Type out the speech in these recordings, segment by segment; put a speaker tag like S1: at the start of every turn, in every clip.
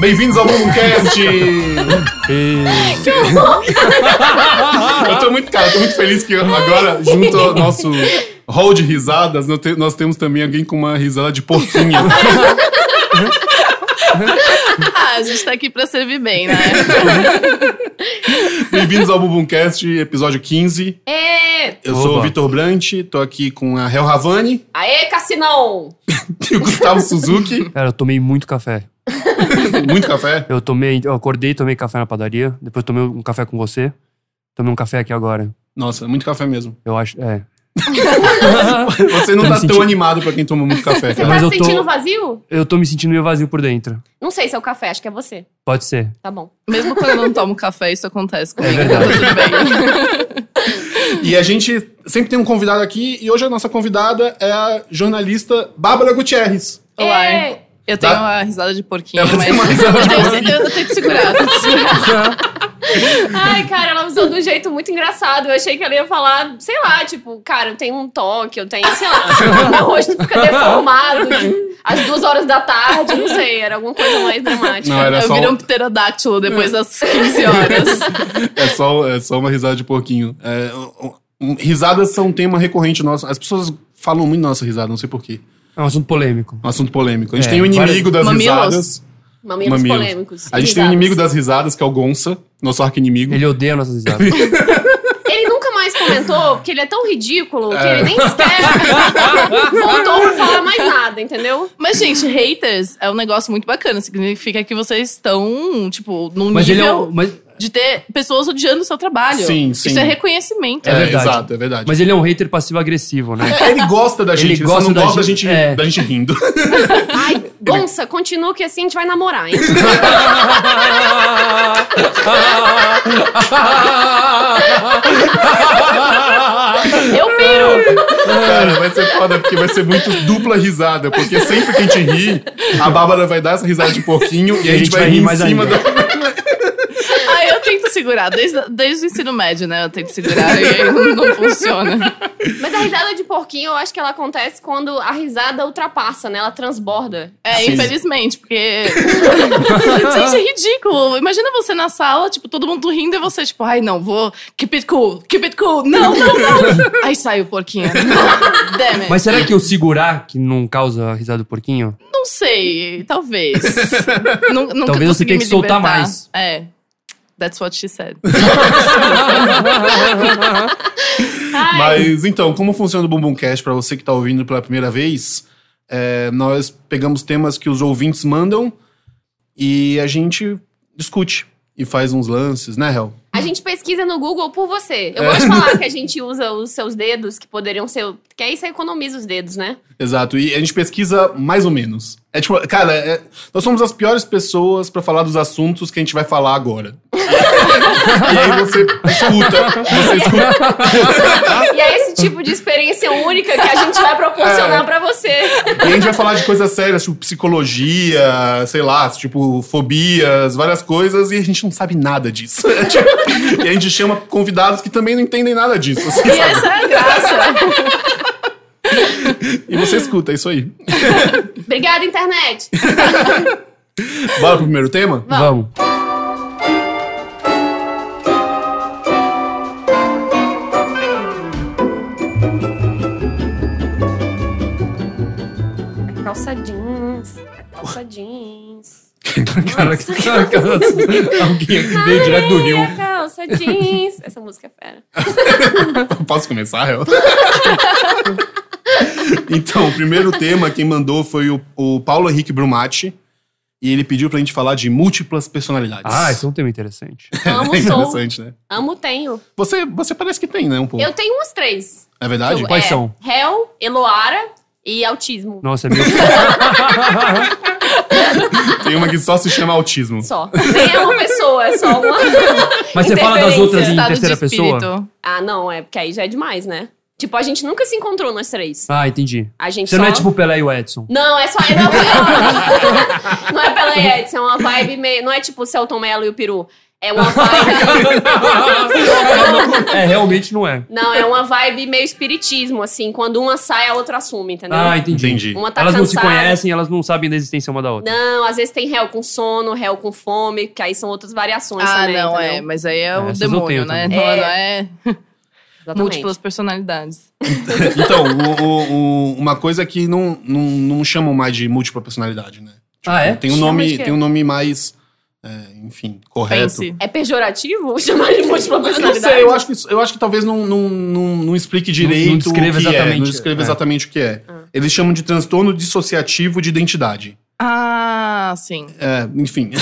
S1: Bem-vindos ao Mumcast! eu tô muito, cara, eu tô muito feliz que agora, junto ao nosso hall de risadas, nós, te- nós temos também alguém com uma risada de porquinha.
S2: Ah, a gente tá aqui pra servir bem, né?
S1: Bem-vindos ao Bumbumcast, episódio 15.
S3: É.
S1: Eu sou
S4: Oba.
S1: o Vitor Brant, tô aqui com a Hel Ravani
S3: Aê, Cassinão!
S1: e o Gustavo Suzuki.
S4: Cara, eu tomei muito café.
S1: Muito café.
S4: Eu tomei, eu acordei, tomei café na padaria, depois tomei um café com você, tomei um café aqui agora.
S1: Nossa, muito café mesmo.
S4: Eu acho, é.
S1: Você não
S4: Tô me
S1: tá tão
S4: sentindo-
S1: animado pra quem toma muito café,
S3: Você
S1: cara.
S4: Mas
S3: tá
S4: eu
S3: se
S4: tô-
S3: sentindo vazio?
S4: Eu tô me sentindo meio vazio por dentro.
S3: Não sei se é o café, acho que é você.
S4: Pode ser.
S3: Tá bom.
S2: Mesmo quando eu não tomo café, isso acontece comigo.
S4: É verdade.
S2: Tá tudo bem.
S1: E a gente sempre tem um convidado aqui, e hoje a nossa convidada é a jornalista Bárbara Gutierrez.
S2: Olá.
S3: É.
S2: Eu tenho
S1: Tá.
S2: uma risada de porquinho,
S1: Ela
S2: mas
S1: tem uma risada de
S2: eu,
S1: porquinho.
S2: eu- eu tenho que segurar. eu tenho que segurar.
S3: Ai, cara, ela usou de um jeito muito engraçado. Eu achei que ela ia falar, sei lá, tipo, cara, eu tenho um toque, eu tenho, sei lá, meu rosto fica deformado de- às duas horas da tarde, não sei, era alguma coisa mais dramática.
S1: Não, é era
S2: Eu
S1: só,
S2: viro um pterodáctilo depois das 15 horas.
S1: é só, é só uma risada de porquinho. É, um- um- risadas são um tema recorrente nosso. As pessoas falam muito da nossa risada, não sei porquê.
S4: É um assunto polêmico.
S1: Um assunto polêmico. A gente
S4: É,
S1: tem o inimigo das
S2: Mamilos.
S1: risadas.
S3: Mamilos,
S1: Mamilos.
S3: polêmicos.
S1: A gente tem o
S3: risadas.
S1: inimigo das risadas, que é o Gonça, nosso arco-inimigo.
S4: Ele odeia nossas risadas.
S3: Ele nunca mais comentou, porque ele é tão ridículo que ele nem sequer voltou pra falar mais nada, entendeu?
S2: Mas, gente, haters é um negócio muito bacana. Significa que vocês estão, tipo, num
S4: Mas ele
S2: nível
S4: é um, mas,
S2: de ter pessoas odiando o seu trabalho.
S1: Sim, sim.
S2: Isso é reconhecimento.
S4: É verdade.
S1: exato, é verdade.
S4: mas ele é um hater passivo-agressivo, né?
S1: É, Ele gosta da
S4: Ele
S1: gente, ele
S4: gosta
S1: só não
S4: da
S1: gosta da gente,
S4: gente- é.
S1: da gente rindo.
S3: Ai, Gonça, continua que assim a gente vai namorar, hein?
S2: Eu piro.
S1: Cara, vai ser foda, porque vai ser muito dupla risada. Porque sempre que a gente ri, a Bárbara vai dar essa risada de porquinho e a gente vai, rir mais em cima
S4: ainda.
S1: da.
S2: Ah, eu tento segurar. Desde, desde o ensino médio, né? Eu tento segurar e aí não, não funciona.
S3: Mas a risada de porquinho, eu acho que ela acontece quando a risada ultrapassa, né? Ela transborda.
S2: É,
S4: Assim.
S1: Sim.
S2: infelizmente, porque. Gente, é ridículo. Imagina você na sala, tipo, todo mundo rindo e você, tipo, ai, não, vou. Keep it cool, keep it cool. Não, não, não. Aí sai o porquinho. Damn it.
S4: Mas será que o segurar que não causa a risada do porquinho?
S2: Não sei, talvez. Nu- nunca
S4: Talvez você
S2: consegui
S4: tenha
S2: me
S4: que soltar
S2: libertar.
S4: mais.
S2: É. That's what she said.
S1: Mas então, como funciona o Bumbumcast pra você que tá ouvindo pela primeira vez? é, nós pegamos temas que os ouvintes mandam e a gente discute e faz uns lances, né, Hel?
S3: A gente pesquisa no Google por você. Eu
S4: É.
S3: vou te falar que a gente usa os seus dedos, que poderiam ser. Que aí você economiza os dedos, né?
S1: Exato, e a gente pesquisa mais ou menos. É tipo, cara, é- nós somos as piores pessoas pra falar dos assuntos que a gente vai falar agora. e aí você escuta, você escuta.
S4: Ah.
S3: E é esse tipo de experiência única que a gente vai proporcionar
S4: É.
S3: pra você.
S1: E a gente vai falar de coisas sérias, tipo psicologia, sei lá, tipo fobias, várias coisas, e a gente não sabe nada disso. É tipo, e a gente chama convidados que também não entendem nada disso. assim,
S2: E
S1: sabe?
S2: essa é a graça.
S1: E você escuta, é isso aí.
S3: Obrigada, internet.
S1: Bora pro primeiro tema?
S4: Vamos.
S3: Calça jeans. Calça jeans.
S4: Cara, alguém aqui veio direto do Rio.
S3: Maria, É, Calça jeans. Essa música é fera.
S1: Posso começar, Hel? então, o primeiro tema quem mandou foi o, o Paulo Henrique Brumatti. E ele pediu pra gente falar de múltiplas personalidades.
S4: Ah, esse é um tema interessante.
S3: Amo
S1: é
S3: sou.
S1: interessante, né?
S3: Amo tenho.
S1: Você, você parece que tem, né? Um pouco.
S3: Eu tenho umas três.
S1: É verdade?
S3: Eu-
S4: Quais
S3: é,
S4: são?
S3: Hel, Eloara e autismo.
S4: Nossa, é meu.
S1: Tem uma que só se chama autismo.
S3: Só. Nem é uma pessoa, é só uma.
S4: Mas você fala das
S3: Interferência.
S4: outras em
S2: Estado
S4: terceira
S2: de
S4: pessoa?
S2: espírito.
S3: Ah, não, é porque aí já é demais, né? Tipo, a gente nunca se encontrou nós três.
S4: Ah, entendi.
S3: A gente
S4: Você
S3: só...
S4: não é tipo o Pelé e o Edson.
S3: Não, é só. é, Não, não, não é pela Edson, é uma vibe meio. Não é tipo o Celton Mello e o Peru. É uma vibe.
S4: é, realmente não é.
S3: não, é uma vibe meio espiritismo, assim. Quando uma sai, a outra assume, entendeu?
S4: Ah, entendi.
S1: Entendi.
S3: uma tá
S4: Elas não se
S3: cansada.
S4: conhecem, elas não sabem da existência uma da outra.
S3: Não, às vezes tem réu com sono, réu com fome, que aí são outras variações
S2: Ah,
S3: também.
S2: não, é.
S3: entendeu?
S2: Mas aí é o
S4: Essas eu
S2: demônio,
S4: tenho
S2: né?
S4: também.
S2: Não
S3: né? É.
S2: não é
S3: Exatamente.
S2: múltiplas personalidades.
S1: Então, o- o- o- uma coisa que não, não, não chamam mais de múltipla personalidade, né?
S4: Ah, é?
S1: Tem um
S3: Chama
S1: nome,
S3: de quê?
S1: tem um nome mais, é, enfim, correto.
S2: Pense.
S3: É pejorativo chamar de múltipla
S1: Eu Não
S3: personalidade?
S1: sei, eu acho que, isso- eu acho que talvez não, não, não, não explique direito
S4: não descreva
S1: o que é.
S4: exatamente.
S1: Não descreva
S4: É.
S1: exatamente o que é.
S3: Ah.
S1: Eles chamam de transtorno dissociativo de identidade.
S2: Ah, sim.
S1: É, enfim.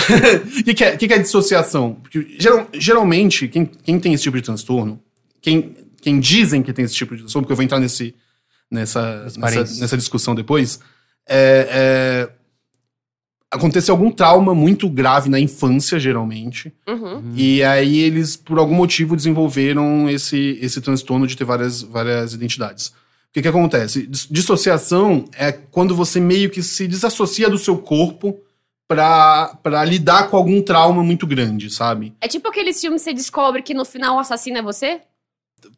S1: O que, que é, o que que é dissociação? Porque geral- geralmente, quem, quem tem esse tipo de transtorno, quem, quem dizem que tem esse tipo de transtorno, porque eu vou entrar nesse, nessa,
S4: Nesse parênteses.
S1: nessa, nessa discussão depois, é, é, aconteceu algum trauma muito grave na infância, geralmente,
S3: Uhum.
S4: Hum.
S1: e aí eles, por algum motivo, desenvolveram esse, esse transtorno de ter várias, várias identidades. O que, que acontece? Dis- Dissociação é quando você meio que se desassocia do seu corpo pra, pra lidar com algum trauma muito grande, sabe?
S3: É tipo aqueles filmes que você descobre que no final o assassino é você?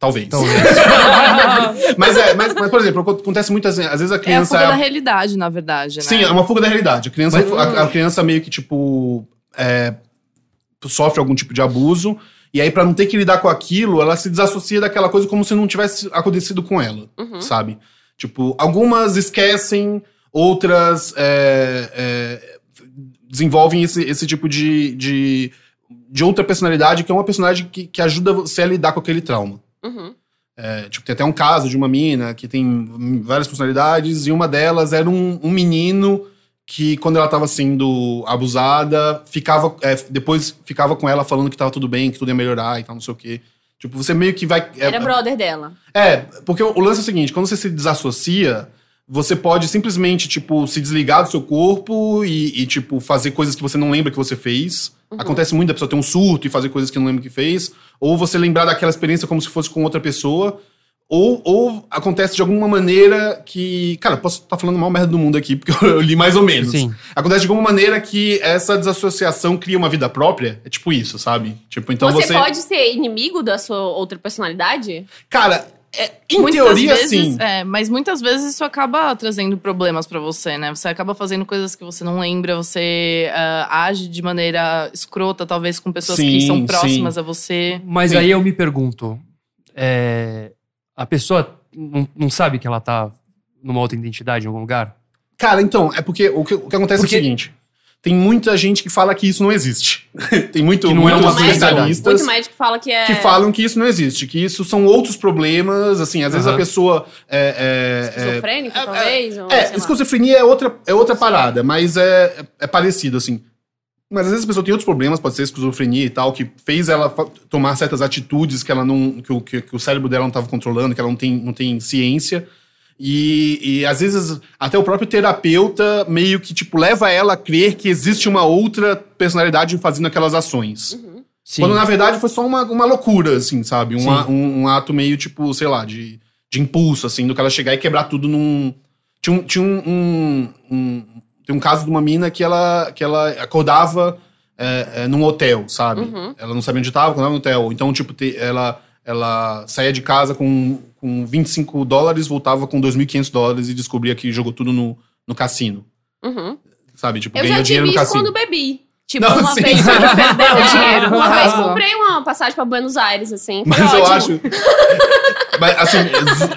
S1: Talvez.
S4: Talvez.
S1: mas, é, mas, mas, por exemplo, aco- acontece muitas vezes. Às vezes a
S2: É a
S1: criança.
S2: fuga da realidade, na verdade, né?
S1: sim, é uma fuga da realidade. A criança,
S4: Mas-
S1: a, a criança meio que, tipo. é, sofre algum tipo de abuso. E aí, pra não ter que lidar com aquilo, ela se desassocia daquela coisa como se não tivesse acontecido com ela.
S3: Uhum.
S1: sabe? Tipo, algumas esquecem, outras é, é, desenvolvem esse, esse tipo de, de, de outra personalidade, que é uma personalidade que, que ajuda você a lidar com aquele trauma.
S3: Uhum.
S1: É, tipo, tem até um caso de uma mina que tem hum, várias personalidades, e uma delas era um, um menino que, quando ela estava sendo abusada, ficava é, depois ficava com ela falando que tava tudo bem, que tudo ia melhorar e tal, não sei o quê. Tipo, você meio que vai. é-
S3: Era brother dela.
S1: é, porque o o lance é o seguinte: quando você se desassocia, você pode simplesmente, tipo, se desligar do seu corpo e, e, tipo, fazer coisas que você não lembra que você fez. Acontece muito da pessoa ter um surto e fazer coisas que não lembra que fez. Ou você lembrar daquela experiência como se fosse com outra pessoa. Ou, ou acontece de alguma maneira que. Cara, eu posso estar falando mal merda do mundo aqui, porque eu li mais ou menos.
S4: Sim.
S1: Acontece de alguma maneira que essa desassociação cria uma vida própria. É tipo isso, sabe? Tipo, então
S3: você,
S1: você.
S3: pode ser inimigo da sua outra personalidade?
S1: Cara, é, em
S2: Muitas
S1: teoria,
S2: vezes,
S1: sim.
S2: É, mas muitas vezes isso acaba trazendo problemas pra você, né? Você acaba fazendo coisas que você não lembra, você ah, age de maneira escrota, talvez com pessoas que
S1: Sim,
S2: são
S1: sim.
S2: próximas a você.
S4: Mas
S1: Sim.
S4: aí eu me pergunto: é, a pessoa não, não sabe que ela tá numa outra identidade em algum lugar?
S1: Cara, então, é porque o que, o que acontece
S4: Porque-
S1: é o seguinte: tem muita gente que fala que isso não existe. tem muito,
S4: Que não é
S1: muitos
S4: uma
S3: Muito médico-
S1: especialistas
S3: Muito médico fala que é.
S1: que falam que isso não existe, que isso são outros problemas. Assim, às vezes
S4: Aham.
S1: a pessoa. É, é, é,
S3: Esquizofrênico,
S1: é, é,
S3: talvez? ou
S1: é,
S3: Então, sei lá.
S1: esquizofrenia é outra, é outra parada, mas é, é, é parecido, assim. Mas às vezes a pessoa tem outros problemas, pode ser esquizofrenia e tal, que fez ela fa- tomar certas atitudes que ela não. que o, que, que o cérebro dela não estava controlando, que ela não tem, não tem ciência. E, e às vezes até o próprio terapeuta meio que tipo leva ela a crer que existe uma outra personalidade fazendo aquelas ações.
S4: Sim.
S1: Quando na verdade foi só uma, uma loucura, assim, sabe? Um,
S4: Sim.
S1: a- um, um ato meio tipo, sei lá, de, de impulso, assim, do cara chegar e quebrar tudo num. Tinha um. Tinha um, um- um- tem um caso de uma mina que ela, que ela acordava é, é, num hotel, sabe?
S3: Uhum.
S1: Ela não sabia onde estava, acordava no hotel. Então, tipo, te- ela, ela saía de casa com, com 25 dólares, voltava com 2.500 dólares e descobria que jogou tudo no, no cassino,
S3: Uhum.
S1: sabe? Tipo,
S3: Eu
S1: ganhou
S3: já
S1: dinheiro
S3: tive
S1: no
S3: isso
S1: cassino.
S3: quando bebi. Tipo,
S1: Não,
S3: uma
S1: sim.
S3: vez.
S2: Perdeu dinheiro.
S3: Uma vez
S2: Arrasou.
S3: comprei uma passagem pra Buenos Aires, assim. Foi
S1: Mas
S3: ótimo.
S1: eu acho. Mas, assim,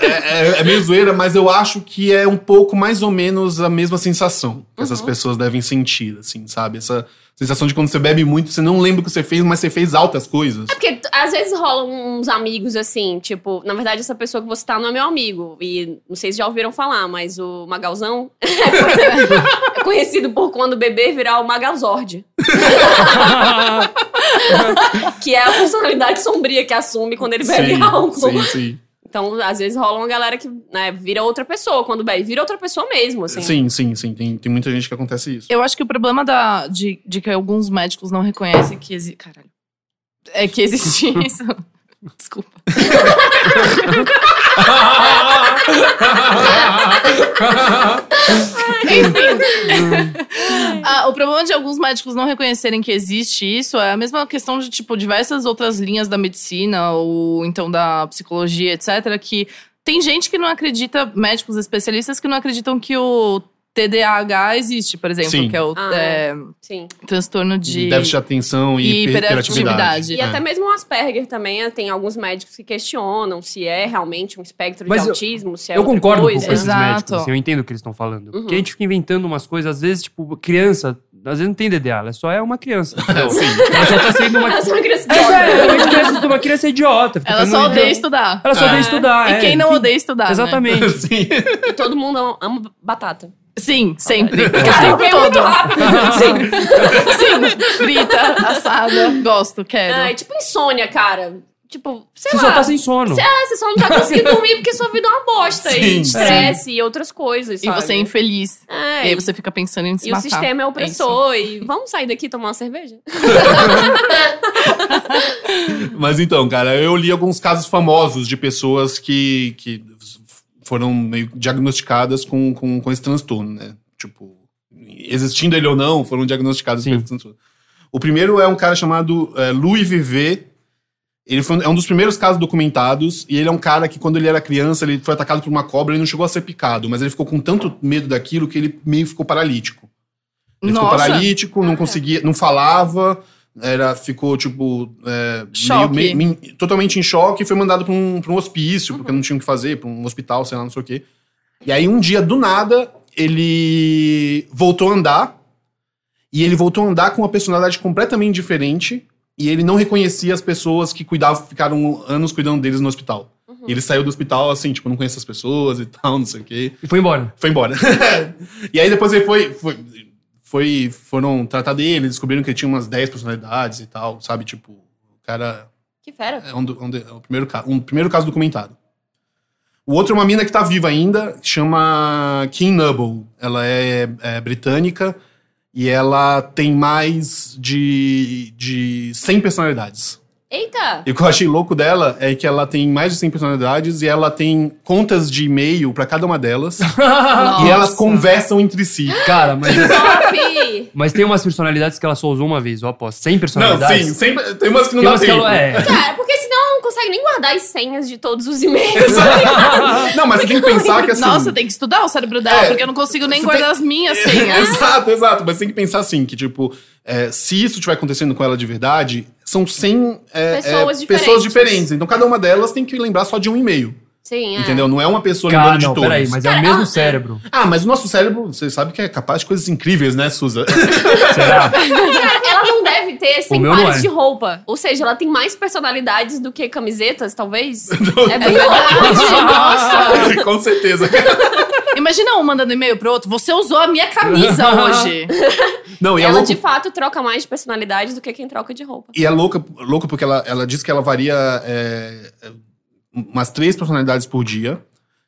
S1: é, é- é meio zoeira, mas eu acho que é um pouco mais ou menos a mesma sensação que essas
S3: Uhum.
S1: pessoas devem sentir, assim, sabe? Essa sensação de quando você bebe muito, você não lembra o que você fez, mas você fez altas coisas.
S3: É porque t- às vezes rolam uns amigos assim, tipo, na verdade essa pessoa que você tá não é meu amigo. E não sei se já ouviram falar, mas o Magalzão é conhecido por quando o bebê virar o Magalzord. Que é a personalidade sombria que assume quando ele bebe álcool.
S1: sim, sim.
S3: Então, às vezes rola uma galera que né, vira outra pessoa quando bebe. Vira outra pessoa mesmo, assim.
S1: Sim, sim, sim. Tem, tem muita gente que acontece isso.
S2: Eu acho que o problema da, de, de que alguns médicos não reconhecem que existe. Caralho. É que existe isso. Desculpa. Ah, o problema de alguns médicos não reconhecerem que existe isso é a mesma questão de, tipo, diversas outras linhas da medicina ou então da psicologia, etc., que tem gente que não acredita, médicos especialistas, que não acreditam que o TDAH existe, por exemplo,
S1: Sim.
S2: que é o
S3: Ah,
S2: é,
S3: Sim.
S2: transtorno de...
S1: Déficit de atenção e
S2: e
S1: hiperatividade.
S2: hiperatividade.
S3: E
S1: É.
S3: até mesmo o Asperger também né, tem alguns médicos que questionam se é realmente um espectro
S4: Mas
S3: de
S4: eu-
S3: autismo, se é
S4: eu
S3: outra
S4: concordo
S3: coisa.
S4: com esses
S2: Exato.
S4: médicos, assim, eu entendo o que eles estão falando.
S3: Uhum.
S4: Porque a gente fica inventando umas coisas, às vezes, tipo, criança, às vezes não tem DDA, ela só é uma criança. entendeu? Ela só tá sendo uma...
S3: Mas
S4: É
S3: uma criança
S4: sério,
S3: idiota.
S4: realmente, criança, uma criança é idiota. fica
S2: Ela
S4: fazendo
S2: só
S4: idiota.
S2: odeia estudar.
S4: Ela só
S1: É.
S4: odeia estudar,
S2: E
S4: é.
S2: quem não
S4: Que-
S2: odeia estudar, né?
S4: Exatamente.
S1: Sim.
S3: E todo mundo ama, ama batata.
S2: Sim, sempre.
S4: Ah, é.
S2: O
S3: Cara,
S2: tempo
S3: veio muito
S2: todo.
S3: rápido.
S2: Sim. Sim. Frita, assada. Gosto,
S3: É,
S2: quero.
S3: tipo insônia, cara. Tipo, sei
S4: Você
S3: lá.
S4: só tá sem sono.
S3: Cê- é, você só não tá conseguindo dormir porque sua vida é uma bosta.
S1: Sim,
S3: e estresse e outras coisas,
S2: E
S3: sabe?
S2: você é infeliz.
S3: É,
S2: E aí
S3: e-
S2: você fica pensando em se
S3: e o
S2: matar.
S3: sistema é
S2: isso.
S3: opressor. e vamos sair daqui e tomar uma cerveja?
S1: Mas então, cara, eu li alguns casos famosos de pessoas que, que foram meio diagnosticadas com, com, com esse transtorno, né? Tipo, existindo ele ou não, foram diagnosticadas com
S4: Sim.
S1: esse transtorno. O primeiro é um cara chamado eh, Louis Vivet. Ele foi, um- é um dos primeiros casos documentados, e ele é um cara que, quando ele era criança, ele foi atacado por uma cobra e não chegou a ser picado, mas ele ficou com tanto medo daquilo que ele meio ficou paralítico. Ele ficou
S2: Nossa.
S1: paralítico, não conseguia, não falava, era, ficou, tipo, é,
S2: Choque.
S1: meio- meio- meio- totalmente em choque e foi mandado pra um, pra um hospício, porque
S2: Uhum.
S1: não tinha o que fazer, pra um hospital, sei lá, não sei o quê. E aí, um dia, do nada, ele voltou a andar, e ele voltou a andar com uma personalidade completamente diferente, e ele não reconhecia as pessoas que cuidavam, ficaram anos cuidando deles no hospital.
S2: Uhum.
S1: E ele saiu do hospital assim, tipo, não conheço as pessoas e tal, não sei o quê.
S4: E foi embora.
S1: Foi embora. e aí depois ele foi, foi, foi- Foram tratar dele, descobriram que ele tinha umas 10 personalidades e tal, sabe? Tipo, o cara.
S3: Que fera.
S1: É um, do- um de- é o primeiro, ca- um primeiro caso documentado. O outro é uma mina que tá viva ainda, chama Kim Noble. Ela é, é britânica e ela tem mais de, de 100 personalidades.
S3: Eita!
S1: E o que eu achei louco dela é que ela tem mais de 100 personalidades e ela tem contas de e-mail pra cada uma delas. E elas conversam entre si.
S4: Cara, mas,
S3: Top!
S4: mas tem umas personalidades que ela só usou uma vez, eu aposto. 100
S1: Não,
S4: personalidades.
S1: sim, sempre, tem umas que não
S4: Tem
S1: dá
S4: umas que
S1: tempo.
S4: ela é.
S3: Cara, porque senão ela não consegue nem guardar as senhas de todos os e-mails.
S1: não, mas você tem que pensar que assim.
S2: Nossa, tem que estudar o cérebro dela,
S1: É,
S2: porque eu não consigo nem
S1: você
S2: guardar
S1: tem- É.
S2: as minhas
S3: assim,
S2: assim.
S3: né?
S2: senhas.
S1: exato, exato. Mas você tem que pensar assim: que, tipo, é, se isso estiver acontecendo com ela de verdade, são 100 é, é,
S3: Pessoas
S1: pessoas
S3: diferentes.
S1: diferentes. Então cada uma delas tem que lembrar só de um e-mail.
S3: Sim, é.
S1: Entendeu? Não é uma pessoa
S4: Cara,
S1: lembrando
S4: não,
S1: de todos.
S4: peraí, mas é o
S3: Cara,
S4: mesmo
S3: ela-
S4: cérebro.
S1: Ah, mas o nosso cérebro, você sabe que é capaz de coisas incríveis, né, Suza?
S4: Será?
S3: Cara, ela não deve ter 100
S4: meu não
S3: pares
S4: é.
S3: de roupa. Ou seja, ela tem mais personalidades do que camisetas, talvez. é
S2: É
S3: bem
S2: verdade. Nossa.
S1: com certeza.
S2: Imagina um mandando e-mail pro outro. Você usou a minha camisa hoje.
S1: Não, e é
S3: Ela
S1: louco
S3: de fato troca mais de personalidades do que quem troca de roupa.
S1: E é louca, louca porque ela, ela diz que ela varia é, é, umas três personalidades por dia.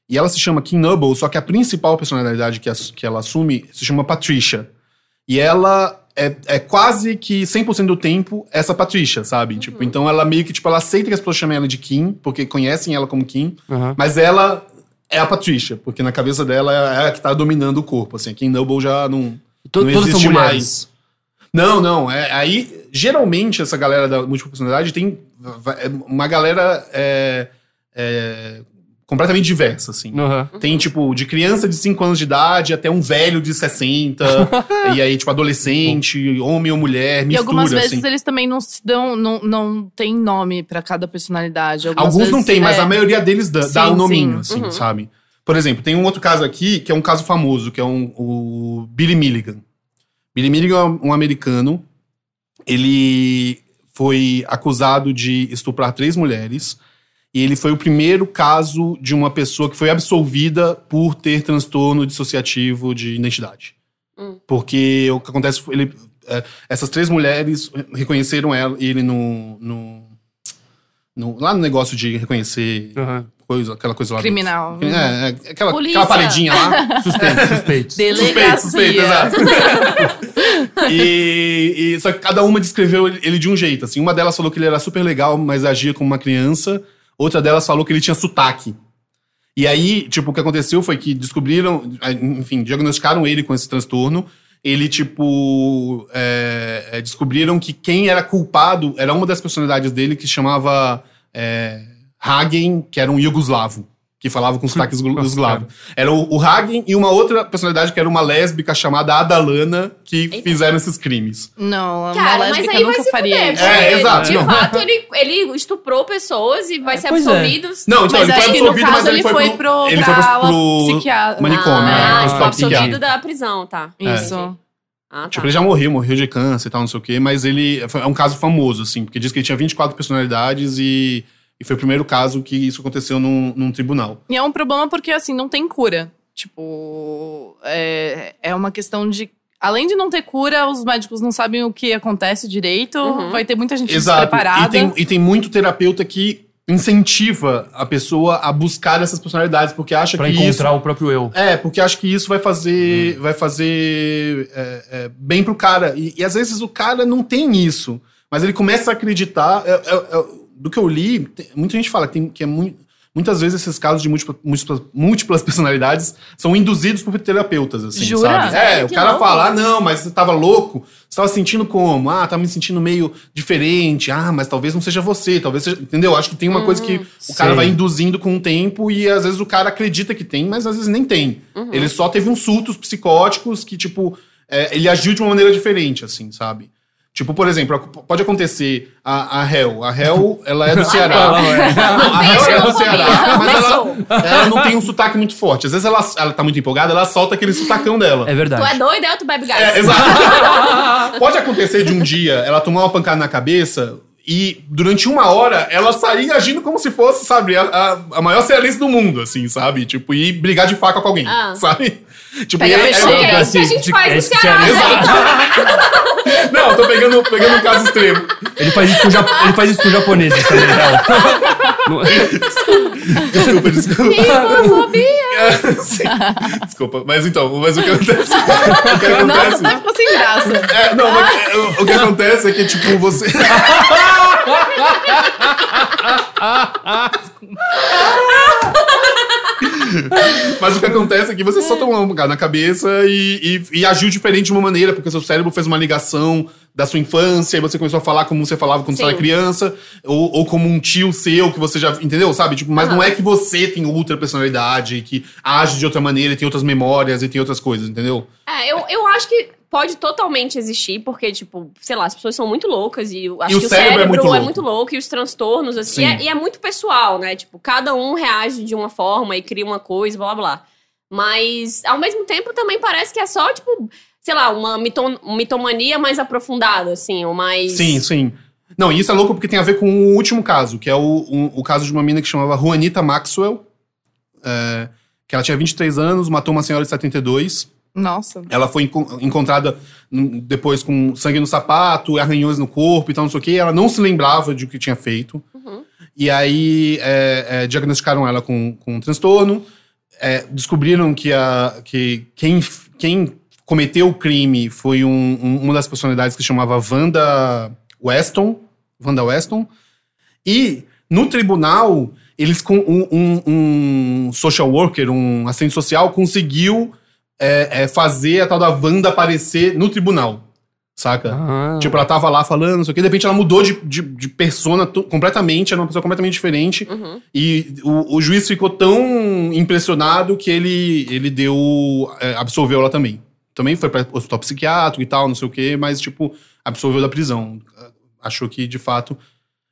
S1: E ela se chama Kim Noble, só que a principal personalidade que, as- que ela assume se chama Patricia. E ela é, é quase que 100% do tempo essa Patricia, sabe? Tipo, então ela meio que, tipo, ela aceita que as pessoas chamem ela de Kim, porque conhecem ela como Kim.
S4: Aham.
S1: Mas ela é a Patricia, porque na cabeça dela é a que tá dominando o corpo, assim. A Kim Noble já não...
S4: To-
S1: Não
S4: todas são
S1: existe
S4: mulheres.
S1: mais. Não, não. É, aí, geralmente, essa galera da múltipla personalidade tem va- é uma galera é, é, completamente diversa, assim.
S4: Aham.
S2: Uhum.
S1: Tem, tipo, de criança de 5 anos de idade até um velho de 60. e aí, tipo, adolescente, homem ou mulher,
S2: e
S1: mistura,
S2: algumas vezes
S1: assim.
S2: eles também não se dão, não, não tem nome pra cada personalidade. Algumas
S1: Alguns não
S2: vezes,
S1: tem, mas
S2: é.
S1: a maioria deles dá, dá
S2: Sim,
S1: um nominho,
S2: sim.
S1: assim,
S3: Uhum.
S1: sabe? Por exemplo, tem um outro caso aqui, que é um caso famoso, que é um, o Billy Milligan. Billy Milligan é um- um americano. Ele foi acusado de estuprar três mulheres. E ele foi o primeiro caso de uma pessoa que foi absolvida por ter transtorno dissociativo de identidade.
S3: Hum.
S1: Porque o que acontece, foi- ele, é, essas três mulheres reconheceram ela, ele no, no, no- lá no negócio de reconhecer
S4: Aham.
S1: coisa, aquela coisa lá. do-
S2: Criminal.
S1: É, é, aquela,
S2: Polícia.
S1: aquela paredinha lá.
S4: Suspeitos, suspeitos.
S2: Delegacia.
S1: exato. e, e- só que cada uma descreveu ele ele de um jeito. Assim, uma delas falou que ele era super legal, mas agia como uma criança. Outra delas falou que ele tinha sotaque. E aí, tipo, o que aconteceu foi que descobriram, ah, enfim, diagnosticaram ele com esse transtorno. Ele, tipo, é, é, descobriram que quem era culpado era uma das personalidades dele que se chamava é, Hagen, que era um iugoslavo, que falava com sotaque
S4: Nossa,
S1: iugoslavo. Era o, o Hagen e uma outra personalidade que era uma lésbica chamada Adalana, que
S3: Eita.
S1: fizeram esses crimes.
S2: Não, uma
S3: Cara, mas
S2: lésbica
S3: aí vai
S2: nunca
S3: se
S2: faria
S3: fuder.
S2: isso.
S1: É,
S3: porque,
S1: exato,
S3: De
S1: não.
S3: fato, ele, ele estuprou pessoas e vai ser
S4: Pois é.
S3: absolvido.
S1: Não, então,
S2: Mas
S1: ele
S2: acho
S1: foi
S2: que no
S1: absolvido, mas
S2: caso ele foi, pro,
S1: ele foi
S2: pra
S1: pro-
S2: ala
S1: pro
S2: psiquiatra.
S1: manicômio,
S3: Ah,
S1: né?
S3: ele
S1: Hospital
S3: foi
S1: psiquiátrico.
S3: absolvido da prisão, tá.
S1: É.
S2: Isso.
S3: Ah, tá.
S1: Tipo, ele já morreu, morreu de câncer e tal, não sei o quê, mas ele foi- é um caso famoso, assim, porque diz que ele tinha 24 personalidades e, e foi o primeiro caso que isso aconteceu num, num tribunal.
S2: E é um problema porque, assim, não tem cura. Tipo, é, é uma questão de. Além de não ter cura, os médicos não sabem o que acontece direito.
S3: Uhum.
S2: Vai ter muita gente
S1: E
S2: despreparada.
S1: tem, e tem muito terapeuta que incentiva a pessoa a buscar essas personalidades, porque acha
S4: Pra
S1: que isso.
S4: encontrar o próprio eu.
S1: É, porque acho que isso vai fazer, vai fazer é, é, bem pro cara. E, e às vezes o cara não tem isso, mas ele começa a acreditar. É, é, é, do que eu li, tem- muita gente fala que, tem- que é mui- Muitas vezes esses casos de múltipla- múltiplas, múltiplas personalidades são induzidos por terapeutas, assim,
S2: Jura?
S1: sabe? É,
S3: Ai,
S1: o
S3: que
S1: cara
S3: louco.
S1: fala, ah, não, mas você tava louco? Você tava sentindo como? Ah, tava me sentindo meio diferente. Ah, mas talvez não seja você, talvez seja... Entendeu? Acho que tem uma coisa que o cara
S4: Sei.
S1: vai induzindo com o tempo e às vezes o cara acredita que tem, mas às vezes nem tem.
S3: Uhum.
S1: Ele só teve uns surtos psicóticos que, tipo, é, ele agiu de uma maneira diferente, assim, sabe? Tipo, por exemplo, ac- pode acontecer a, a Hel. A Hel, ela é do Ceará. Não, a Hel é do Ceará, mas ela, ela não tem um sotaque muito forte. Às vezes ela, ela tá muito empolgada, ela solta aquele sotacão dela.
S4: É
S3: Tu é
S4: verdade.
S3: doido, é? Tu bebe gás.
S1: É, exato. Pode acontecer de um dia ela tomar uma pancada na cabeça e durante uma hora ela sair agindo como se fosse, sabe, a, a- a maior cearense do mundo, assim, sabe? Tipo, e brigar de faca com alguém,
S3: Ah.
S1: sabe? Tipo,
S2: Pega
S1: e
S2: a
S3: Porque
S2: peixeira.
S3: é isso que a
S1: assim.
S3: gente faz no
S4: Esse
S3: Ceará,
S4: Ceará.
S3: né?
S1: Não, tô pegando, pegando um caso extremo.
S4: Ele faz isso com, jap... ele faz isso com japoneses também, né?
S1: Desculpa, desculpa. É,
S3: Homofobia.
S1: Sim. Desculpa, mas então, mas o que acontece? O que
S2: Nossa,
S1: acontece?
S2: até ficou sem graça.
S1: É, não, mas
S3: Ah!
S1: o- o que acontece é que, tipo, você. Mas o que acontece é que você só toma uma pancada na cabeça e, e- e agiu diferente de uma maneira, porque seu cérebro fez uma ligação da sua infância e você começou a falar como você falava quando você
S3: Sim.
S1: era criança, ou, ou como um tio seu que você já. Entendeu? Sabe? Tipo, mas não
S3: Aham.
S1: é que você tem outra personalidade e que age de outra maneira e tem outras memórias e tem outras coisas, entendeu?
S3: É, eu, eu acho que pode totalmente existir, porque, tipo, sei lá, as pessoas são muito loucas e eu acho
S1: o
S3: que o
S1: cérebro é
S3: cérebro
S1: muito louco.
S3: louco e os transtornos, assim,
S1: Sim.
S3: é- e é muito pessoal, né? Tipo, cada um reage de uma forma e cria uma coisa, blá blá blá. Mas, ao mesmo tempo, também parece que é só, tipo, sei lá, uma mitom- mitomania mais aprofundada, assim, ou mais.
S1: Sim, sim. Não, e isso é louco porque tem a ver com o último caso, que é o, o, o caso de uma mina que chamava Juanita Maxwell, é, que ela tinha 23 anos, matou uma senhora de 72.
S2: Nossa.
S1: Ela foi enco- encontrada hum, depois com sangue no sapato, arranhões no corpo e tal, não sei o quê. Ela não se lembrava de o que tinha feito.
S3: Uhum.
S1: E aí é, é, diagnosticaram ela com, com um transtorno. É, descobriram que, a, que quem, quem cometeu o crime foi um- um- uma das personalidades que chamava Wanda Weston. Wanda Weston. E no tribunal, eles com um, um- um social worker, um assistente social, conseguiu é, é, fazer a tal da Wanda aparecer no tribunal. Saca?
S4: Ah,
S1: Tipo, ela tava lá falando, não sei o que, de repente ela mudou de, de, de persona to- completamente, era uma pessoa completamente diferente.
S3: Uhum.
S1: E o, o juiz ficou tão impressionado que ele, ele deu. é, absolveu ela também. Também foi pra hospital psiquiátrico e tal, não sei o que, mas, tipo, absolveu da prisão. Achou que, de fato,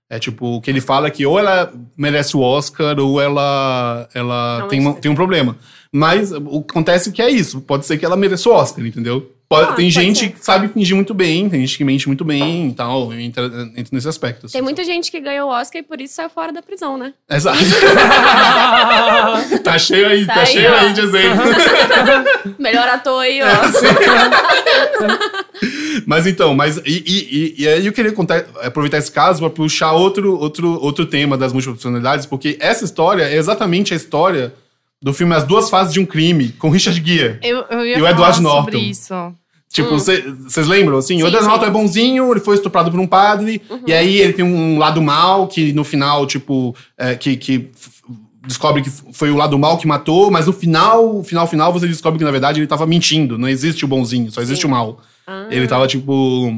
S1: é tipo, o que ele fala é que ou ela merece o Oscar ou ela, ela
S3: Não,
S1: tem, uma-
S3: isso.
S1: tem um problema. Mas o que acontece é que é isso. Pode ser que ela mereça o Oscar, entendeu? Pode-
S3: Ah,
S1: tem
S3: pode
S1: gente
S3: ser.
S1: que sabe fingir muito bem, tem gente que mente muito bem e tal. Eu entro, entro nesse aspecto. assim.
S3: Tem muita gente que ganhou o Oscar e por isso saiu fora da prisão, né?
S1: Exato. tá cheio aí, tá,
S3: Tá aí,
S1: cheio
S3: ó. Tá.
S1: aí de exemplo.
S3: Melhor ator aí,
S1: É.
S3: ó.
S1: Mas então, mas e, e- e- e aí eu queria contar- aproveitar esse caso para puxar outro, outro, outro tema das multifuncionalidades, porque essa história é exatamente a história do filme As Duas Fases de um Crime, com Richard Gere.
S2: Eu, eu ia
S1: E o
S2: falar
S1: Edward
S2: sobre
S1: Norton.
S2: isso.
S1: Tipo,
S3: Hum.
S1: vocês lembram? Assim,
S3: Sim,
S1: o Edward
S3: sim.
S1: Norton é bonzinho, ele foi estuprado por um padre,
S3: Uhum.
S1: e aí ele tem um lado mal que no final, tipo, é, que, que f- descobre que foi o lado mal que matou, mas no final, final, final, você descobre que na verdade ele tava mentindo. Não existe o bonzinho, só existe
S3: Sim.
S1: o mal.
S3: Ah. Uhum.
S1: Ele tava tipo.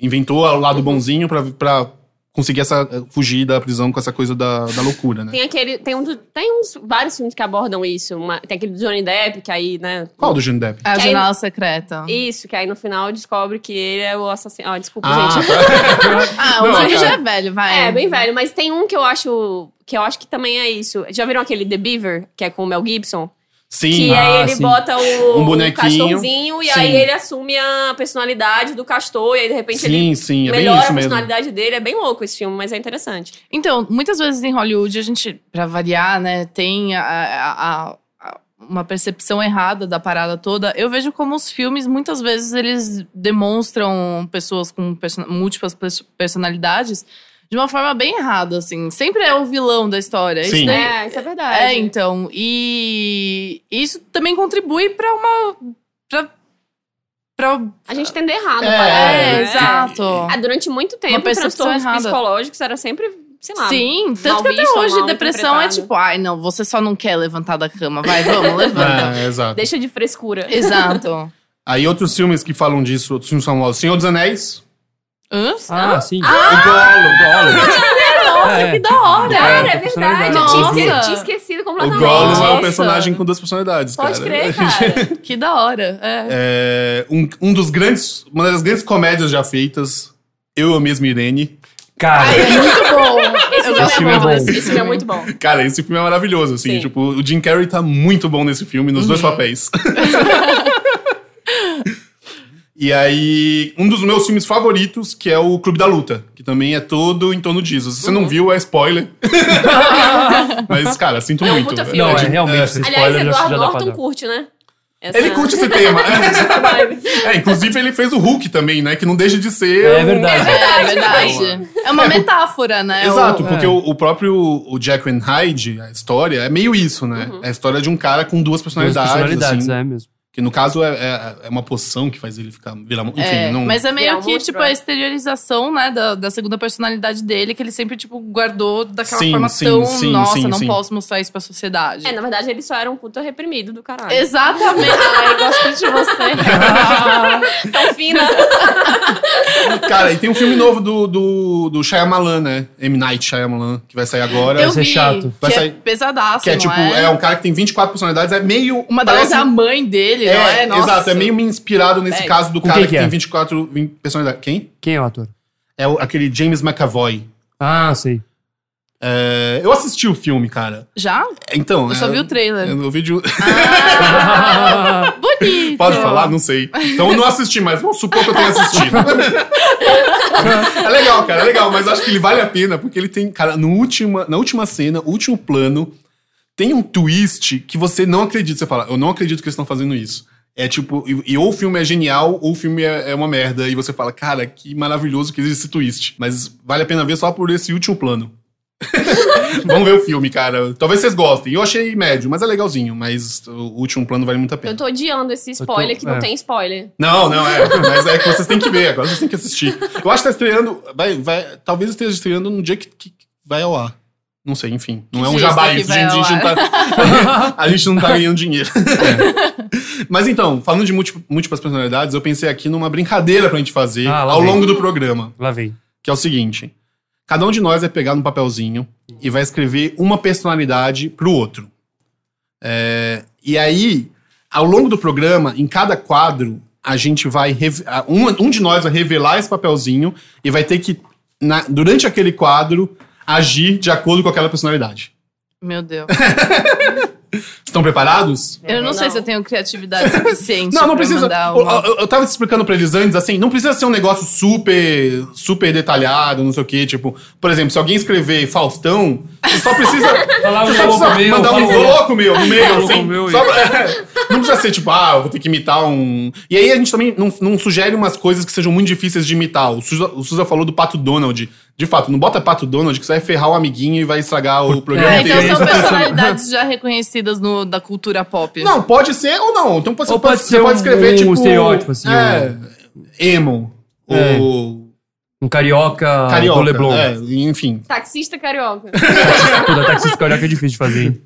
S1: Inventou o lado bonzinho pra, pra conseguir essa, eh, fugir da prisão com essa coisa da, da loucura, né?
S3: Tem aquele. Tem, um, do- tem uns, vários filmes que abordam isso. uma- tem aquele do Johnny Depp, que aí, né?
S1: Qual do Johnny Depp?
S2: É a
S3: Quem-
S2: janela secreta.
S3: Isso, que aí no final descobre que ele é o assassino. Ah, desculpa,
S1: Ah,
S3: gente.
S2: Ah, o
S1: Não,
S2: Zé já
S1: cara.
S2: é velho, vai.
S3: É, bem velho, mas tem um que eu acho. Que eu acho que também é isso. Já viram aquele The Beaver, que é com o Mel Gibson?
S1: sim.
S3: Que aí
S4: Ah,
S3: ele
S4: sim.
S3: bota o,
S1: Um
S3: o
S1: bonequinho.
S3: castorzinho e
S1: Sim.
S3: aí ele assume a personalidade do castor, e aí de repente ele
S1: Sim, sim, é bem
S3: melhora a
S1: isso mesmo.
S3: personalidade dele. É bem louco esse filme, mas é interessante.
S2: Então, muitas vezes em Hollywood a gente, pra variar, né, tem a- a- a- a- uma percepção errada da parada toda. Eu vejo como os filmes, muitas vezes, eles demonstram pessoas com perso- múltiplas pers- personalidades de uma forma bem errada, assim. Sempre é o vilão da história. Isso
S1: Sim.
S2: daí-
S3: É, isso é verdade.
S2: é, então. E isso também contribui pra uma. Pra, pra,
S3: A gente entende errado,
S1: É,
S3: parece.
S2: é,
S3: né?
S2: exato.
S3: Ah, durante muito tempo,
S2: percepção
S3: transtornos
S2: errada.
S3: psicológicos eram sempre, sei lá.
S2: Sim,
S3: mal
S2: tanto que até
S3: visto ou
S2: hoje
S3: mal
S2: depressão é
S3: interpretado.
S2: tipo, ai não, você só não quer levantar da cama, vai, vamos, levanta.
S1: É, exato.
S3: então. Deixa de frescura.
S2: É. Exato.
S1: Aí outros filmes que falam disso, outros filmes famosos. Senhor dos Anéis.
S2: Hã?
S4: Ah, sim.
S1: O
S3: Nossa,
S4: É.
S3: que da hora!
S4: É,
S3: Cara, é
S4: personalidade.
S3: verdade. Eu tinha,
S2: Nossa.
S3: esque- tinha esquecido
S1: Gollum. O
S3: completamente.
S1: Gollum é um
S3: Nossa.
S1: personagem com duas personalidades,
S3: Pode
S1: cara.
S3: crer, cara.
S2: Que da hora. É.
S1: É, um, um dos grandes, uma das grandes comédias já feitas. Eu, eu mesmo, Irene.
S4: Cara,
S2: Ai, é muito bom.
S3: Esse
S2: Eu
S3: filme,
S2: gosto
S4: filme
S3: é
S4: é
S3: bom.
S4: bom.
S3: Esse filme é muito bom.
S1: Cara, esse filme é maravilhoso, assim.
S3: Sim. Uhum.
S1: Tipo, o Jim Carrey tá muito bom nesse filme, nos dois papéis. e aí, um dos meus filmes favoritos, que é o Clube da Luta, que também é todo em torno disso. Se você
S3: Uhum.
S1: não viu, é spoiler. Mas, cara, sinto
S3: É um
S1: muito.
S3: puta
S1: velho.
S3: filme.
S4: Não, é
S1: Jim-
S4: realmente,
S1: é,
S4: Spoiler,
S3: Aliás,
S4: já- já
S3: Eduardo
S4: dá pra
S3: Norton
S4: dar.
S3: curte, né? Essa-
S1: ele curte esse tema.
S3: essa vibe.
S1: É, inclusive ele fez o Hulk também, né? Que não deixa de ser.
S4: É
S1: um-
S4: verdade.
S2: É verdade. É uma metáfora, né?
S1: Exato,
S2: O-
S1: porque
S4: é.
S1: o, o próprio o Jack and Hyde, a história, é meio isso, né?
S2: Uhum.
S1: É a história de um cara com duas
S4: Duas
S1: personalidades.
S4: personalidades,
S1: assim,
S4: é mesmo.
S1: Que no caso é, é, é uma poção que faz ele ficar. Virar, enfim,
S2: É,
S1: não.
S2: Mas é meio
S3: É, um
S2: que,
S3: monstro,
S2: tipo,
S3: é.
S2: a exteriorização, né, da, da segunda personalidade dele, que ele sempre, tipo, guardou daquela
S1: Sim,
S2: forma
S1: sim,
S2: tão,
S1: sim,
S2: nossa,
S1: sim,
S2: não
S1: sim.
S2: posso mostrar isso pra sociedade.
S3: É, na verdade, ele só era um puta reprimido do caralho.
S2: Exatamente. Ah, Ai, gosto de você.
S3: Tão Então, fina.
S1: Cara, e tem um filme novo do, do, do Shyamalan, né? M. Night Shyamalan, que vai sair agora.
S2: Eu
S4: ser
S2: vi,
S4: chato.
S2: que
S1: Vai
S2: é
S1: sair-
S2: pesadaço,
S1: que é
S2: não
S1: tipo, é? um cara que tem 24 personalidades, é meio.
S2: Uma delas é a mãe dele, não é? Nossa.
S1: um- Exato, é meio me inspirado nesse
S2: É.
S1: caso do
S4: Com
S1: cara
S4: quem
S1: que,
S4: que é?
S1: tem 24 vin- personalidades. Quem?
S4: Quem é o ator?
S1: É o- aquele James McAvoy.
S4: Ah, sei.
S1: É, eu assisti o filme, cara.
S2: Já?
S1: Então,
S2: Eu só
S1: é,
S2: vi o trailer.
S1: é, o vídeo.
S2: Bonito.
S1: Pode falar? Não sei. Então eu não assisti, mas vamos supor que eu tenha assistido. é legal, cara, é legal, mas acho que ele vale a pena, porque ele tem, cara, no última, na última cena, último plano, tem um twist que você não acredita. Você fala, eu não acredito que eles estão fazendo isso. É tipo, e, e ou o filme é genial, ou o filme é, é uma merda. E você fala, cara, que maravilhoso que existe esse twist. Mas vale a pena ver só por esse último plano. Vamos ver o filme, cara. Talvez vocês gostem. Eu achei médio, mas é legalzinho. Mas o último plano vale muito a pena.
S3: Eu tô odiando esse
S4: tô-
S3: spoiler que não
S4: é.
S3: tem spoiler.
S1: Não, não, é. Mas é que vocês têm que ver, agora vocês têm que assistir. Eu acho que tá estreando. Vai, vai, talvez esteja estreando no dia que, que vai ao ar. Não sei, enfim. Não é um
S2: dia
S1: jabá
S2: que
S1: isso,
S2: vai
S1: gente. A
S2: ao
S1: gente, não tá, a gente não tá ganhando dinheiro. Mas então, falando de múlti- múltiplas personalidades, eu pensei aqui numa brincadeira pra gente fazer
S4: Ah, lá
S1: ao
S4: vem.
S1: longo do programa,
S4: Lá vem.
S1: que é o seguinte: cada um de nós vai pegar um papelzinho e vai escrever uma personalidade pro outro. É, E aí, ao longo do programa, em cada quadro, a gente vai. reve- a- Um, um de nós vai revelar esse papelzinho e vai ter que, na- durante aquele quadro, agir de acordo com aquela personalidade.
S2: Meu Deus.
S1: Estão preparados?
S2: Eu não, sei se eu tenho criatividade suficiente.
S1: Não, não
S2: pra
S1: precisa.
S2: um mandar
S1: Eu,
S2: uma-
S1: eu, eu tava te explicando pra eles antes, assim, não precisa ser um negócio super, super detalhado, não sei o quê. Tipo, por exemplo, se alguém escrever Faustão, você só precisa.
S4: Falava
S1: Você só precisa mandar
S4: tá
S1: um louco meu no meio,
S4: Louco
S1: assim.
S4: meu,
S1: Só- não precisa ser tipo, ah, eu vou ter que imitar um. E aí a gente também não, não sugere umas coisas que sejam muito difíceis de imitar. O Suza, o Suza falou do Pato Donald. De fato, não bota Pato Donald que você vai ferrar o amiguinho e vai estragar o programa
S2: Ah,
S1: inteiro.
S2: então
S4: tenho
S2: são
S4: essa
S2: personalidades já reconhecidas no, da cultura pop.
S1: Não, pode ser ou não. Então você,
S4: Ou
S1: pode, tipo,
S4: pode
S1: você
S4: ser
S1: pode
S4: um-
S1: escrever
S4: um
S1: tipo.
S4: estereótipo, assim,
S1: É, emo.
S4: É.
S1: Ou.
S4: Um carioca,
S1: Carioca.
S4: do Leblon.
S1: é, enfim.
S3: Taxista carioca.
S4: Puta, taxista carioca é difícil de fazer, hein?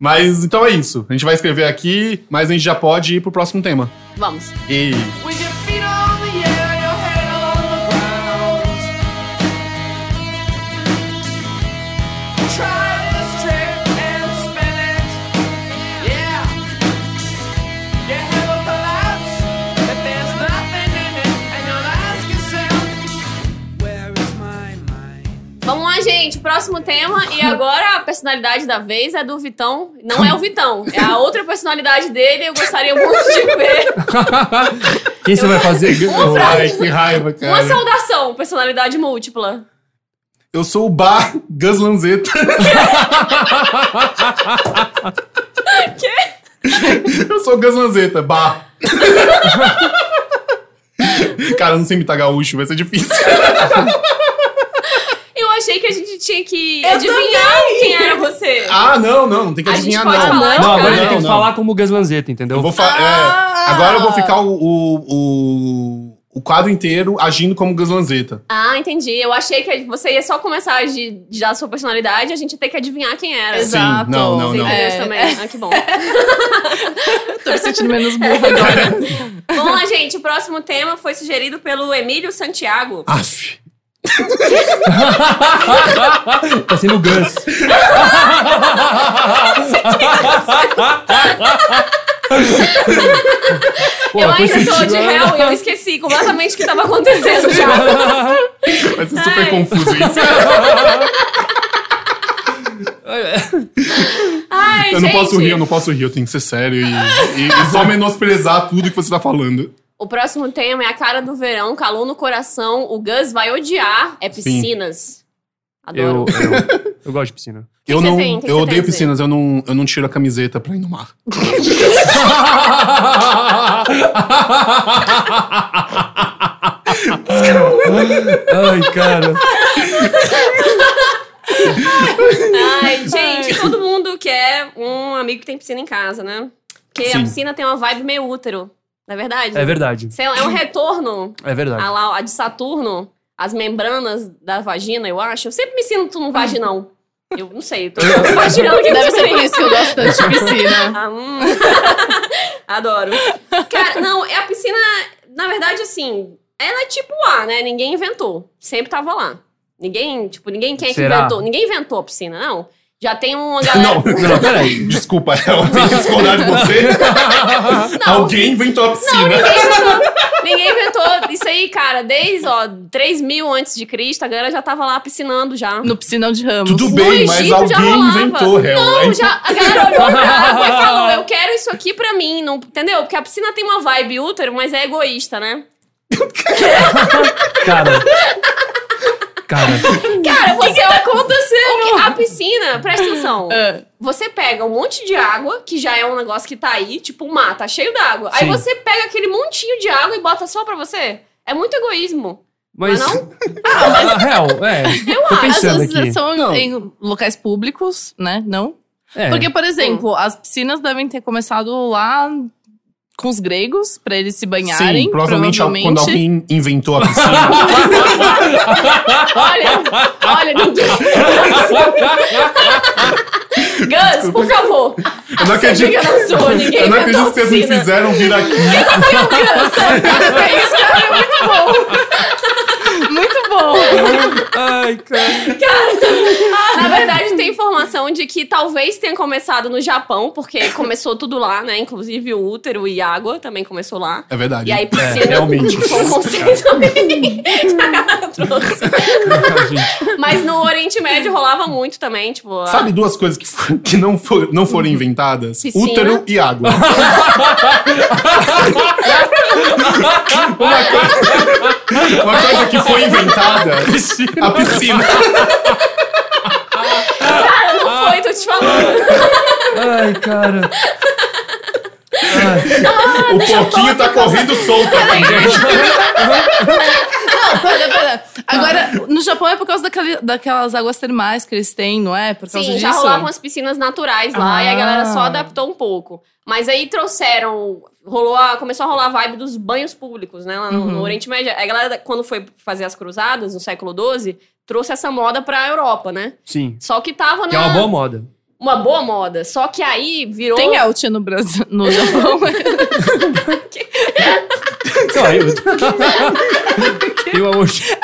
S1: Mas então é isso. A gente vai escrever aqui, mas a gente já pode ir pro próximo tema.
S3: Vamos.
S1: E
S2: With your feet on the air, your head on the ground. Try this trick and spin it. Yeah. You have a collapse, but there's nothing in it, and you'll ask yourself, where is my mind?
S3: Vamos lá, gente. Próximo tema. E agora a personalidade da vez é do Vitão. Não é o Vitão, é a outra personalidade dele. Eu gostaria muito de ver.
S4: Quem você vai fazer?
S1: ai, que raiva,
S3: Uma
S1: cara.
S3: saudação, personalidade múltipla.
S1: Eu sou o Bar Gus Lanzetta. Eu sou o Gus Lanzetta, Bar. cara, eu não sei imitar gaúcho, vai ser difícil.
S3: Eu achei que a gente tinha que
S2: Eu
S3: adivinhar quem era você.
S1: Ah, não, não, não tem que
S3: A gente
S1: adivinhar,
S3: pode
S1: não.
S3: falar,
S4: Não, agora
S1: Não,
S4: ele tem que
S1: não.
S4: falar como o Gus Lanzetta, entendeu?
S1: Eu vou fa-
S3: Ah!
S1: é, agora eu vou ficar o, o, o, o quadro inteiro agindo como Gus Lanzetta.
S3: Ah, entendi. Eu achei que você ia só começar a agir já a sua personalidade a gente ia ter que adivinhar quem era.
S1: Sim, Exato. não, não,
S3: Você
S1: não.
S3: entendeu isso
S2: É.
S3: também? Ah, que bom.
S2: Tô me sentindo menos burra agora.
S3: Vamos lá, gente. O próximo tema foi sugerido pelo Emílio Santiago.
S1: Aff.
S4: tá sendo o Gus.
S3: eu ainda tô de réu e eu esqueci completamente o que tava acontecendo já.
S1: Vai ser super
S3: Ai.
S1: confuso isso.
S3: Ai,
S1: Eu não
S3: gente.
S1: posso rir, eu não posso rir, eu tenho que ser sério e, e- e só menosprezar tudo que você tá falando.
S3: O próximo tema é a cara do verão, calor no coração. O Gus vai odiar. É piscinas.
S4: Eu,
S3: Adoro.
S4: eu, eu gosto de piscina.
S3: que
S1: eu
S3: você
S1: não,
S3: tem? O
S1: eu
S3: que você tem a
S1: odeio
S3: dizer?
S1: piscinas, eu não, eu não tiro a camiseta pra ir no mar.
S4: Ai, cara.
S3: Ai, gente, todo mundo quer um amigo que tem piscina em casa, né? Porque a
S1: Sim.
S3: piscina tem uma vibe meio útero, não é verdade?
S4: É verdade.
S3: Sei lá, é um retorno
S4: É
S3: a,
S4: verdade.
S3: lá, a de Saturno, as membranas da vagina, eu acho. Eu sempre me sinto um vaginão. Eu não sei, tô imaginando É que
S2: Deve
S3: eu
S2: ser por isso que eu gosto tanto de piscina.
S3: Ah, hum. Adoro. Cara, não, é a piscina, na verdade, assim, ela é tipo A, né? Ninguém inventou. Sempre tava lá. Ninguém, tipo, ninguém quem é que
S4: Será?
S3: inventou? Ninguém inventou a piscina, não. Já tem uma galera.
S1: Não, não, peraí. Desculpa, eu tenho que discordar de você. Alguém inventou a piscina.
S3: Ninguém inventou isso aí, cara. Desde, ó, 3 mil antes de Cristo, a galera já tava lá piscinando já.
S2: No piscinão de Ramos.
S1: Tudo
S3: No
S1: bem, mas
S3: Egito já
S1: alguém
S3: rolava.
S1: inventou, é real.
S3: Não, já, a galera olhou pra água e falou, eu quero isso aqui pra mim, não, entendeu? Porque a piscina tem uma vibe útero, mas é egoísta, né?
S4: Cara. Cara.
S3: Cara, você... O que tá acontecendo? A piscina, presta atenção,
S2: Ah.
S3: você pega um monte de água, que já é um negócio que tá aí, tipo um mar, tá cheio d'água. Aí
S4: Sim.
S3: você pega aquele montinho de água e bota só pra você. É muito egoísmo.
S4: Mas.
S3: Mas
S4: Ah, real, é. Tô
S2: As
S4: pensando aqui.
S2: pessoas são
S1: Não.
S2: em locais públicos, né? Não?
S4: É.
S2: Porque, por exemplo, as piscinas devem ter começado lá com os gregos, pra eles se banharem.
S1: Sim, provavelmente, al- quando
S2: provavelmente.
S1: alguém inventou a piscina.
S3: Olha, olha, ninguém... Gus, por favor.
S1: Eu não acredito.
S3: Fica na sua, ninguém
S1: Eu não
S3: inventou
S1: acredito que vocês me
S3: piscina.
S1: fizeram vir aqui.
S3: É isso que eu
S2: Muito bom!
S4: Ai, cara.
S3: Na verdade, tem informação de que talvez tenha começado no Japão, porque começou tudo lá, né? Inclusive o útero e água também começou lá.
S1: É verdade.
S3: E aí
S4: É,
S3: piscina
S4: realmente.
S3: foi um conceito que a galera trouxe.
S4: Gente,
S3: Mas no Oriente Médio rolava muito também, tipo... a-
S1: Sabe duas coisas que, for- que não, for- não foram inventadas?
S3: Uhum. Piscina.
S1: Útero e água. uma, coisa, uma coisa que foi inventada,
S4: assim.
S1: a piscina.
S3: Cara, ah, não foi, tô te falando.
S4: Ai, cara. Ai,
S1: o porquinho tá correndo solto aqui, gente.
S2: Não, pera, pera. Agora, no Japão é por causa daquele- daquelas águas termais que eles têm, não é? Por causa
S3: Sim, já um
S2: disso.
S3: rolavam as piscinas naturais lá e a
S4: Ah.
S3: galera só adaptou um pouco. Mas aí trouxeram. Rolou a, começou a rolar a vibe dos banhos públicos, né? Lá no,
S2: Uhum.
S3: no Oriente Médio. A galera, quando foi fazer as cruzadas, no século XII, trouxe essa moda pra Europa, né?
S4: Sim.
S3: Só que tava
S4: Que é uma
S3: na-
S4: boa moda.
S3: uma boa moda. Só que aí virou.
S2: Tem out no Brasil, no Japão. né?
S4: Então, aí eu- Tem uma mochila.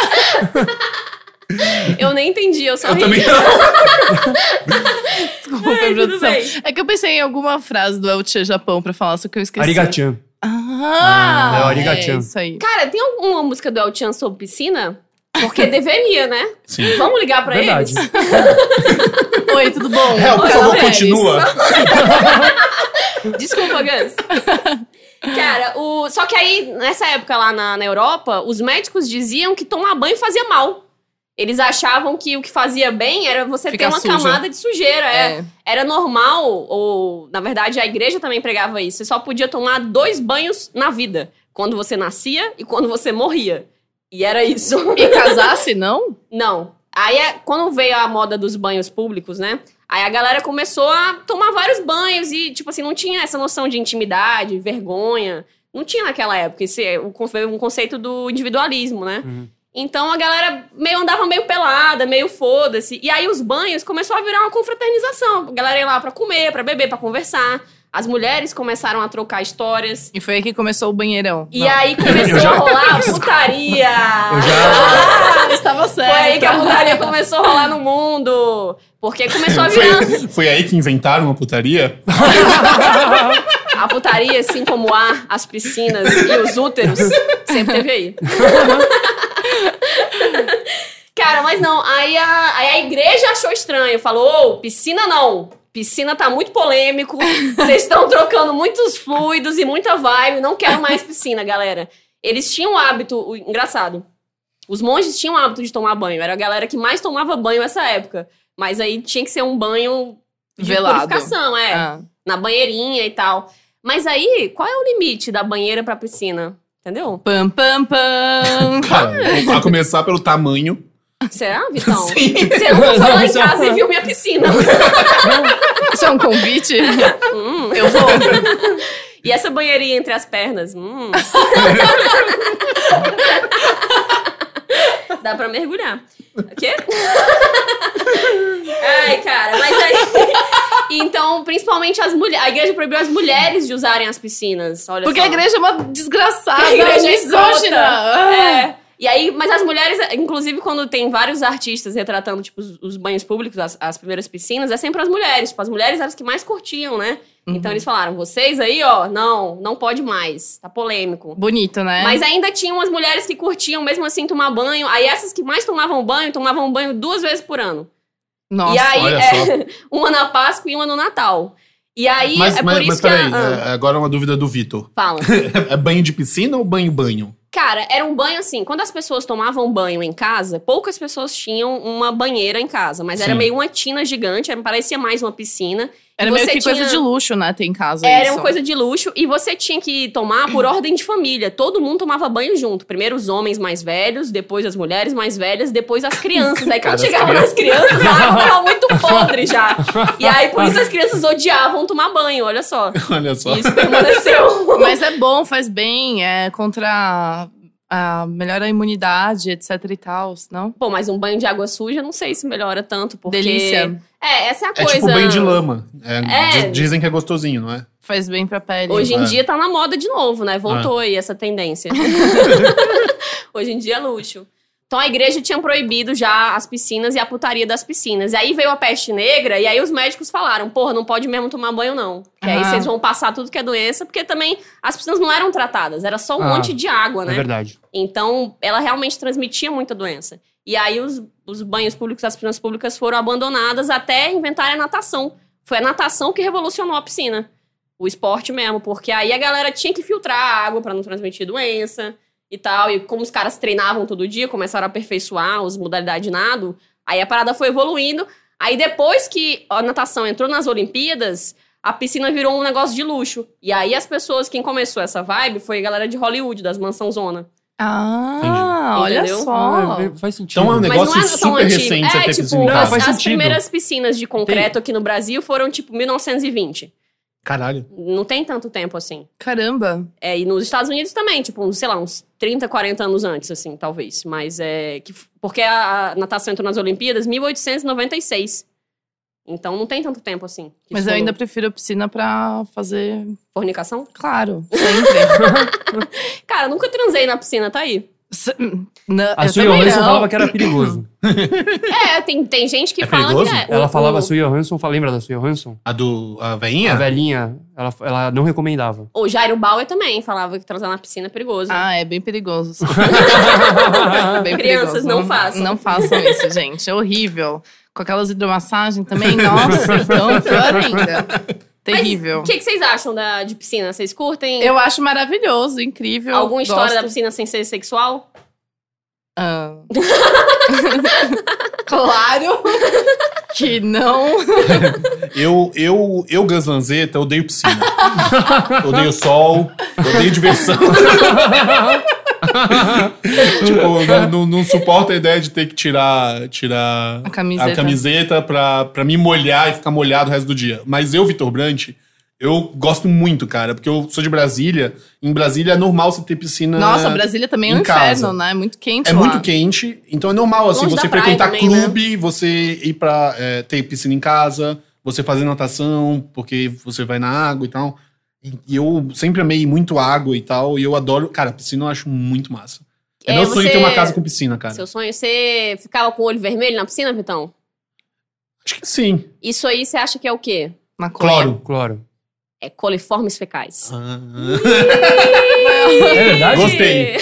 S3: Eu nem entendi, eu só
S1: Eu
S3: ri.
S1: também
S2: Desculpa,
S3: Ai, tudo
S2: produção.
S3: bem.
S2: É que eu pensei em alguma frase do Elche Japão pra falar, só que eu esqueci.
S4: Arigatian.
S2: Ah,
S4: Ah, é o
S2: é
S4: arigatchan.
S2: isso aí.
S3: Cara, tem alguma música do El Chan sobre piscina? Porque deveria, né?
S1: Sim.
S3: Vamos ligar pra
S4: Verdade.
S3: eles?
S2: Oi, tudo bom?
S1: Hel, É, por
S3: Olha,
S1: favor,
S3: velho,
S1: continua.
S3: Desculpa, Gans. Cara, o... só que aí, nessa época lá na, na Europa, os médicos diziam que tomar banho fazia mal. Eles achavam que o que fazia bem era você
S2: Ficar
S3: ter uma
S2: suja.
S3: camada de sujeira. é.
S2: É.
S3: Era normal, ou na verdade a igreja também pregava isso. Você só podia tomar dois banhos na vida: quando você nascia e quando você morria. E era isso.
S2: E casasse, não?
S3: Não. Aí, é- quando veio a moda dos banhos públicos, né? Aí a galera começou a tomar vários banhos e, tipo assim, não tinha essa noção de intimidade, vergonha. Não tinha naquela época. Esse é o con- foi um conceito do individualismo, né?
S4: Uhum.
S3: Então a galera meio andava meio pelada, meio foda-se. E aí os banhos começou a virar uma confraternização. A galera ia lá pra comer, pra beber, pra conversar. As mulheres começaram a trocar histórias.
S2: E foi aí que começou o banheirão.
S3: E
S2: Não.
S3: aí começou
S4: Eu já-
S3: a rolar a putaria.
S4: Eu já.
S2: Ah, estava certo.
S3: Foi aí que a putaria começou a rolar no mundo. Porque começou a virar.
S1: Foi, foi aí que inventaram a putaria?
S3: A putaria, assim como o ar, as piscinas e os úteros, sempre teve aí. Cara, mas não, aí a, aí a igreja achou estranho. Falou: ô, piscina não. Piscina tá muito polêmico. Vocês estão trocando muitos fluidos e muita vibe. Não quero mais piscina, galera. Eles tinham o hábito, o- engraçado. Os monges tinham o hábito de tomar banho. Era a galera que mais tomava banho nessa época. Mas aí tinha que ser um banho de
S2: Velado.
S3: purificação, é
S2: Ah,
S3: na banheirinha e tal. Mas aí, qual é o limite da banheira pra piscina? Entendeu?
S2: pam, pam, pam.
S1: Cara, a começar pelo tamanho.
S3: Será, Vitão? Você nunca foi lá em casa e viu minha piscina.
S2: Isso é um convite?
S3: Hum.
S2: Eu vou.
S3: E essa banheirinha entre as pernas? Hum. Dá pra mergulhar. O quê? Ai, cara, mas aí. Então, principalmente as mulheres. A igreja proibiu as mulheres de usarem as piscinas. Olha
S2: Porque
S3: só.
S2: a igreja é uma desgraçada, né,
S3: A igreja é
S2: misógina.
S3: escrota.
S2: Ah.
S3: É. E aí, mas as mulheres, inclusive quando tem vários artistas retratando, tipo, os, os banhos públicos, as, as primeiras piscinas, é sempre as mulheres. Tipo, as mulheres eram as que mais curtiam, né? Então eles falaram, vocês aí, ó, não, não pode mais. Tá polêmico.
S2: Bonito, né?
S3: Mas ainda tinham as mulheres que curtiam, mesmo assim, tomar banho. Aí essas que mais tomavam banho, tomavam banho duas vezes por ano.
S2: Nossa.
S3: e aí,
S1: olha
S3: é, uma na Páscoa e uma no Natal. E aí,
S1: mas
S3: é por
S1: mas,
S3: isso
S1: mas
S3: que... a-
S1: peraí,
S3: ah,
S1: é, agora uma dúvida do Vitor.
S3: Fala.
S1: É banho de piscina ou banho-banho?
S3: Cara, era um banho assim. Quando as pessoas tomavam banho em casa, poucas pessoas tinham uma banheira em casa, mas era
S1: Sim.
S3: meio uma tina gigante, era, parecia mais uma piscina.
S2: Era
S3: E
S2: meio
S3: você
S2: que coisa
S3: tinha-
S2: de luxo, né? Tem em casa
S3: Era
S2: isso.
S3: uma coisa de luxo e você tinha que tomar por ordem de família. Todo mundo tomava banho junto. Primeiro os homens mais velhos, depois as mulheres mais velhas, depois as crianças. Aí quando
S1: Cara, as
S3: chegavam nas crianças, a água tava muito podre já. E aí por isso as crianças odiavam tomar banho, olha só.
S1: Olha só.
S3: Isso permaneceu.
S2: Mas é bom, faz bem, é contra a, a melhora a imunidade, etc e tal, não?
S3: Pô, mas um banho de água suja, não sei se melhora tanto, porque...
S2: Delícia.
S3: É, essa é a
S1: É
S3: coisa.
S1: tipo banho de lama. É,
S3: É.
S1: diz- Dizem que é gostosinho, não é?
S2: Faz bem pra pele.
S3: Hoje em
S1: É.
S3: dia tá na moda de novo, né? Voltou aí essa tendência. Hoje em dia é luxo. Então a igreja tinha proibido já as piscinas e a putaria das piscinas. E aí veio a peste negra, e aí os médicos falaram: porra, não pode mesmo tomar banho, não. Que aí
S2: Ah.
S3: vocês vão passar tudo que é doença, porque também as piscinas não eram tratadas, era só um
S4: Ah,
S3: monte de água,
S4: É
S3: né?
S4: verdade.
S3: Então, ela realmente transmitia muita doença. E aí, os, os banhos públicos, as piscinas públicas foram abandonadas até inventarem a natação. Foi a natação que revolucionou a piscina. O esporte mesmo, porque aí a galera tinha que filtrar a água para não transmitir doença e tal. E como os caras treinavam todo dia, começaram a aperfeiçoar as modalidades de nado, aí a parada foi evoluindo. Aí depois que a natação entrou nas Olimpíadas, a piscina virou um negócio de luxo. E aí as pessoas, quem começou essa vibe foi a galera de Hollywood, das mansão zona.
S2: Ah, olha
S3: Entendeu?
S2: só.
S4: É, faz sentido.
S1: Então é um
S3: Mas
S1: negócio
S3: não é tão
S1: super
S3: antigo.
S1: recente
S3: É,
S1: até ter sido
S3: tipo,
S4: Não,
S3: as,
S1: indicado.
S4: faz
S3: as
S4: sentido.
S3: primeiras piscinas de concreto aqui no Brasil foram, tipo, 1920.
S1: Caralho.
S3: Não tem tanto tempo, assim.
S2: Caramba.
S3: É, e nos Estados Unidos também, tipo, uns, sei lá, uns 30, 40 anos antes, assim, talvez. Mas é... Que, f- porque a, a natação entrou nas Olimpíadas em 1896. Então não tem tanto tempo, assim. que
S2: Mas eu
S3: foram-
S2: ainda prefiro a piscina pra fazer.
S3: Fornicação?
S2: Claro, sempre.
S3: Cara, nunca transei na piscina, tá aí.
S2: Se- hum, Na-
S4: A
S2: eu
S4: Sue
S2: também
S4: Johansson
S2: não.
S4: falava que era perigoso.
S3: É, tem, tem gente que
S1: É
S3: fala
S1: perigoso?
S3: que é.
S4: Ela
S3: o-
S4: falava assim. a Sue
S3: o-
S4: Johansson, fa- lembra da Sue Johansson?
S1: A do. A
S4: A
S1: veinha?
S4: velhinha, ela, ela não recomendava.
S3: O Jairo Bauer também falava que transar na piscina é perigoso.
S2: Ah, é bem perigoso. sim. bem
S3: Crianças,
S2: perigoso.
S3: não façam.
S2: Não façam isso, gente. É horrível. Com aquelas hidromassagens também, nossa, então pior ainda.
S3: Mas
S2: Terrível.
S3: O que, que vocês acham da, de piscina? Vocês curtem
S2: Eu acho maravilhoso, incrível.
S3: alguma história da
S2: gosto.
S3: piscina sem ser sexual?
S2: Ah. claro que não.
S1: Eu, eu, eu, Gus Lanzetta, odeio piscina. odeio sol, odeio diversão. tipo, eu não, não, não suporto a ideia de ter que tirar, tirar
S2: A camiseta.
S1: a camiseta pra, pra me molhar e ficar molhado o resto do dia. Mas eu, Vitor Brant, eu gosto muito, cara, porque eu sou de Brasília. Em Brasília é normal você ter piscina.
S2: Nossa, Brasília também é um
S1: em
S2: inferno,
S1: casa.
S2: né? É muito quente
S1: É
S2: lá.
S1: muito quente, então é normal, assim,
S3: Longe da
S1: você
S3: praia
S1: frequentar
S3: também, né?
S1: clube, você ir pra é, ter piscina em casa, você fazer natação, porque você vai na água e tal. E, e eu sempre amei muito água e tal, e eu adoro. Cara, piscina eu acho muito massa. É,
S3: É,
S1: meu sonho ter uma
S3: você-
S1: casa com piscina, cara.
S3: Seu sonho, você ficava com o olho vermelho na piscina, Vitão?
S1: Acho que sim.
S3: Isso aí você acha que é o quê?
S2: Maconha.
S1: Cloro.
S4: Cloro.
S3: É coliformes fecais.
S4: É verdade?
S1: Gostei.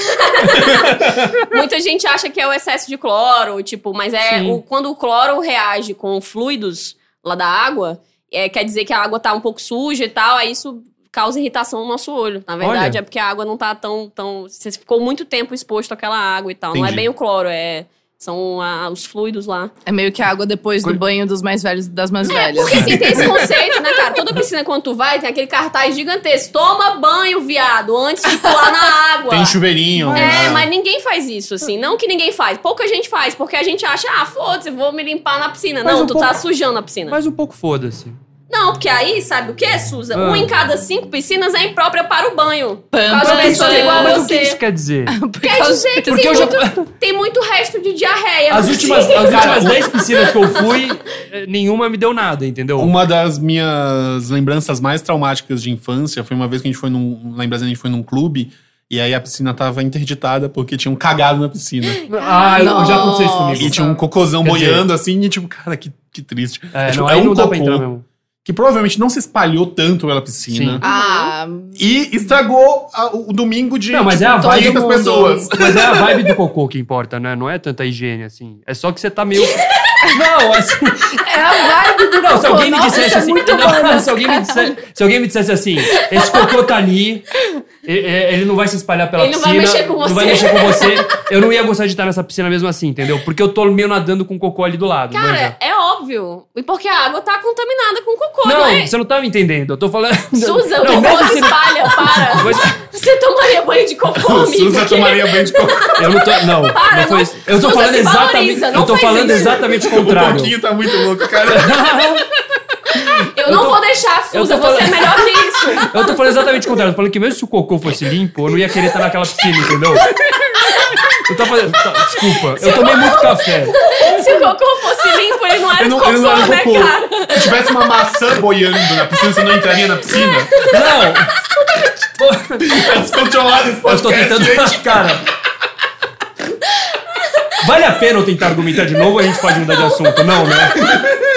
S3: Muita gente acha que é o excesso de cloro, tipo, mas é
S4: Sim.
S3: o- quando o cloro reage com fluidos lá da água, é, quer dizer que a água tá um pouco suja e tal, aí isso causa irritação no nosso olho. Na verdade,
S4: Olha.
S3: é porque a água não tá tão, tão. Você ficou muito tempo exposto àquela água e tal. Não é
S1: Entendi.
S3: bem o cloro, é. São a- os fluidos lá.
S2: É meio que a água depois do banho dos mais velhos e das mais velhas.
S3: Porque assim, tem esse conceito, né, cara? Toda piscina, quando tu vai, tem aquele cartaz gigantesco. Toma banho, viado, antes de pular na água.
S1: Tem chuveirinho.
S3: É,
S1: né?
S3: mas ninguém faz isso, assim. Não que ninguém faz. Pouca gente faz, porque a gente acha, ah, foda-se, vou me limpar na piscina.
S4: Mas
S3: não,
S4: um
S3: tu
S4: pouco-
S3: tá sujando a piscina.
S4: Mas um pouco foda-se.
S3: Não, porque aí, sabe o que, Suza?
S4: Ah.
S3: Um em cada cinco piscinas é imprópria para o banho.
S2: Pam,
S3: Por causa de
S2: pam,
S3: pessoas
S2: pam.
S3: é igual a
S4: Mas o que
S3: você.
S4: isso quer dizer?
S3: Quer dizer que
S4: Porque
S3: tem,
S4: eu já-
S3: muito, tem muito resto de diarreia.
S4: As
S3: na
S4: últimas,
S3: piscina.
S4: as últimas 10 piscinas que eu fui, eh, nenhuma me deu nada, entendeu?
S1: Uma das minhas lembranças mais traumáticas de infância foi uma vez que a gente foi num. Lá em Brasília, a gente foi num clube. E aí a piscina tava interditada porque tinha um cagado na piscina.
S4: Ah, eu, já aconteceu isso comigo.
S1: E tinha um cocôzão
S4: Quer
S1: boiando assim, e tipo, cara, que, que triste.
S4: É,
S1: tipo,
S4: não,
S1: é
S4: aí
S1: um
S4: não dá pra
S1: cocô.
S4: entrar mesmo.
S1: Que provavelmente não se espalhou tanto pela piscina.
S2: Ah,
S1: E estragou a- o domingo de
S4: Não, mas é a
S1: tipo,
S4: vibe do
S1: 500
S4: mundo.
S1: pessoas.
S4: Mas é a vibe do cocô que importa, né? Não é tanta higiene, assim. É só que você tá meio... Não, assim...
S2: é a vibe do
S4: Não, se
S2: cocô.
S4: alguém me
S2: Nossa,
S4: dissesse
S2: isso é
S4: assim...
S2: muito
S4: não,
S2: humano.
S4: se, alguém me dissesse, se alguém me dissesse assim, esse cocô tá ali, e- e- ele não vai se espalhar pela
S3: Ele não
S4: piscina...
S3: vai mexer com
S4: Não vai
S3: você.
S4: mexer com você. Eu não ia gostar de estar nessa piscina mesmo assim, entendeu? Porque eu tô meio nadando com cocô ali do lado. manja.
S3: Cara, é óbvio. E porque a água tá contaminada com cocô, não,
S4: Não,
S3: é?
S4: você não tá me entendendo. Eu tô falando...
S3: Suza, o
S4: não,
S3: cocô
S4: mesmo assim,
S3: se
S4: se-
S3: espalha, para.
S4: Mas-
S3: Você tomaria banho de cocô, amigo.
S1: Suza
S3: que-
S1: tomaria banho de cocô.
S4: Eu não tô. Não,
S3: Para,
S4: não foi
S3: não-
S4: isso. Eu tô
S3: Suza,
S4: falando
S3: se valoriza,
S4: exatamente.
S3: não Um
S4: Eu tô
S3: faz
S4: falando
S3: isso.
S4: exatamente o
S1: O
S4: contrário.
S1: pouquinho tá muito louco, cara.
S3: Eu não
S4: tô-
S3: vou deixar, Suza,
S4: tô
S3: você é
S4: falando-
S3: melhor que isso.
S4: Eu tô falando exatamente o contrário. Eu tô falando que mesmo se o cocô fosse limpo, eu não ia querer estar naquela piscina, entendeu? Eu tô falando. tá, desculpa, eu tomei muito café.
S3: Se o cocô fosse limpo, ele não era
S1: Ele não,
S3: cocô,
S1: ele não era um
S3: né,
S1: cocô.
S3: cara?
S1: Se tivesse uma maçã boiando na piscina, você não entraria na piscina?
S4: Não!
S1: Tá descontrolado esse
S4: Eu tô
S1: podcast,
S4: tentando.
S1: gente.
S4: Cara. Vale a pena eu tentar argumentar de novo ou a gente pode mudar de assunto? Não, né?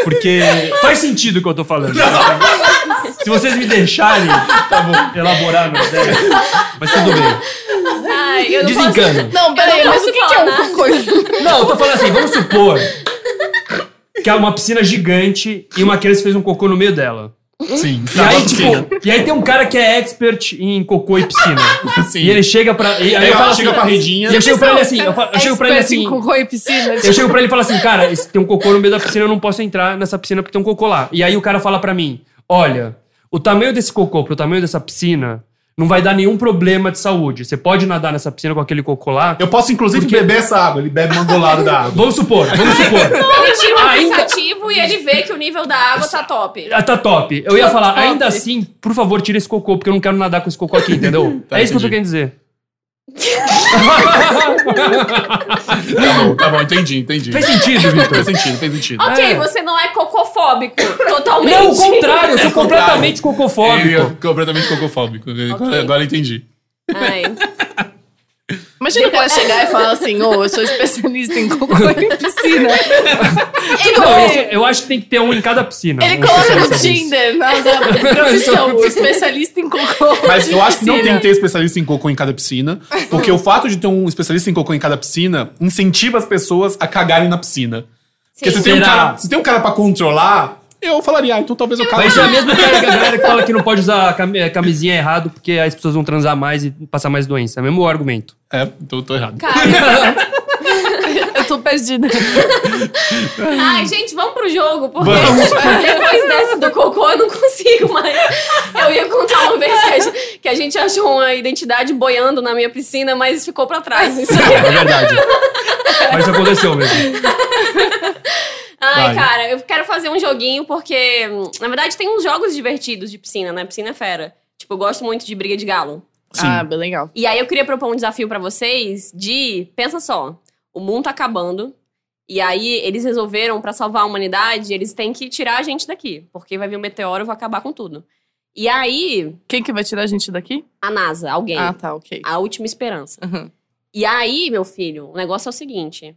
S4: Porque faz sentido o que eu tô falando. Se vocês me deixarem tá elaborar minha ideia, mas tudo bem.
S3: Ai, eu não posso...
S4: Desencano.
S2: Não, peraí,
S3: Eu não
S2: mas o
S3: posso
S2: que, que é
S3: falar.
S2: um cocô?
S4: Não, eu tô falando assim, vamos supor que há uma piscina gigante e uma criança fez um cocô no meio dela.
S1: Sim,
S4: E
S1: tá na
S4: aí,
S1: piscina.
S4: tipo, e aí tem um cara que é expert em cocô e piscina.
S1: Sim.
S4: E ele chega pra. E aí
S1: Aí
S4: eu falo
S1: ela
S4: assim,
S1: chega pra redinha.
S4: e eu chego pra ele assim, eu, falo- eu chego pra ele
S2: Expert em
S4: assim.
S2: É cocô e piscina. tipo,
S4: Eu chego pra ele e falo assim, cara, esse- tem um cocô no meio da piscina, eu não posso entrar nessa piscina porque tem um cocô lá. E aí o cara fala pra mim, olha, o tamanho desse cocô pro tamanho dessa piscina Não vai dar nenhum problema de saúde. Você pode nadar nessa piscina com aquele cocô lá.
S1: Eu posso, inclusive,
S4: Porque-
S1: beber essa água. Ele bebe uma golada da água.
S4: Vamos supor, vamos supor.
S3: Ele tira o
S4: Ah, Ainda-
S3: aplicativo e ele vê que o nível da água tá top.
S4: Ah, Tá top. Eu ia
S3: Tá
S4: falar,
S3: top.
S4: ainda assim, por favor, tira esse cocô, porque eu não quero nadar com esse cocô aqui, entendeu?
S1: Tá,
S4: é isso que eu tô
S1: entendi.
S4: querendo dizer.
S1: Tá bom, tá bom, entendi, entendi.
S4: Fez sentido,
S1: Fez
S4: Vitor?
S1: sentido, fez sentido.
S3: Ok,
S4: É.
S3: você não é cocofóbico. Totalmente.
S4: Não, o contrário, eu sou
S1: É contrário. é
S4: completamente
S1: Eu,
S4: cocofóbico.
S1: completamente cocofóbico. Agora, agora entendi.
S3: Ai.
S2: Imagina o cara chegar e falar assim, ô, eu sou especialista em cocô em piscina. E
S4: Tipo, Não,
S2: você?
S4: esse- eu acho que tem que ter um em cada piscina.
S2: Ele
S4: um
S2: coloca no
S4: especialista nisso.
S2: Tinder, na, na profissão, o especialista em cocô.
S1: Mas
S2: de
S1: eu acho que não tem
S2: piscina.
S1: que ter especialista em cocô em cada piscina, porque o fato de ter um especialista em cocô em cada piscina incentiva as pessoas a cagarem na piscina. Porque se tem, um
S4: Será?
S1: cara, se tem um cara pra controlar, eu falaria, ah, então talvez eu cague.
S4: Mas isso é a mesma cara que a galera que fala que não pode usar cami- camisinha errado porque as pessoas vão transar mais e passar mais doença. É o mesmo argumento.
S1: É, então eu tô errado.
S3: Cara.
S2: Eu tô perdida.
S3: Ai, gente, vamos pro jogo, porque
S1: Vamos.
S3: depois dessa do cocô eu não consigo mais. Eu ia contar uma vez que a gente, que a gente achou uma identidade boiando na minha piscina, mas ficou pra trás. Isso aí.
S1: É verdade.
S4: Mas isso aconteceu mesmo.
S3: Ai,
S1: Vai.
S3: cara, eu quero fazer um joguinho porque, hum, na verdade, tem uns jogos divertidos de piscina, né? Piscina é fera. Tipo, eu gosto muito de briga de galo.
S1: Sim.
S2: Ah, bem legal.
S3: E aí eu queria propor um desafio pra vocês de, pensa só, o mundo tá acabando. E aí eles resolveram pra salvar a humanidade, eles têm que tirar a gente daqui, porque vai vir um meteoro e vai acabar com tudo. E aí
S2: Quem que vai tirar a gente daqui?
S3: a NASA, alguém,
S2: Ah, tá, ok.
S3: a última esperança.
S2: Uhum.
S3: E aí, meu filho, o negócio é o seguinte: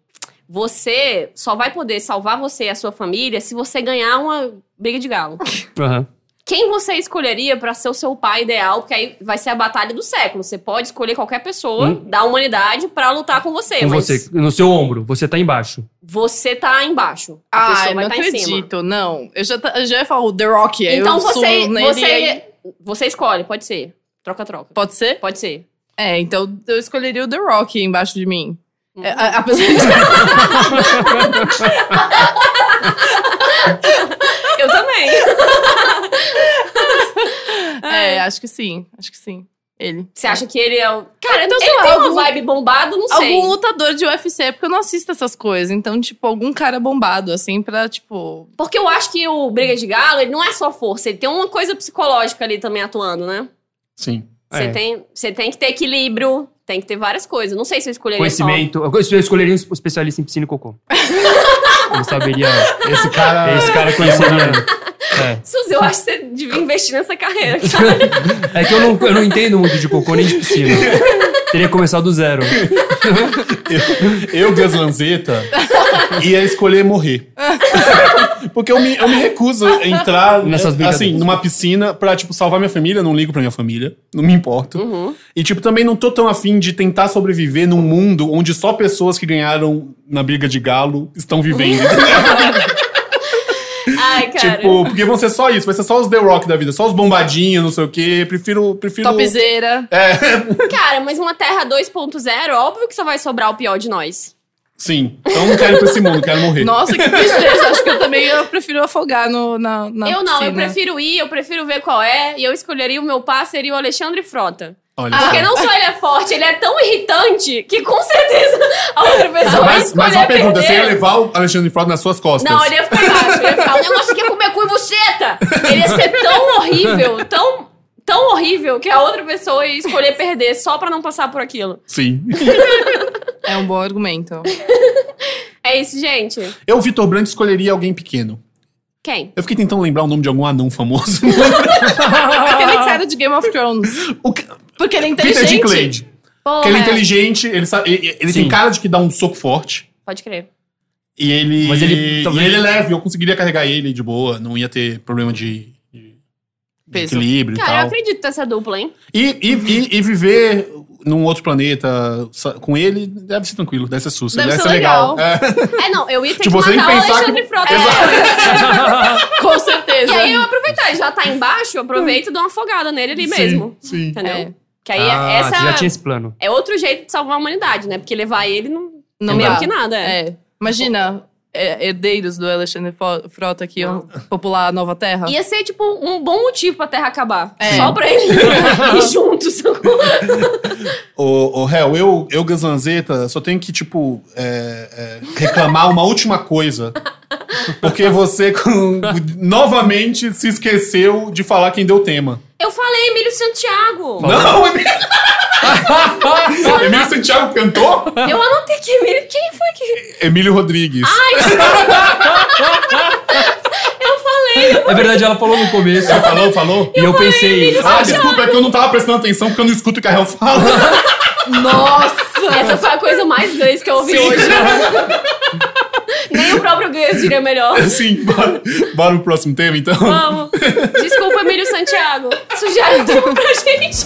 S3: você só vai poder salvar você e a sua família se você ganhar uma briga de galo.
S4: Aham.
S3: Quem você escolheria pra ser o seu pai ideal? Porque aí vai ser a batalha do século. Você pode escolher qualquer pessoa da humanidade pra lutar com você,
S4: Hum? Com
S3: mas
S4: você, no seu ombro, você tá embaixo.
S3: você tá embaixo. A
S2: Ah,
S3: pessoa
S2: eu
S3: vai
S2: não
S3: tá em cima.
S2: acredito, não. Eu já, tá- eu já ia falar o The Rock, aí
S3: Então
S2: eu subo
S3: você,
S2: nele e aí-
S3: você, você escolhe, pode ser. Troca, troca.
S2: Pode ser?
S3: Pode ser.
S2: É, então eu escolheria o The Rock embaixo de mim.
S3: Uhum.
S2: É, a- apesar de...
S3: Eu também.
S2: É, acho que sim, acho que sim. Ele.
S3: Você acha que ele é o. Cara,
S2: então,
S3: ele
S2: sei lá,
S3: tem
S2: algum-
S3: uma vibe bombado, não sei.
S2: Algum lutador de UFC, é porque eu não assisto essas coisas. Então, tipo, algum cara bombado, assim, pra, tipo...
S3: Porque eu acho que o Briga de Galo, ele não é só força, ele tem uma coisa psicológica ali também atuando, né?
S1: Sim.
S3: Você
S4: É.
S3: tem, você tem que ter equilíbrio, tem que ter várias coisas. Não sei se eu escolheria
S4: Conhecimento. Eu escolheria um especialista em piscina e cocô. Ele saberia.
S1: Esse cara.
S4: Esse cara conheceria. É.
S3: só. Suzy, eu acho que você devia investir nessa carreira, cara.
S4: É que eu não, eu não entendo muito de cocô nem de piscina. Teria que começar do zero.
S1: Eu, Gus Lanzetta, ia escolher morrer. Porque eu me, eu me recuso a entrar
S4: Nessas
S1: eh, assim,
S4: brincadeiras.
S1: numa piscina pra, tipo, salvar minha família. Não ligo pra minha família. Não me importo. E, tipo, também não tô tão afim de tentar sobreviver num mundo onde só pessoas que ganharam na briga de galo estão vivendo.
S3: Ai, cara.
S1: tipo, porque vão ser só isso. Vai ser só os The Rock da vida. Só os bombadinhos, não sei o quê. Prefiro... prefiro
S2: Topzeira.
S3: Cara, mas uma Terra 2.0, óbvio que só vai sobrar o pior de nós.
S1: Sim. Então não quero ir pra esse mundo. Quero morrer.
S2: Nossa, que tristeza. acho que eu também eu prefiro afogar no, na, na
S3: eu não, eu
S2: piscina.
S3: prefiro ir, eu prefiro ver qual é, e eu escolheria o meu par, seria o Alexandre Frota.
S1: Olha
S3: Porque
S1: só.
S3: não só ele é forte, ele é tão irritante que com certeza a outra pessoa vai
S1: Ah, Mas,
S3: escolher
S1: mas uma pergunta.
S3: perder.
S1: Você ia levar o Alexandre Frota nas suas costas?
S3: Não, ele ia ficar embaixo. Ele ia ficar, o negócio que é comer cu e buceta. Ele ia ser tão horrível, tão, tão horrível, que a outra pessoa ia escolher perder só pra não passar por aquilo.
S1: Sim.
S2: É um bom argumento.
S3: É isso, gente.
S1: Eu, Vitor Brandt, escolheria alguém pequeno.
S3: Quem?
S1: Eu fiquei tentando lembrar o nome de algum anão famoso.
S2: Aquele cara de Game of Thrones.
S1: o que...
S2: Porque ele é
S1: Peter
S2: inteligente.
S1: Dinklage.
S3: Porra,
S1: Porque ele é inteligente, ele, sabe, ele, ele tem
S4: Sim.
S1: cara de que dá um soco forte.
S3: Pode crer.
S1: E ele.
S4: Mas ele-
S1: e
S4: talvez-
S1: ele é leve, eu conseguiria carregar ele de boa, não ia ter problema de. de
S2: Peso.
S1: equilíbrio
S3: Cara, eu
S1: e tal.
S3: acredito nessa dupla, hein?
S1: E, e, e- e viver num outro planeta sa- com ele deve ser tranquilo, deve ser susto.
S2: Deve
S1: Deve,
S2: ser
S1: ser legal. É.
S3: É, não, eu ia ter
S1: Tipo,
S3: que
S1: você tem
S3: matar
S1: que
S3: o
S1: pensar
S3: Alexandre
S1: que-
S3: Frota.
S2: Com certeza.
S3: E aí eu aproveitar, ele já tá embaixo, eu aproveito e dou uma afogada nele ali mesmo.
S1: Sim. sim.
S3: Entendeu?
S2: É.
S3: Que aí
S4: ah,
S3: essa
S4: você já tinha esse plano.
S3: é outro jeito de salvar a humanidade, né? Porque levar ele não,
S2: Não
S3: é melhor
S2: dá.
S3: que nada. É.
S2: É. Imagina, é, herdeiros do Alexandre Fo- Frota que iam popular a Nova Terra?
S3: Ia ser, tipo, um bom motivo pra Terra acabar.
S2: É.
S3: Só pra eles irem juntos.
S1: Ô, ô réu, eu, eu Gazanzeta, só tenho que, tipo, é, é, reclamar uma última coisa. Porque você com- novamente se esqueceu de falar quem deu o tema.
S3: Eu falei Emílio Santiago.
S1: Não, Emílio Emílio Santiago cantou?
S3: Eu anotei que Emílio... Quem foi que...
S1: Emílio Rodrigues.
S3: Eu falei.
S4: É verdade, ela falou no começo.
S1: Falou, falou?
S4: E eu pensei.
S1: Ah, desculpa, é que eu não tava prestando atenção porque eu não escuto o que a Réu fala.
S3: Nossa! Essa foi a coisa mais gans que eu ouvi hoje. Nem o próprio Gans diria melhor.
S1: Assim, bora, bora pro próximo tema, então?
S3: Vamos. Desculpa, Emílio Santiago. Sugere tudo pra gente.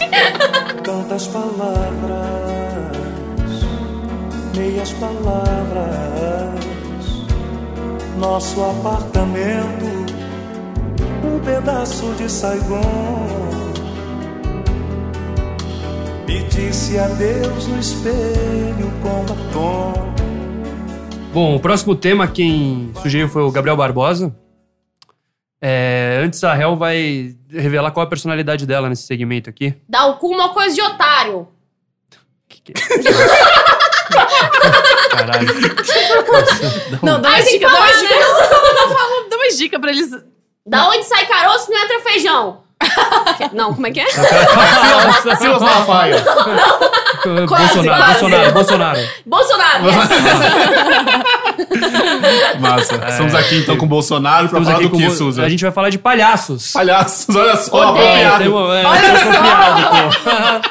S5: Tantas palavras, meias palavras. Nosso apartamento, um pedaço de Saigon. E disse adeus no espelho com batom.
S4: Bom, o próximo tema quem sugeriu foi o Gabriel Barbosa. É, antes a Hel vai revelar qual é a personalidade dela nesse segmento aqui.
S3: Dá o cu uma coisa de otário.
S4: Que que é? Caralho. Tá
S2: Não, dá
S3: Aí
S2: mais
S3: tem que né?
S2: dica, dá mais
S3: falar,
S2: dica. Não, fala, Dá mais dica pra eles.
S3: Da onde sai caroço não entra feijão. Não, como é que é?
S1: Silas, Silas Malafaia.
S3: Quase,
S4: Bolsonaro,
S3: quase.
S4: Bolsonaro, Bolsonaro.
S3: Bolsonaro. yes.
S1: Massa. Estamos aqui, então, com o Bolsonaro pra
S4: É. Estamos
S1: falar
S4: aqui
S1: do
S4: com
S1: que,
S4: o-
S1: Suza?
S4: A gente vai falar de palhaços.
S1: Palhaços, olha só,
S3: Odeio.
S1: apropriado.
S4: Tem uma- é,
S2: Olha
S4: tem uma piada, pô.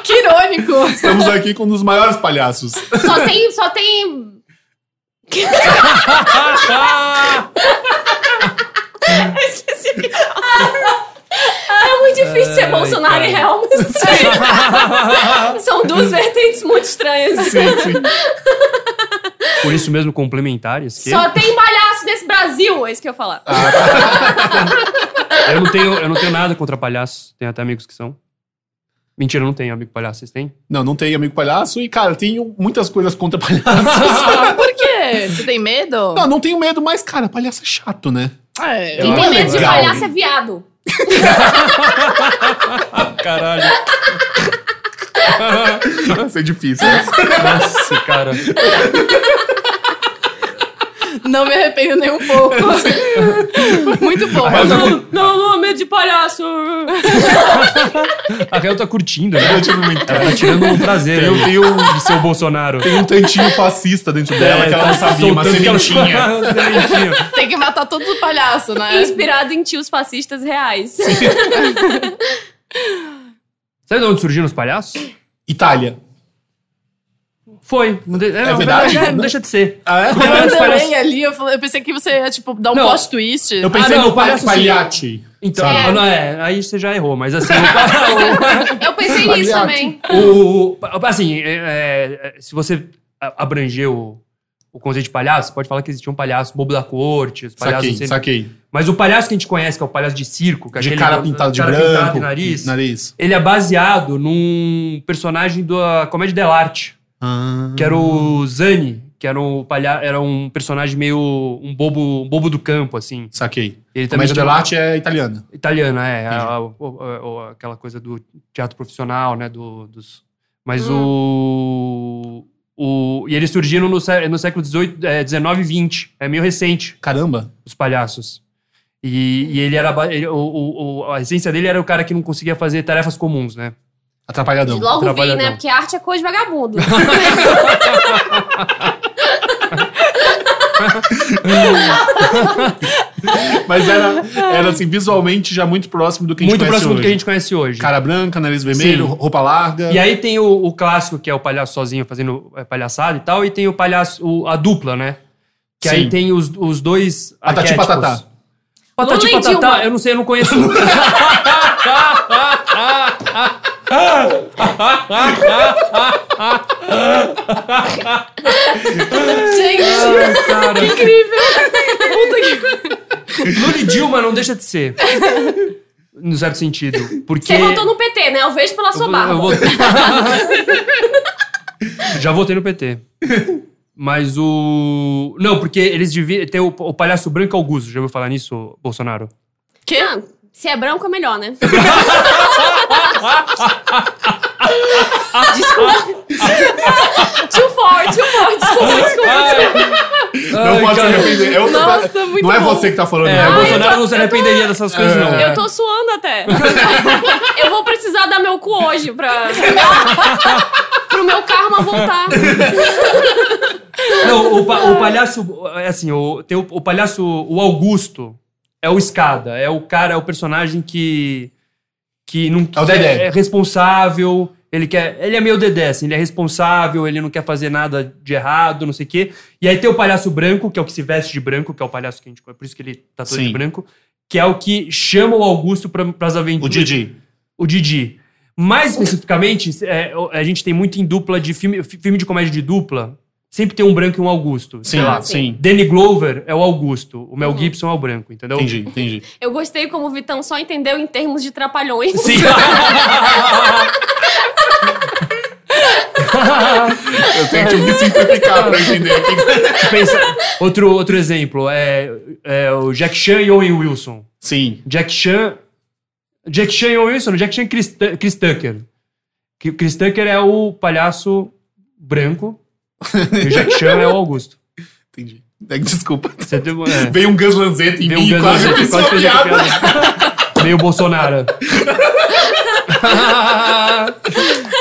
S2: Que irônico.
S1: Estamos aqui com um dos maiores palhaços.
S3: Só tem, só tem...
S4: um
S3: É muito difícil ser
S4: Ai,
S3: Bolsonaro
S4: cara.
S3: e real, mas não sei. São duas vertentes muito estranhas.
S1: Sim, sim.
S4: Por isso mesmo complementares. que
S3: Só tem palhaço nesse Brasil, é isso que eu ia falar.
S4: Eu não tenho, eu não tenho nada contra palhaços. Tenho até amigos que são. Mentira, eu não tenho amigo palhaço. Vocês têm?
S1: Não, não tem amigo palhaço e, cara, tenho muitas coisas contra palhaços.
S2: Por quê? Você tem medo?
S1: não, não tenho medo, mas, cara, palhaço é chato, né?
S2: É.
S3: Quem
S1: Não
S3: tem
S1: é
S3: medo de
S1: legal.
S3: palhaço é viado.
S4: Caralho.
S1: Isso é difícil. né?
S4: Nossa, cara.
S2: Não me arrependo nem um pouco. Muito bom.
S1: Mas eu-
S3: não, não, medo de palhaço.
S4: A Rael tá curtindo, né?
S1: eu tive muito, cara.
S4: Tá tirando um prazer
S1: Eu
S4: aí
S1: tenho um,
S4: de ser o Bolsonaro.
S1: tem um tantinho fascista dentro dela que ela não
S4: tá
S1: sabia, uma sementinha.
S4: sementinha.
S2: Tem que matar todo o palhaço, né?
S3: Tá Inspirado em tios fascistas reais.
S4: Sabe de onde surgiram os palhaços?
S1: Itália.
S4: Foi. Não de- É, na
S1: verdade?
S4: é, Não deixa de ser.
S1: Ah, é?
S4: Porque
S2: Eu
S4: antes
S2: também
S4: palhaço-
S2: ali, eu, falei- eu pensei que você ia, tipo, dar um
S4: Não.
S2: plot twist.
S1: Eu pensei
S4: Ah, não,
S1: no palhaço
S4: palhaço
S1: palhate.
S4: Então,
S1: Sabe?
S4: ah, não, é, aí você já errou, mas assim, o-
S3: Eu pensei nisso
S1: Palhaço.
S4: então,
S3: também.
S4: o, o- assim, é, é, se você a- abranger o, o conceito de palhaço, pode falar que existia um palhaço bobo da corte, os palhaços
S1: Saquei,
S4: sem-
S1: saquei.
S4: Mas o palhaço que a gente conhece, que é o palhaço de circo, que é
S1: De
S4: aquele
S1: cara
S4: do-
S1: pintado de
S4: cara
S1: branco.
S4: pintado de nariz,
S1: Nariz.
S4: ele é baseado num personagem da comédia dell'arte,
S1: Ah.
S4: que era o Zani, que era um palha era um personagem meio um bobo, um bobo do campo assim.
S1: Saquei.
S4: Ele também
S1: Comédia
S4: tinha-
S1: dell'arte é italiana.
S4: Italiana, é. a- a- o- a- o- aquela coisa do teatro profissional, né? do- dos, mas o, o. E eles surgiram no, sé- no século XIX e XX. É meio recente,
S1: Caramba.
S4: os palhaços. E, e ele era. ba- ele- o- o- o- a essência dele era o cara que não conseguia fazer tarefas comuns, né?
S1: Atrapalhadão.
S3: Logo vi, né?
S4: trabalhadão.
S3: Porque arte é coisa de vagabundo.
S1: Mas era, era assim, visualmente já muito próximo do que a gente
S4: Muito
S1: conhece
S4: próximo do
S1: hoje.
S4: que a gente conhece hoje.
S1: Cara branca, nariz vermelho,
S4: Sim.
S1: roupa larga.
S4: E aí tem o, o clássico, que é o palhaço sozinho fazendo é, palhaçada e tal, e tem o palhaço, o- a dupla, né? Que
S1: Sim.
S4: aí tem os, os dois.
S1: Patati e
S4: arquétipos.
S1: patatá.
S4: Patati
S3: Lula e Dilma.
S4: Tá patatá, eu não sei, eu não conheço.
S2: Gente,
S4: Cara,
S2: incrível.
S4: Lula e Dilma não deixa de ser. No certo sentido. Porque.
S3: Você votou no PT, né? Eu vejo pela sua
S4: Eu
S3: barba.
S4: vou- Já votei no PT. Mas o. Não, porque eles deviam. Tem o, o palhaço branco Augusto, já ouviu falar nisso, Bolsonaro?
S2: Que?
S3: Ah, se é branco é melhor, né?
S2: Too far, too far. Desculpa, desculpa.
S1: Não pode se arrepender. É outra
S2: Nossa,
S1: parada.
S2: muito
S1: não é
S2: bom.
S1: você que tá falando,
S4: É,
S1: né?
S4: o
S1: Você-
S4: Bolsonaro não se arrependeria dessas coisas, não.
S3: Eu tô suando até. Eu vou precisar dar meu cu hoje pra. pro meu karma voltar.
S4: Não, o, pa- o palhaço. é Assim, o, tem o, o palhaço. O Augusto é o escada. É o cara, é o personagem que. Que não
S1: É o
S4: que
S1: Dedé.
S4: é responsável. Ele quer. Ele é meio Dedé, assim, ele é responsável, ele não quer fazer nada de errado, não sei o quê. E aí tem o palhaço branco, que é o que se veste de branco, que é o palhaço que a gente. É por isso que ele tá todo de
S1: Sim.
S4: branco. Que é o que chama o Augusto pra, pras aventuras.
S1: O Didi.
S4: O Didi. Mais especificamente, é, a gente tem muito em dupla de filme, fi- filme de comédia de dupla. Sempre tem um branco e um Augusto.
S1: Sim,
S4: Sei lá.
S1: sim.
S4: Danny Glover é o Augusto, o Mel Gibson é o branco, entendeu?
S1: Entendi, entendi.
S3: Eu gostei como o Vitão só entendeu em termos de trapalhões.
S4: Sim.
S1: Eu tenho que me simplificar pra entender.
S4: Pensa- outro, outro exemplo é, é o Jack Chan e Owen Wilson.
S1: Sim.
S4: Jack Chan. Jack Chan e Owen Wilson, não, Jack Chan e Chris, Tu- Chris Tucker. Que- Chris Tucker é o palhaço branco e o Jack Chan é o Augusto.
S1: Entendi. É, Desculpa.
S4: Você tem, é.
S1: Veio um Gus Lanzetta em
S4: Veio
S1: mim
S4: um
S1: e quase
S4: Ganso,
S1: fez
S4: quase
S1: uma
S4: fez a
S1: piada.
S4: piada. Meio Bolsonaro.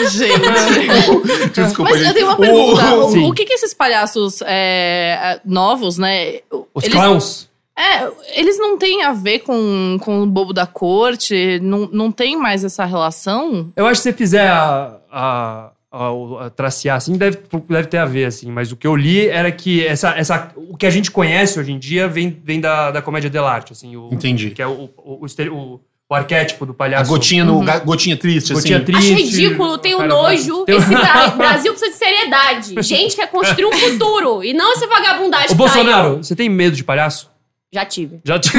S2: Gente.
S1: Desculpa,
S2: Mas eu
S1: gente.
S2: tenho uma
S1: O-
S2: pergunta.
S1: o-
S2: O,
S4: Sim.
S2: o que que esses palhaços é, novos, né?
S4: Os
S2: eles,
S4: clowns.
S2: É, eles não têm a ver com, com o bobo da corte? Não, não tem mais essa relação?
S4: Eu acho que se você fizer a, a- a- o- a tracear assim, deve, deve ter a ver, assim. Mas o que eu li era que essa, essa, o que a gente conhece hoje em dia vem, vem da, da comédia dell'arte, assim. O,
S1: Entendi.
S4: Que é o, o, o estere- o- o arquétipo do palhaço.
S1: A gotinha, no, ga- gotinha triste,
S4: Uhum. Gotinha
S1: assim.
S4: triste.
S3: Acho ridículo, tenho
S4: Cara,
S3: nojo.
S4: tem-
S3: Esse Bra- Brasil precisa de seriedade. Gente quer construir um futuro e não essa vagabundagem.
S4: Ô,
S3: que tá aí.
S4: Bolsonaro, você tem medo de palhaço?
S3: Já tive.
S4: Já te...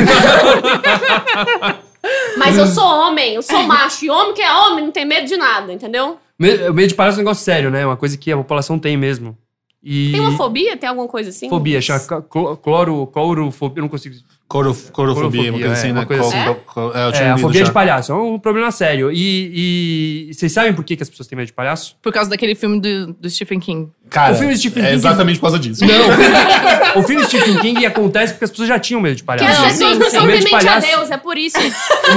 S3: Mas eu sou homem, eu sou macho. E homem que é homem não tem medo de nada, entendeu?
S4: Me- medo de palhaço é um negócio sério, né? É uma coisa que a população tem mesmo. E...
S3: Tem uma fobia? Tem alguma coisa assim?
S4: Fobia, chama clo- cloro, clorofobia, eu não consigo...
S1: Corof- corofobia,
S4: Corofobia,
S1: uma coisa assim,
S4: é,
S1: né?
S4: uma coisa assim.
S1: Co- co- é, eu tinha
S4: É, a
S1: lido
S4: fobia
S1: já.
S4: de palhaço é um problema sério. E, e- e vocês sabem por que, que as pessoas têm medo de palhaço?
S2: Por causa daquele filme do, do Stephen King.
S1: Cara,
S4: O um filme de Stephen
S1: é
S4: King-
S1: exatamente por causa disso.
S4: Não! o filme Stephen King acontece porque as pessoas já tinham medo de
S3: Que as
S4: palhaço.
S3: pessoas não são
S4: O medo de
S3: temente a
S4: palhaço-
S3: Deus, é por isso.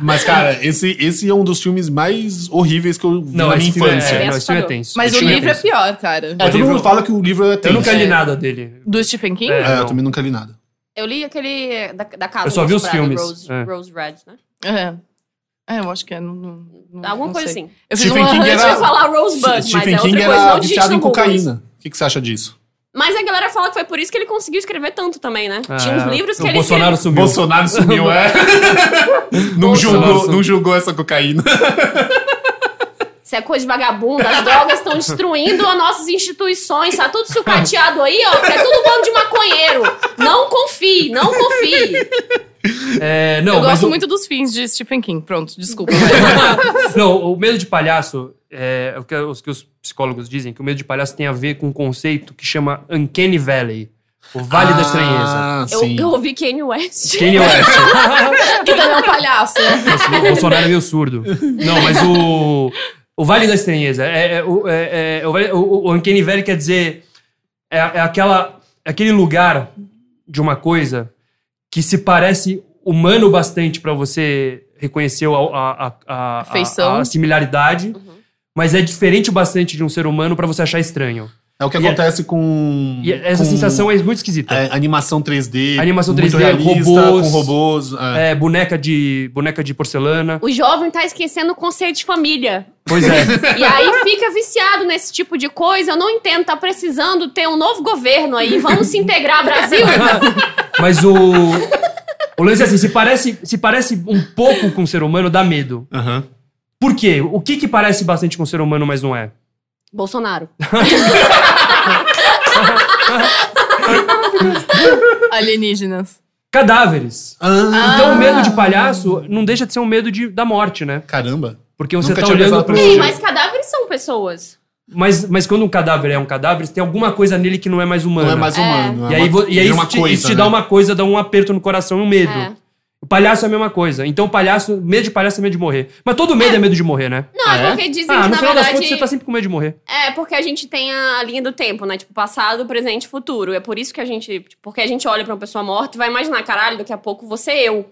S1: Mas, cara, esse, esse é um dos filmes mais horríveis que eu vi
S4: Não,
S1: na minha
S4: esse filme é-
S1: infância.
S4: é, não, esse filme é
S3: Assustador.
S4: tenso.
S2: Mas
S4: Esse
S2: o
S4: filme é
S2: livro é
S4: tenso.
S2: pior, cara.
S1: É, todo
S4: livro-
S1: mundo fala que o livro é
S4: Eu
S1: tenso.
S4: nunca
S1: É,
S4: li nada dele.
S2: Do Stephen King?
S4: É.
S1: eu também nunca li nada.
S3: Eu li aquele eh, da, da casa
S4: Eu só vi os
S3: Ilustrada,
S4: filmes,
S3: Rose,
S4: é.
S3: Rose Red, né?
S2: É. É, eu acho que é. Não, não- não-
S3: Alguma
S2: não
S3: coisa
S2: sei.
S3: assim.
S2: Eu fiz
S1: Stephen
S2: uma...
S1: King
S3: Eu
S1: era-
S3: ia falar Rosebud, mas é
S1: Stephen
S3: outra
S1: King
S3: coisa.
S1: era
S3: Não digite
S1: viciado
S3: no
S1: em
S3: Google isso.
S1: cocaína. O que, que você acha disso?
S3: Mas a galera fala que foi por isso que ele conseguiu escrever tanto também, né?
S4: Ah,
S3: Tinha uns livros que
S4: o
S3: ele
S4: Bolsonaro
S3: escreveu.
S4: sumiu.
S1: Bolsonaro sumiu, é. não, julgou,
S4: sumiu.
S1: não julgou essa cocaína.
S3: Isso é coisa de vagabundo, as drogas estão destruindo as nossas instituições, tá tudo sucateado aí, ó. É tudo bando de maconheiro. Não confie, não confie.
S4: É, não,
S2: Eu
S4: mas
S2: gosto
S4: o-
S2: muito dos fins de Stephen King. Pronto, desculpa. mas-
S4: Não, o medo de palhaço, é, é o que os, que os psicólogos dizem, que o medo de palhaço tem a ver com um conceito que chama Uncanny Valley. O Vale da Estranheza.
S1: Ah,
S3: Eu,
S1: sim.
S3: eu ouvi Kanye West.
S4: Kanye West.
S2: que também é um palhaço.
S4: O Bolsonaro é meio surdo. Não, mas o. O Vale da Estranheza. É, é- o- é- é- o, vale- o- o Uncanny Valley quer dizer. É, é aquela, aquele lugar de uma coisa que se parece humano bastante pra você reconhecer a, a, a- a- a-
S2: Feição.
S4: a similaridade, mas é diferente o bastante de um ser humano pra você achar estranho.
S1: É o que
S4: E-
S1: acontece com.
S4: E essa
S1: com,
S4: sensação é muito esquisita.
S1: é, animação 3D.
S4: Animação
S1: muito
S4: 3D,
S1: realista,
S4: robôs.
S1: Com robôs. é.
S4: É, boneca de boneca de porcelana.
S3: O jovem tá esquecendo o conceito de família.
S4: Pois é.
S3: E aí fica viciado nesse tipo de coisa. Eu não entendo, tá precisando ter um novo governo aí. Vamos se integrar, Brasil.
S4: Mas o o lance é assim, se parece, se parece um pouco com um ser humano, dá medo.
S1: Aham.
S4: Por quê? O que que parece bastante com um ser humano, mas não é?
S3: Bolsonaro.
S2: Alienígenas.
S4: Cadáveres.
S1: Ah,
S4: Então o medo de palhaço não deixa de ser um medo de, da morte, né?
S1: Caramba.
S4: Porque você
S1: Nunca
S4: tá
S1: tinha
S4: olhando
S1: pensado
S4: pro...
S1: por
S3: Sim,
S1: Sim.
S3: mas cadáveres são pessoas.
S4: Mas, mas quando um cadáver é um cadáver, tem alguma coisa nele que não é mais humana.
S1: Não é mais humano.
S4: E
S1: é
S4: aí,
S1: uma-
S4: vo- e aí
S1: vira
S4: isso,
S1: uma
S4: te,
S1: coisa,
S4: isso te
S1: né?
S4: dá uma coisa, dá um aperto no coração e um medo.
S3: É.
S4: O palhaço é a mesma coisa. Então, o palhaço, medo de palhaço é medo de morrer. Mas todo medo é, medo de morrer, né?
S3: Não,
S1: Ah, é?
S3: é porque dizem
S4: ah,
S3: que,
S4: no
S3: na
S4: final das contas,
S3: verdade.
S4: você tá sempre com medo de morrer.
S3: É, porque a gente tem a linha do tempo, né? Tipo, passado, presente e futuro. É por isso que a gente. Porque a gente olha pra uma pessoa morta e vai imaginar, caralho, daqui a pouco você é eu.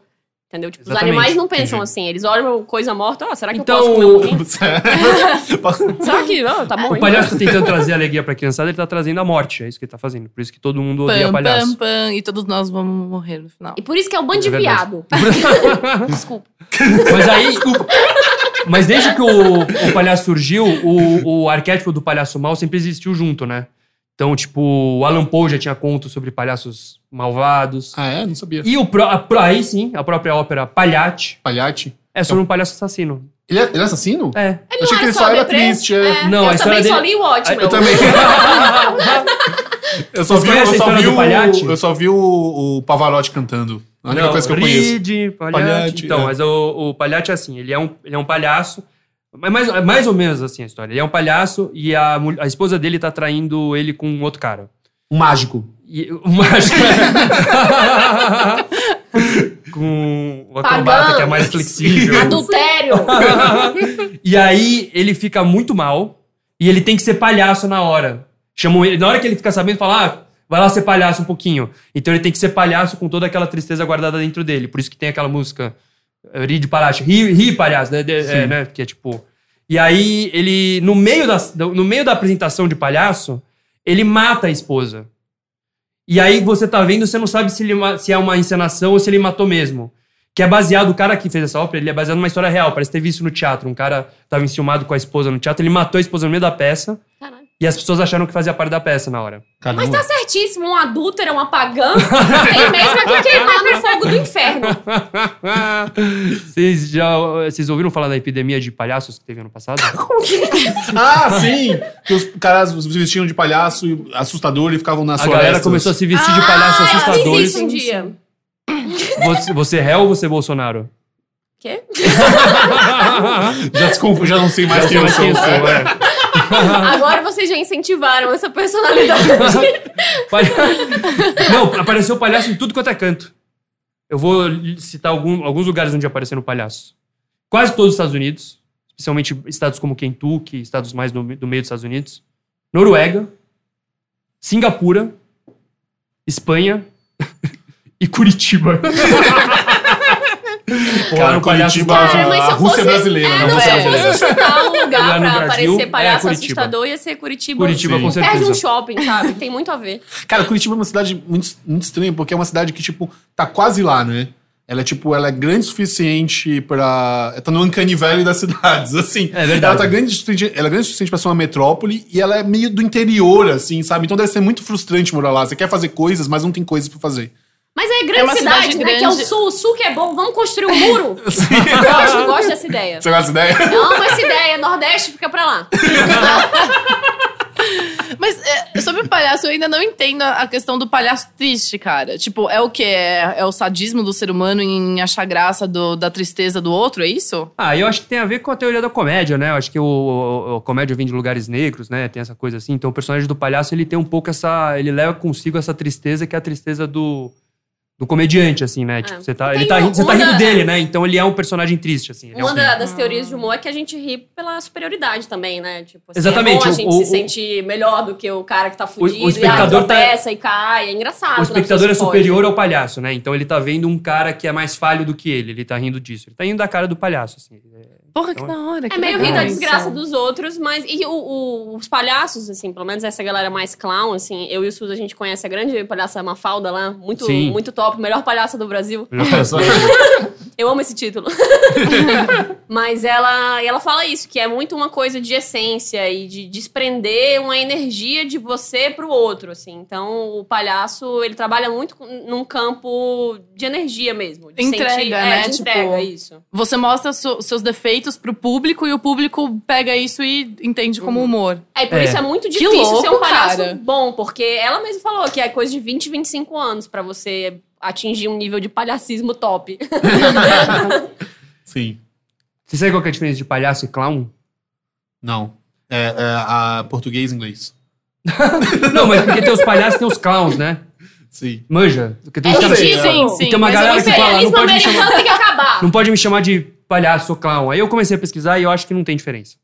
S3: Entendeu? Tipo,
S4: Exatamente.
S3: os animais não pensam
S4: Entendi.
S3: assim. Eles olham coisa morta, ó, será que
S4: Então,
S3: eu posso comer um pouquinho?
S1: Sério?
S3: Será que. Ó, tá bom.
S4: O palhaço tá tentando trazer alegria pra criançada, ele tá trazendo a morte. É isso que ele tá fazendo. Por isso que todo mundo odeia
S2: Pam, pam,
S4: palhaço.
S2: pam. E todos nós vamos morrer no final.
S3: E por isso que é o bando
S4: É
S3: de
S4: verdade.
S3: viado. Desculpa.
S4: Mas aí. Mas desde que o, o palhaço surgiu, o, o arquétipo do palhaço mal sempre existiu junto, né? Então, tipo, o Alan Poe já tinha contos sobre palhaços malvados.
S1: Ah, é? Não sabia.
S4: E o pró- a pró- aí sim, a própria ópera Palhate
S1: Palhate?
S4: é sobre um palhaço assassino.
S1: Ele é, ele é assassino?
S4: É.
S1: Achei
S3: Ele não
S1: que ele só
S3: sobre
S1: era
S3: preto.
S1: triste, é.
S4: Não, a
S3: eu
S4: história
S3: também só
S4: dele-
S3: li o ótimo.
S1: Eu também. Eu só
S4: Vocês
S1: vi, eu
S4: conhecem a
S1: só
S4: história
S1: vi,
S4: do Palhate?
S1: o, eu só vi o, o Pavarotti cantando. A única coisa que eu conheço.
S4: Ride, Palhate.
S1: Palhate,
S4: Então,
S1: é.
S4: mas o, o Palhate é assim, ele é um, ele é um palhaço, mas mais, é mais ou menos assim a história. Ele é um palhaço e a, mul- a esposa dele tá traindo ele com um outro cara.
S1: Um mágico.
S4: E o mágico é- com o acrobata,
S3: Pagãos.
S4: que é mais flexível.
S3: Adultério.
S4: E aí ele fica muito mal e ele tem que ser palhaço na hora. Chamam ele, na hora que ele fica sabendo, fala, ah, vai lá ser palhaço um pouquinho. Então ele tem que ser palhaço com toda aquela tristeza guardada dentro dele. Por isso que tem aquela música eh, Ri de palhaço, ri, ri palhaço, né? De- é, né? Que é tipo. E aí ele, no meio, da, no meio da apresentação de palhaço, ele mata a esposa. E aí você tá vendo, você não sabe se, ele ma- se é uma encenação ou se ele matou mesmo. Que é baseado, o cara que fez essa ópera, ele é baseado numa história real. Parece ter visto isso no teatro. Um cara tava enciumado com a esposa no teatro, ele matou a esposa no meio da peça.
S3: Caralho.
S4: E as pessoas acharam que fazia parte da peça na hora.
S1: Caramba.
S3: Mas tá certíssimo, um adúltero, uma pagã. Tem mesmo que queimar no fogo do inferno.
S4: vocês já vocês ouviram falar da epidemia de palhaços que teve ano passado?
S1: Ah, sim! Que os caras se vestiam de palhaço e assustador e ficavam nas
S4: a galera
S1: florestas.
S4: começou a se vestir de palhaço
S3: Eu fiz
S4: assustadores.
S3: isso um dia.
S4: Você, você é réu ou você é Bolsonaro?
S3: Quê?
S1: Já, se confu- já não sei mais quem eu
S4: Mas
S1: sou.
S4: quem eu sou, é.
S3: Agora vocês já incentivaram essa personalidade.
S4: Palha- Não, apareceu palhaço em tudo quanto é canto. Eu vou citar algum- alguns lugares onde apareceram palhaços. Quase todos os Estados Unidos, especialmente estados como Kentucky, estados mais do, do meio dos Estados Unidos, Noruega, Singapura, Espanha e Curitiba.
S1: Cara,
S4: o palhaço
S1: Curitiba,
S4: tá-
S3: Cara, mas se
S1: a
S3: eu
S1: Rússia
S3: fosse-
S1: brasileira,
S3: É,
S1: né?
S3: não,
S1: Rússia
S3: se eu
S1: brasileira.
S3: fosse chutar um
S4: Lá
S3: lugar
S4: no
S3: pra
S4: Brasil,
S3: aparecer palhaço
S4: é Curitiba.
S3: assustador, ia ser Curitiba.
S4: Curitiba,
S1: Sim.
S4: com
S3: Perto de um
S4: certeza.
S3: shopping, sabe? Tem muito a ver.
S1: Cara, Curitiba é uma cidade muito, muito estranha, porque é uma cidade que, tipo, tá quase lá, né? Ela é, tipo, ela é grande o suficiente pra... Tá no Uncanny Valley das cidades, assim.
S4: É verdade.
S1: Ela, tá grande, o suficiente- ela é grande o suficiente pra ser uma metrópole e ela é meio do interior, assim, sabe? Então deve ser muito frustrante morar lá. Você quer fazer coisas, mas não tem coisas pra fazer.
S3: Mas é grande
S2: É uma
S3: cidade,
S2: cidade
S3: né?
S2: grande.
S3: Que é o sul, o sul que é bom. Vamos construir um muro. gosto, gosto dessa ideia.
S1: Você gosta dessa ideia?
S3: Eu amo essa ideia. Nordeste, fica pra lá.
S2: Mas é, sobre o palhaço, eu ainda não entendo a a questão do palhaço triste, cara. Tipo, é o quê? É, é o sadismo do ser humano em achar graça do- da tristeza do outro, é isso?
S4: Ah, eu acho que tem a ver com a teoria da comédia, né? Eu acho que o, o- o- a comédia vem de lugares negros, né? Tem essa coisa assim. Então o personagem do palhaço, ele tem um pouco essa. Ele leva consigo essa tristeza que é a tristeza do, do comediante, assim, né? Tipo, você tá,
S3: Tem
S4: ele tá, rindo- você tá
S3: uma
S4: rindo
S3: da-
S4: dele, né? Então ele é um personagem triste, assim. ele é um-
S3: Uma da- das teorias de humor é que a gente ri pela superioridade também, né? Tipo, assim,
S4: Exatamente,
S3: É bom
S4: o-
S3: a gente
S4: o-
S3: se
S4: o-
S3: sentir melhor do que o cara que tá fudido
S4: espectador
S3: e
S4: tá-
S3: peça e cai. É engraçado.
S4: O
S3: né?
S4: espectador é
S3: Pessoas podem.
S4: superior ao palhaço, né? Então ele tá vendo um cara que é mais falho do que ele. Ele tá rindo disso. Ele tá rindo da cara do palhaço, assim.
S2: Porra, que
S4: Então,
S2: da hora.
S3: É
S2: que
S3: meio
S2: legal
S3: rir da
S2: isso.
S3: desgraça dos outros, mas. E o- o- os palhaços, assim, pelo menos essa galera mais clown, assim, eu e o Suzy, a gente conhece a grande palhaça Mafalda lá, muito,
S4: Sim.
S3: muito top, melhor palhaça do Brasil.
S4: Ele é um-
S3: Eu amo esse título. Mas ela, ela fala isso, que é muito uma coisa de essência e de desprender uma energia de você pro outro, assim. Então, o palhaço, ele trabalha muito com- num campo de energia mesmo. De
S2: Entrega,
S3: sentir, é,
S2: né?
S3: de
S2: Tipo-
S3: entrega, isso.
S2: Você mostra so- seus defeitos pro público e o público pega isso e entende como humor.
S3: É, e por
S4: É.
S3: isso é muito difícil
S2: louco,
S3: ser um palhaço
S2: cara.
S3: bom, porque ela mesma falou que é coisa de 20, 25 anos pra você atingir um nível de palhacismo top.
S1: Sim.
S4: Você sabe qual que é a diferença de palhaço e clown?
S1: Não. É, é, a português e inglês.
S4: Não, mas porque tem os palhaços e tem os clowns, né?
S1: Sim.
S4: Manja. Porque tem os
S3: É
S4: caras-
S1: ridículo,
S2: Sim, sim.
S4: E Então, assim, tem uma
S2: mas
S4: galera
S3: O
S2: eu
S4: que
S2: não sei.
S4: fala, não pode
S3: imperialismo
S4: me chamar-
S3: americano tem que acabar.
S4: Não pode me chamar de palhaço ou clown. Aí eu comecei a pesquisar e eu acho que não tem diferença.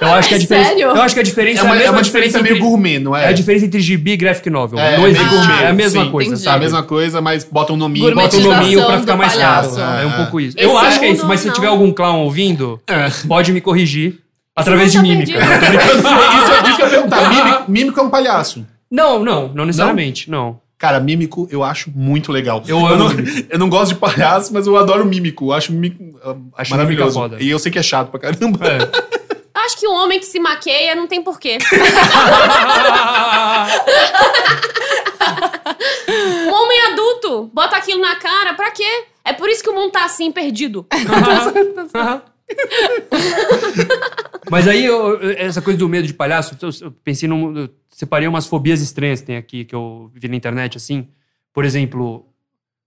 S4: Eu acho que a diferença.
S3: Sério?
S4: Eu acho que a diferença
S1: É
S4: é,
S1: uma,
S4: a
S1: é
S4: mesma
S1: uma diferença meio
S4: entre,
S1: gourmet, não é?
S4: É a diferença entre gibi e graphic novel.
S1: É,
S4: não
S1: meio
S4: existe.
S1: gourmet,
S4: é a mesma
S1: sim.
S4: coisa,
S2: Entendi.
S1: É a
S4: sabe?
S1: mesma coisa, mas bota um nominho.
S4: Bota o
S2: Gourmetização
S4: nominho pra
S2: do
S4: ficar mais
S2: palhaço.
S4: caro. É um pouco isso.
S3: Esse
S4: eu acho que é
S3: ano
S4: isso, mas se
S3: não.
S4: tiver algum clown ouvindo,
S1: É.
S4: pode me corrigir através de
S3: tá
S4: mímica. Tô
S3: perdido.
S4: brincando.
S1: isso, é- isso que eu ia perguntar. Mímico, mímico é um palhaço.
S4: não, não, não necessariamente, não.
S1: Cara, mímico eu acho muito legal.
S4: Eu
S1: não,
S4: amo
S1: eu não gosto de palhaço, mas eu adoro mímico. Eu acho mímico ah,
S4: Acho
S1: maravilhoso.
S4: mímico foda. É.
S1: E eu sei que é chato pra caramba.
S3: Acho que um homem que se maqueia não tem porquê. Um homem adulto bota aquilo na cara, pra quê? É por isso que o mundo tá assim, perdido.
S4: Mas aí, eu- eu- essa coisa do medo de palhaço, eu, eu pensei num. Eu separei umas fobias estranhas que tem aqui, que eu vi na internet, assim. Por exemplo,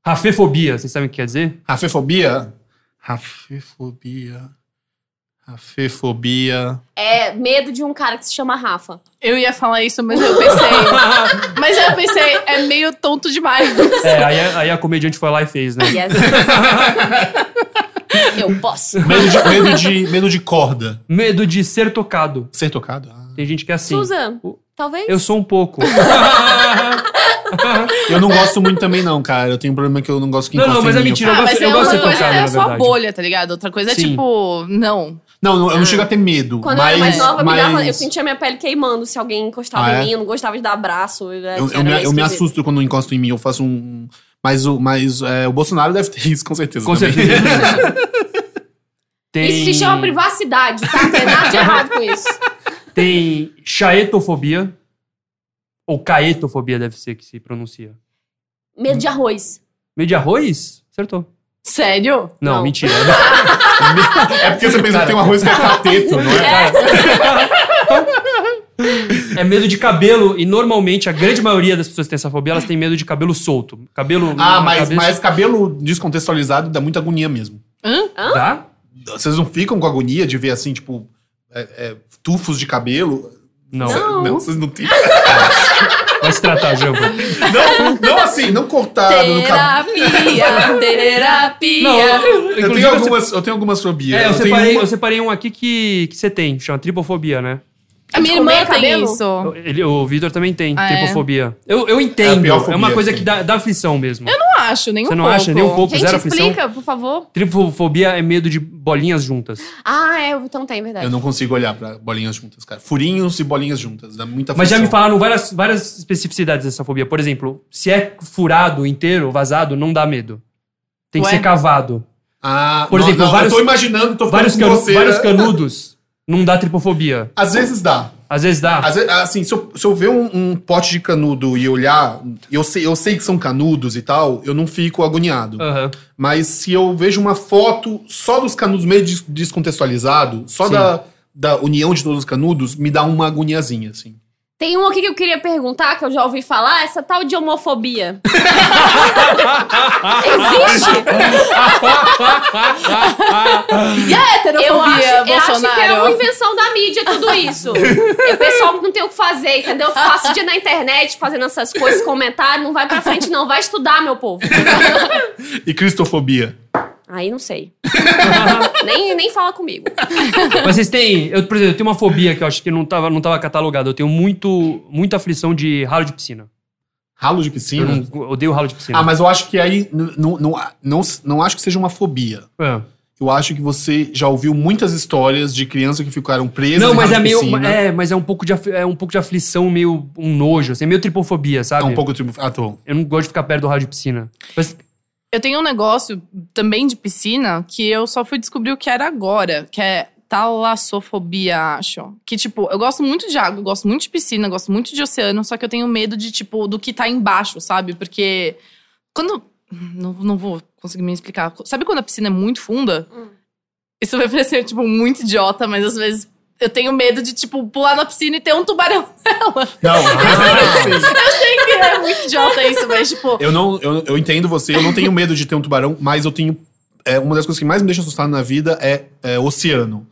S4: rafefobia, vocês sabem o que quer dizer?
S1: Rafefobia? Rafefobia. Rafefobia.
S3: É medo de um cara que se chama Rafa.
S2: Eu ia falar isso, mas eu pensei. mas eu pensei, é meio tonto demais.
S4: É, aí, a- aí a comediante foi lá e fez, né?
S3: Yes. é assim. Eu posso.
S1: Medo de, medo de, medo de corda.
S4: Medo de ser tocado.
S1: Ser tocado? Ah.
S4: Tem gente que é assim.
S3: Susan,
S4: O-
S3: talvez.
S4: Eu sou um pouco.
S1: Eu não gosto muito também, não, cara. Eu tenho um problema que eu não gosto que
S4: Não, não,
S1: encostem
S4: mas
S1: em
S4: é
S1: mim.
S4: mentira. Eu
S2: Ah,
S4: gosto-
S2: mas
S4: eu
S2: é
S4: gosto
S2: uma
S4: de
S2: coisa
S4: tocar,
S2: é
S4: na
S2: a sua
S4: verdade.
S2: bolha, tá ligado? Outra coisa é
S4: Sim.
S2: tipo, não.
S1: Não, não, eu não chego a ter medo.
S3: Ah. Quando
S1: mas,
S3: eu era mais nova,
S1: mas...
S3: eu, me dava, eu sentia minha pele queimando se alguém encostava
S1: Ah, é?
S3: em mim, eu não gostava de dar abraço. é Eu,
S1: Eu, eu me, eu me assusto quando encosto em mim, eu faço um. Mas, o, mas é, o Bolsonaro deve ter isso, com certeza.
S4: Com
S1: também.
S4: certeza. Tem,
S3: Isso se chama privacidade, tá? Não tem nada de errado com isso.
S4: Tem chaetofobia. Ou caetofobia deve ser que se pronuncia.
S3: Medo de arroz.
S4: Meio de arroz? Acertou.
S2: Sério?
S4: Não,
S3: Não.
S4: mentira.
S1: É porque você pensa que tem um arroz que é cateto, não é?
S4: É medo de cabelo, e normalmente a grande maioria das pessoas que tem essa fobia, elas têm medo de cabelo solto. Cabelo.
S1: Ah,
S4: na
S1: mas,
S4: cabeça-
S1: mas cabelo descontextualizado dá muita agonia mesmo.
S2: Hã?
S4: Dá?
S1: Vocês não ficam com agonia de ver assim, tipo, é, é, tufos de cabelo?
S4: Não.
S1: Cê-
S3: Não.
S1: Não, vocês não têm.
S4: Vai se tratar, Jambo.
S1: Não, não assim, não cortado no cabelo.
S2: Terapia, terapia.
S4: Não,
S1: Eu
S4: inclusive,
S1: tenho, algumas, eu tenho algumas fobias.
S4: É, eu,
S1: tenho
S4: separei,
S1: uma-
S4: eu separei um aqui que, que você tem, chama tripofobia, né?
S2: a minha
S3: De comer
S2: irmã tem
S3: cabelo?
S2: isso.
S4: Ele- o Vitor também tem
S2: Ah, é?
S4: tripofobia. Eu, eu entendo, é,
S1: pior fobia
S4: uma coisa
S1: que
S4: que dá, dá aflição mesmo. Eu
S2: Não acho, nem um
S4: você não
S2: pouco.
S4: acha nem um pouco,
S3: Gente,
S4: zero aflição?
S3: explica, por favor.
S4: Tripofobia é medo de bolinhas juntas.
S3: Ah, é, o Vitão tem, verdade.
S1: Eu não consigo olhar pra bolinhas juntas, cara. Furinhos e bolinhas juntas. Dá muita
S4: Mas já me
S1: aflição.
S4: falaram várias, várias especificidades dessa fobia. Por exemplo, se é furado inteiro, vazado, não dá medo. Tem que
S2: Ué?
S4: ser cavado.
S1: Ah,
S4: Por
S1: não,
S4: exemplo,
S1: não,
S4: vários-
S1: eu tô imaginando, tô ficando
S4: Vários,
S1: com
S4: canu-
S1: você. é, né?
S4: vários canudos não dá tripofobia.
S1: Às vezes dá.
S4: Às vezes dá.
S1: Às vezes, assim, se eu, se eu ver um, um pote de canudo e olhar, eu sei, eu sei que são canudos e tal, eu não fico agoniado.
S4: Aham.
S1: Mas se eu vejo uma foto só dos canudos meio des- descontextualizado, só
S4: Sim.
S1: da, da união de todos os canudos, me dá uma agoniazinha, assim.
S3: Tem um aqui que eu queria perguntar, que eu já ouvi falar, essa tal de homofobia. Existe?
S2: E a heterofobia,
S3: Eu acho, eu acho
S2: Bolsonaro?
S3: que é uma invenção da mídia tudo isso. É o pessoal que não tem o que fazer, entendeu? Passa o dia na internet fazendo essas coisas, comentário, não vai pra frente não, vai estudar, meu povo.
S1: E cristofobia.
S3: Aí não sei. nem, nem fala comigo.
S4: Mas vocês têm. Eu, por exemplo, eu tenho uma fobia que eu acho que não estava não tava catalogada. Eu tenho muito, muita aflição de ralo de piscina.
S1: Ralo de
S4: Eu
S1: piscina.
S4: não, odeio ralo de piscina.
S1: Ah, mas eu acho que aí. n- Não, não, não, não acho que seja uma fobia.
S4: É.
S1: Eu acho que você já ouviu muitas histórias de crianças que ficaram presas
S4: Não,
S1: em
S4: mas
S1: ralo
S4: é
S1: de
S4: meio.
S1: piscina.
S4: É, mas é um pouco de, af- é um pouco de aflição, meio um nojo, assim, meio tripofobia,
S1: É
S4: sabe?
S1: um pouco tipo. Ah, tô.
S4: Eu não gosto de ficar perto do rádio de piscina. Mas,
S2: Eu tenho um negócio também de piscina que eu só fui descobrir o que era agora, que é talassofobia, acho. Que, tipo, eu gosto muito de água, eu gosto muito de piscina, eu gosto muito de oceano, só que eu tenho medo de, tipo, do que tá embaixo, sabe? Porque quando. Não, não vou conseguir me explicar. Sabe quando a piscina é muito funda?
S3: Hum.
S2: Isso vai parecer, tipo, muito idiota, mas às vezes. Eu tenho medo de, tipo, pular na piscina e ter um tubarão.
S1: Não, ah,
S2: É muito idiota isso, mas, tipo,
S1: eu não. Eu, eu entendo você, eu não tenho medo de ter um tubarão, mas eu tenho. é, uma das coisas que mais me deixa assustado na vida é, é oceano.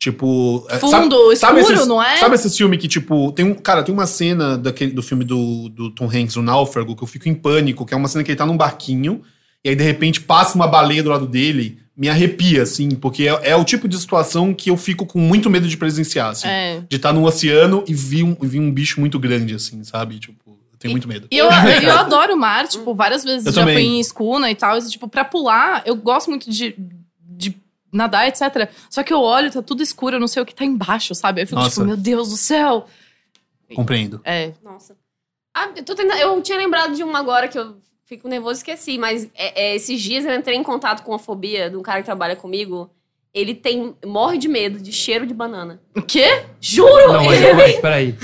S1: Tipo. é,
S2: Fundo, escuro,
S1: sabe esses,
S2: não é?
S1: Sabe esse filme que, tipo, tem um. Cara, tem uma cena daquele, do filme do, do Tom Hanks, o Náufrago, que eu fico em pânico, que é uma cena que ele tá num barquinho e aí de repente passa uma baleia do lado dele. Me arrepia, assim, porque é, é o tipo de situação que eu fico com muito medo de presenciar, assim.
S2: É.
S1: De estar num oceano e vi um, e vi um bicho muito grande, assim, sabe? Tipo, eu tenho muito medo.
S2: E eu, eu adoro o mar, tipo, várias vezes
S1: Eu
S2: já
S1: também.
S2: fui em escuna e tal. E, tipo, pra pular, eu gosto muito de, de nadar, etc. Só que eu olho, tá tudo escuro, eu não sei o que tá embaixo, sabe? Aí Eu fico
S1: Nossa.
S2: tipo, meu Deus do céu.
S1: Compreendo.
S2: É.
S3: Nossa. Ah, eu, tô tentando- eu tinha lembrado de uma agora que eu fico nervoso e esqueci, mas é- é, esses dias eu entrei em contato com a fobia de um cara que trabalha comigo. Ele tem morre de medo de cheiro de banana.
S2: O quê?
S3: Juro!
S4: Não, mas,
S3: ele
S4: mas peraí.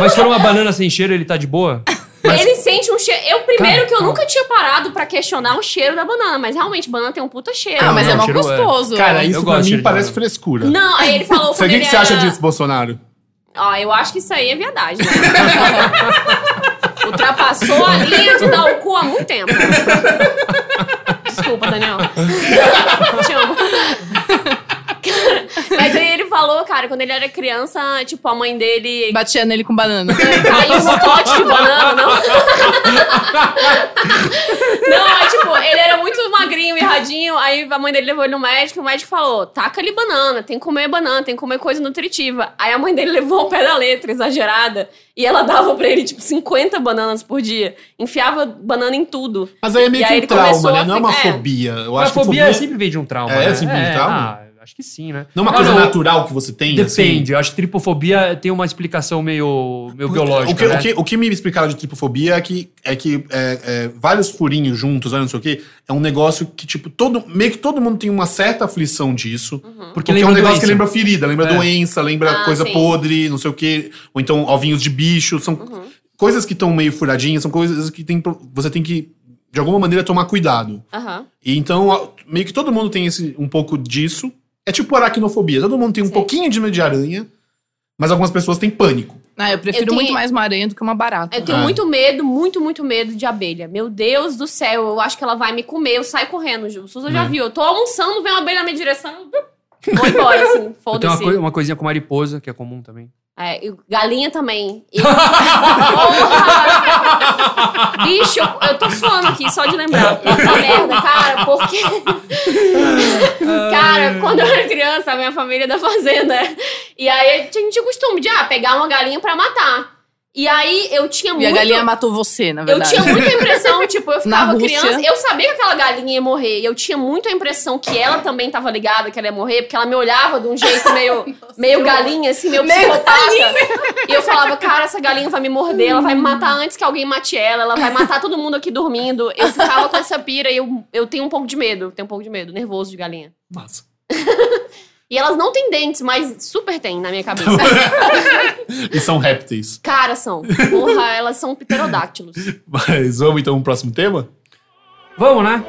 S4: Mas se for uma banana sem cheiro, ele tá de boa?
S3: Ele sente um cheiro. Eu, primeiro,
S4: Cara,
S3: que eu
S4: cara.
S3: nunca tinha parado pra questionar o cheiro da banana, mas realmente, banana tem um puta cheiro.
S2: Ah,
S4: Não,
S2: mas
S4: não,
S2: é mó
S4: cheiro é.
S2: gostoso.
S1: Cara,
S4: Eu
S1: isso
S4: gosto
S1: pra
S4: de
S1: mim
S4: cheiro de
S1: parece
S4: banana.
S1: frescura.
S3: Não, aí ele falou
S1: Você- O
S3: quando
S1: que,
S3: ele
S1: que você acha
S3: era-
S1: disso, Bolsonaro?
S3: Ó, eu acho que isso aí é viadagem. Né? Ultrapassou a linha de dar o cu há muito tempo. Desculpa, Daniel. Te amo. Cara, Mas aí ele falou, cara, quando ele era criança, tipo, a mãe dele
S2: Batia nele com banana.
S3: caiu um pote de banana, não. Não, é tipo, ele era muito magrinho, mirradinho, aí a mãe dele levou ele no médico, e o médico falou, taca ali banana, tem que comer banana, tem que comer coisa nutritiva. Aí a mãe dele levou o pé da letra, exagerada, e ela dava pra ele, tipo, 50 bananas por dia. enfiava banana em tudo.
S1: Mas aí é meio
S3: E aí
S1: que
S3: ele
S1: um trauma,
S3: começou
S1: né?
S3: a
S1: Não é uma
S3: ficar- é.
S1: fobia. Eu
S4: a
S1: acho que
S4: fobia
S1: fobia
S3: assim.
S4: sempre vem de um trauma.
S1: É,
S4: né?
S1: sempre vem de trauma?
S4: ah, acho que sim, né?
S1: Não é uma
S4: Ah,
S1: coisa
S4: não,
S1: natural que você tem, assim?
S4: Depende. Eu acho que tripofobia tem uma explicação meio, meio biológica.
S1: O que,
S4: né?
S1: o, que, o que me explicaram de tripofobia é que, é que é, é, vários furinhos juntos, né, não sei o quê, é um negócio que, tipo, todo, meio que todo mundo tem uma certa aflição disso. Porque, é um
S4: lembra
S1: negócio que
S4: doença.
S1: lembra ferida, lembra
S4: É.
S1: doença, lembra
S3: Uhum. Ah,
S1: coisa
S3: sim. Uhum.
S1: podre, não sei o quê. Ou então ovinhos de bicho. São coisas que estão meio furadinhas, são coisas que tem, pro- você tem que, de alguma maneira, tomar cuidado.
S3: Aham.
S1: E então, a- meio que todo mundo tem esse, um pouco disso. É tipo aracnofobia. Todo mundo tem um
S3: Sim.
S1: pouquinho de medo de aranha, mas algumas pessoas têm pânico.
S2: Ah, eu prefiro
S3: Eu tenho-
S2: muito mais uma aranha do que uma barata.
S3: Eu tenho
S1: É.
S3: muito medo, muito, muito medo de abelha. Meu Deus do céu, eu acho que ela vai me comer. Eu saio correndo, Ju. O Susan já viu. Eu tô almoçando, vem uma abelha na minha direção. eu Vou embora, assim.
S4: Eu tenho uma,
S3: Foda-se.
S4: coi- uma coisinha com mariposa, que é comum também.
S3: É, e galinha também. E- Porra! Bicho, eu, eu tô suando aqui só de lembrar. Puta merda, cara, porque. cara, quando eu era criança, a minha família é da fazenda. E aí a gente tinha o costume de ah, pegar uma galinha pra matar. E aí eu tinha
S2: E
S3: muito.
S2: a galinha matou você,
S4: É
S2: na
S3: Eu
S2: verdade.
S3: tinha muita impressão, tipo, eu
S2: Na
S3: ficava
S2: Rússia.
S3: criança, eu sabia que aquela galinha ia morrer, e eu tinha muito a impressão que ela também tava ligada que ela ia morrer, porque ela me olhava de um jeito meio, meio galinha, assim, meio, psicopata. E eu falava, cara, essa galinha vai me morder, ela vai me matar antes que alguém mate ela, ela vai matar todo mundo aqui dormindo. Eu ficava com essa pira e eu, eu tenho um pouco de medo, eu tenho um pouco de medo, nervoso de galinha.
S1: Massa.
S3: E elas não têm dentes, mas super tem na minha cabeça.
S1: e são répteis.
S3: Cara, são. Porra, elas são pterodáctilos.
S1: Mas vamos então pro próximo tema?
S4: Vamos, né?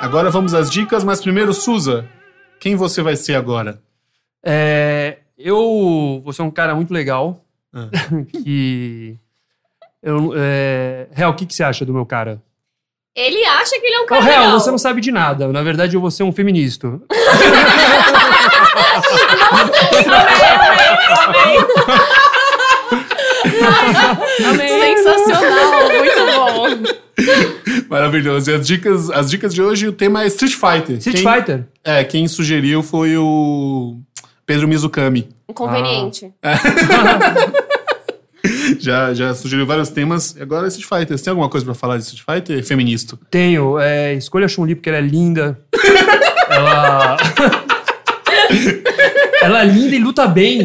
S1: Agora vamos às dicas, mas primeiro, Suza, quem você vai ser agora?
S4: É, eu vou ser um cara muito legal.
S1: Ah.
S4: que. Eu, é, Real, o que, que você acha do meu cara?
S3: Ele acha que ele é um
S4: Ô,
S3: cara
S4: Real,
S3: legal.
S4: você não sabe de nada. Na verdade, eu vou ser um feministo.
S3: É,
S2: Sensacional, muito bom.
S1: Maravilhoso. E as dicas, as dicas de hoje, o tema é Street Fighter.
S4: Street
S1: Quem-
S4: Fighter.
S1: É, quem sugeriu foi o Pedro Mizukami.
S3: Inconveniente.
S1: Já, já sugeriu vários temas. Agora é Street Fighter. Você tem alguma coisa pra falar de Street Fighter? Feministo.
S4: Tenho. É, escolha a Chun-Li porque ela é linda. ela. ela é linda e luta bem.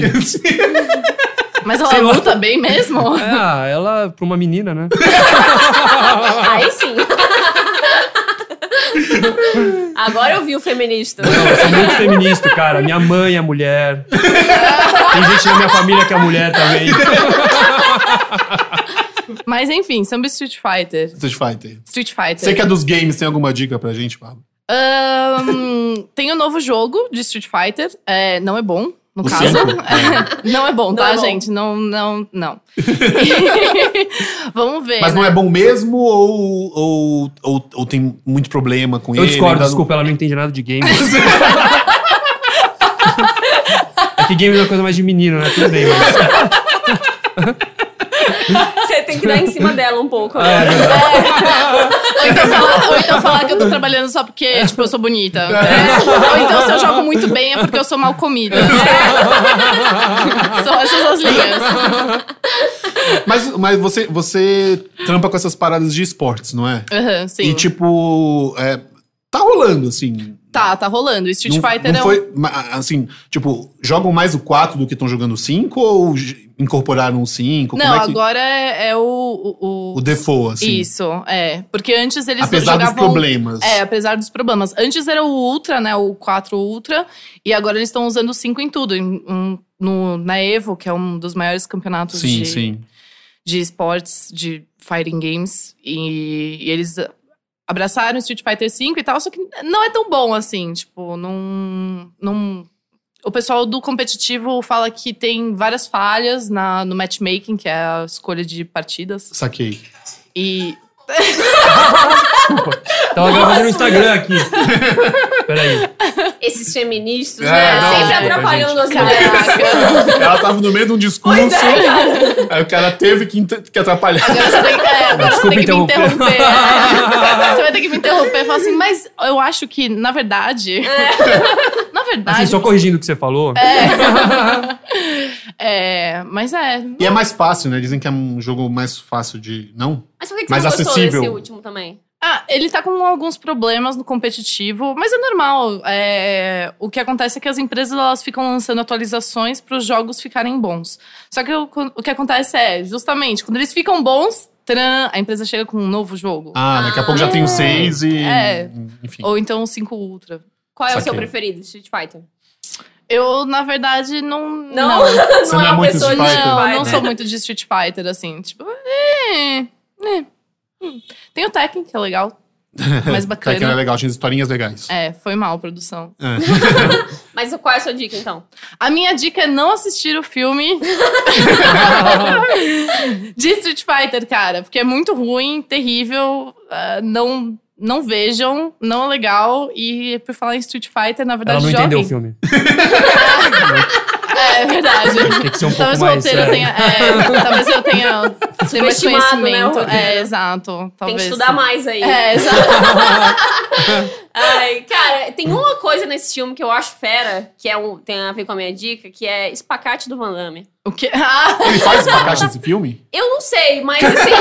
S2: Mas ela
S4: Sei lá.
S2: luta bem mesmo?
S4: Ah, ela, pra uma menina, né?
S1: Ah.
S3: Ah. Aí sim. Agora eu vi o feminista.
S4: Eu sou muito feminista, cara. Minha mãe é mulher. Tem gente na minha família que é mulher também.
S2: Mas enfim, samba Street Fighter.
S1: Street Fighter.
S2: Street Fighter.
S1: Você que é dos games, tem alguma dica pra gente, Pablo?
S2: Ahn, tem um novo jogo de Street Fighter. É, não é bom, no
S1: O
S2: caso.
S1: cinco?
S2: não é bom,
S3: Não
S2: tá,
S3: é bom.
S2: gente? Não, não, não. Vamos ver.
S1: Mas
S2: né?
S1: não é bom mesmo ou, ou, ou, ou tem muito problema com
S4: Eu
S1: ele?
S4: discordo,
S1: ainda não-
S4: desculpa, ela não entende nada de games. é que games é uma coisa mais de menino, né? Tudo bem, mas.
S3: Você tem que dar em cima dela um pouco.
S1: Ah,
S4: É,
S3: né?
S4: verdade.
S2: Ou então, falar, ou então falar que eu tô trabalhando só porque, tipo, eu sou bonita. É. Ou então se eu jogo muito bem é porque eu sou mal comida.
S1: É.
S2: É. São essas as linhas.
S1: Mas, mas você, você trampa com essas paradas de esportes, não é?
S2: Aham, sim.
S1: E tipo, é, tá rolando, assim.
S2: tá, tá rolando. Street
S1: Não-
S2: Fighter
S1: não
S2: é um...
S1: foi, ma- Assim, tipo, jogam mais o 4 do que estão jogando o 5 ou j- incorporaram o 5?
S2: Não,
S1: Como é que...
S2: agora é, é o... o,
S1: O default, assim.
S2: Isso, é. Porque antes eles
S1: apesar dos
S2: jogavam...
S1: problemas.
S2: É, apesar dos problemas. Antes era o Ultra, né? O 4 Ultra. E agora eles estão usando o 5 em tudo. em- um- no, na Evo, que é um dos maiores campeonatos
S1: sim,
S2: de,
S1: sim.
S2: de esportes, de fighting games. E, e eles abraçaram Street Fighter V e tal, só que não é tão bom assim. Tipo, não. não o pessoal do competitivo fala que tem várias falhas na, no matchmaking, que é a escolha de partidas.
S1: Saquei.
S2: E.
S4: Tava gravando no Instagram aqui. Peraí.
S3: Esses feministas,
S1: É,
S3: né?
S1: não,
S3: sempre
S4: desculpa,
S3: atrapalhando as mulheres.
S2: Caraca!
S1: Ela tava no meio de um discurso,
S3: Pois é, cara.
S1: aí o cara teve que, inter- que atrapalhar.
S2: Agora você tem, é, agora você tem
S4: Desculpa
S2: que me
S4: interromper.
S2: interromper. É. Você vai ter que me interromper e falar assim, mas eu acho que, na verdade. na verdade.
S4: Assim, só corrigindo o que você falou.
S2: É, mas é.
S1: E é mais fácil, né? Dizem que é um jogo mais fácil de. Não?
S3: Mas por que que você
S1: Mais
S3: não gostou
S1: acessível.
S3: desse último também?
S2: Ah, ele tá com alguns problemas no competitivo, mas é normal. É, o que acontece é que as empresas elas ficam lançando atualizações para os jogos ficarem bons. Só que o, o que acontece é, justamente, quando eles ficam bons, tcharam, a empresa chega com um novo jogo.
S1: Ah, daqui a pouco já tem o 6 e.
S2: É.
S1: Enfim.
S2: Ou então o 5 Ultra.
S3: Qual é o seu
S1: Saquei.
S3: preferido, Street Fighter?
S2: Eu, na verdade, não.
S3: Não,
S2: não,
S3: não,
S1: Você não é
S3: uma
S1: muito
S3: pessoa né? de
S1: Street Fighter.
S2: não,
S3: Fighter.
S2: não sou muito de Street Fighter, assim. Tipo, é, é. Hum. Tem o Tekken, que é legal. Mais
S1: Tá que era
S2: bacana.
S1: legal, tinha historinhas legais.
S2: É, foi mal a produção.
S1: É.
S3: Mas qual é a sua dica, então?
S2: A minha dica é não assistir o filme de Street Fighter, cara, porque é muito ruim, terrível, ah, não não vejam, não é legal e por falar em Street Fighter, na
S4: Ela
S2: verdade,
S4: não
S2: joguem.
S4: entendeu o filme.
S2: É, é verdade.
S4: Tem que ser um pouco
S2: talvez o
S4: mais.
S2: roteiro
S4: é.
S2: tenha, é, talvez eu tenha tenha mais
S3: Subestimado, né, o
S2: conhecimento.
S3: roteiro.
S2: é, exato.
S3: Tem
S2: Talvez.
S3: que estudar mais aí.
S2: É, exato.
S3: Ai, cara, tem uma coisa nesse filme que eu acho fera, que é um, tem a ver com a minha dica, que é espacate do Van Damme.
S2: O quê? Ah,
S1: Ele faz uma caixa desse filme?
S3: Eu não sei, mas assim,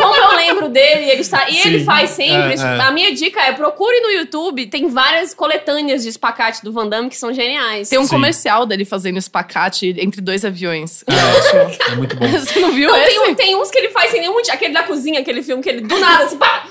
S3: como eu lembro dele, ele está. E ele
S1: Sim.
S3: faz sempre.
S1: É,
S3: isso-
S1: é.
S3: A minha dica é procure no YouTube, tem várias coletâneas de espacate do Van Damme que são geniais.
S2: tem um
S1: Sim.
S2: comercial dele fazendo espacate entre dois aviões.
S1: É, é muito bom.
S2: Você não viu
S3: Não,
S2: esse?
S3: tem, um- tem uns que ele faz sem nenhum. di- Aquele da cozinha, aquele filme que ele do nada assim, pá!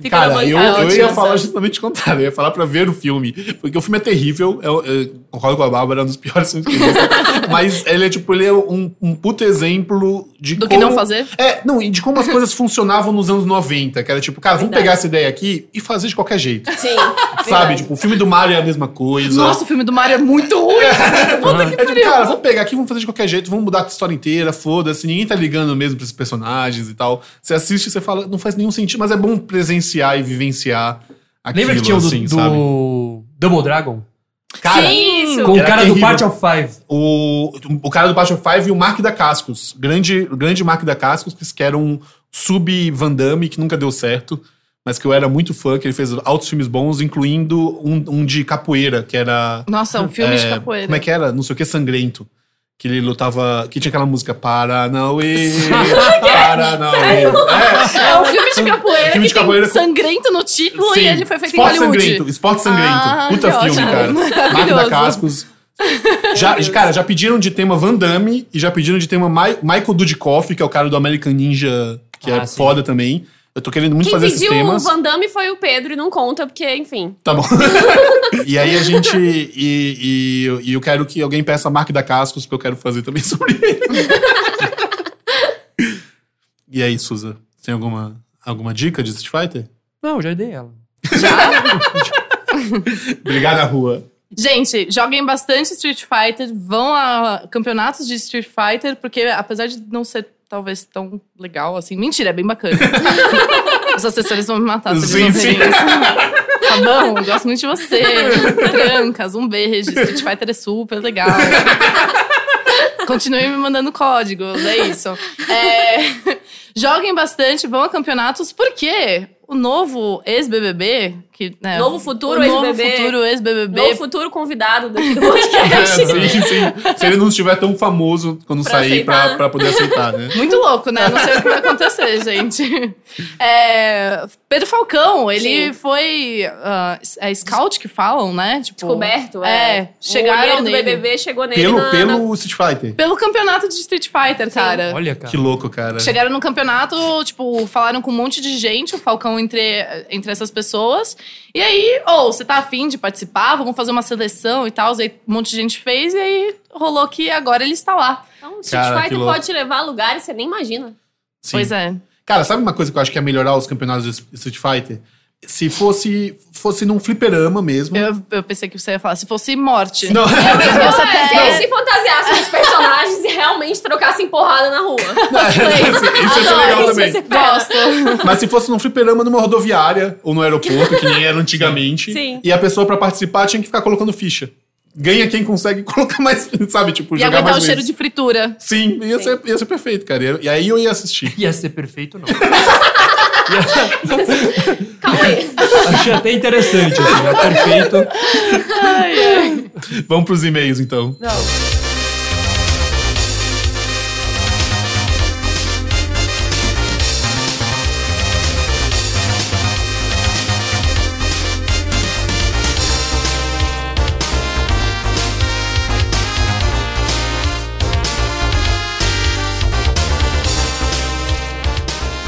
S3: Fica na
S1: Cara,
S3: bancada,
S1: eu, eu ia
S3: tira
S1: falar
S3: essa-
S1: justamente o contrário. Eu ia falar pra ver o filme. Porque o filme é terrível. Eu, eu concordo com a Bárbara, é um dos piores filmes que eu vi. Mas ele é tipo, ele é um, um puto exemplo de
S2: Do que
S1: como-
S2: não fazer?
S1: É, não, e de como as coisas funcionavam nos anos 90. Que era tipo, cara, vamos
S3: Verdade.
S1: pegar essa ideia aqui e fazer de qualquer jeito.
S3: Sim.
S1: Sabe?
S3: verdade.
S1: Tipo, o filme do Mario é a mesma coisa.
S2: Nossa, o filme do Mario é muito ruim.
S4: Ah.
S2: Puta que
S1: É tipo,
S2: pariu.
S1: cara, vamos pegar aqui, vamos fazer de qualquer jeito, vamos mudar a história inteira, foda-se, ninguém tá ligando mesmo pra esses personagens e tal. Você assiste e você fala, não faz nenhum sentido, mas é bom presenciar e vivenciar aquilo,
S4: Lembra que tinha o do,
S1: assim,
S4: do
S1: sabe?
S4: Double Dragon?
S1: Cara,
S2: Sim, isso.
S4: Com o
S1: Era
S4: cara do
S1: terrível.
S4: Part of Five.
S1: o, o cara do Passion Five e o Mark da Cascos, grande, grande Mark da Cascos, que era um sub-Van Damme que nunca deu certo, mas que eu era muito fã, que ele fez altos filmes bons, incluindo um, um de capoeira, que era...
S2: Nossa, um filme de
S1: É,
S2: capoeira.
S1: Como é que era? Não sei o que, sangrento. Que ele lutava. Que tinha aquela música Paranauê. Paranauê. É,
S2: É um filme de capoeira
S1: Filme
S2: que
S1: de capoeira
S2: tem
S1: com-
S2: sangrento no título
S1: sim.
S2: e ele foi feito
S1: Esporte
S2: em Hollywood.
S1: Sangrento. Esporte Sangrento.
S2: Ah,
S1: Puta
S2: que
S1: filme,
S2: ótimo.
S1: cara. Marco da
S2: Maravilhoso.
S1: Cascos. Já, cara, já pediram de tema Van Damme e já pediram de tema Mi- Michael Dudikoff, que é o cara do American Ninja, que
S4: Ah,
S1: é
S4: sim.
S1: foda também. Eu tô querendo muito
S3: Quem
S1: fazer esses
S3: pediu o
S1: temas.
S3: Van Damme foi o Pedro e não conta, porque, enfim.
S1: Tá bom. e aí a gente. E, e- e eu quero que alguém peça a marca da Cascos, porque eu quero fazer também sobre ele. E aí, Suza, tem alguma, alguma dica de Street Fighter?
S4: Não, já dei ela.
S1: Brigar na rua.
S2: Gente, joguem bastante Street Fighter, vão a campeonatos de Street Fighter, porque apesar de não ser talvez tão legal assim, mentira, é bem bacana. Os assessores vão me matar se
S1: Sim,
S2: eles não verem
S1: sim.
S2: isso. Tá bom, gosto muito de você. Trancas, um beijo. Street Fighter é super legal. Continue me mandando códigos, é isso. É, joguem bastante, vão a campeonatos, porque o novo ex-BBB... Que, né,
S3: Novo futuro,
S2: o novo
S3: ex-BBB.
S2: futuro ex-BBB.
S3: Meu futuro convidado daqui do
S1: É,
S3: podcast.
S1: sim, sim. Se ele não estiver tão famoso quando
S3: Pra
S1: sair pra,
S3: aceitar.
S1: pra poder aceitar, né?
S2: Muito louco, né? Não sei o que vai acontecer, gente. É, Pedro Falcão, ele
S3: Sim.
S2: foi. ah, é scout que falam, né? Tipo,
S3: Descoberto,
S2: é.
S3: é.
S2: Chegaram
S3: o olheiro do
S2: nele.
S3: BBB chegou nele
S1: Pelo,
S3: na, na-
S1: pelo Street Fighter.
S2: Pelo campeonato de Street Fighter, cara.
S3: né?
S4: Olha, cara.
S1: Que louco, cara.
S2: Chegaram no campeonato, tipo, falaram com um monte de gente, o Falcão entre, entre essas pessoas. E aí, ou você tá afim de participar, vamos fazer uma seleção e tal. Aí um monte de gente fez e aí rolou que agora ele está lá.
S3: Então, Street
S1: Cara, que
S3: Fighter
S1: louco.
S3: pode te levar a lugares que você nem imagina.
S1: Sim.
S2: Pois é.
S1: Cara, sabe uma coisa que eu acho que é melhorar os campeonatos do Street Fighter? Se fosse, fosse num fliperama mesmo.
S2: Eu, eu pensei que você ia falar, se fosse morte.
S1: Não,
S2: Nossa,
S3: Não, é,
S2: até-
S3: se eles se fantasiassem os personagens e realmente trocassem porrada na rua.
S1: isso ia ser
S3: Adoro,
S1: legal
S3: isso
S1: também.
S3: ia ser fera.
S2: Gosto.
S1: Mas se fosse num fliperama numa rodoviária ou no aeroporto, que nem era antigamente,
S3: Sim.
S1: e a pessoa pra participar tinha que ficar colocando ficha. Ganha quem consegue colocar mais, sabe? Tipo,
S2: E
S1: jogar
S2: aguentar
S1: mais
S2: o cheiro
S1: vezes.
S2: de fritura.
S1: Sim, ia,
S3: Sim.
S1: Ser, ia ser perfeito, cara. E aí eu ia assistir.
S4: Ia ser perfeito, não.
S3: Calma aí.
S4: Achei até interessante, assim. É perfeito.
S1: Vamos pros e-mails, então.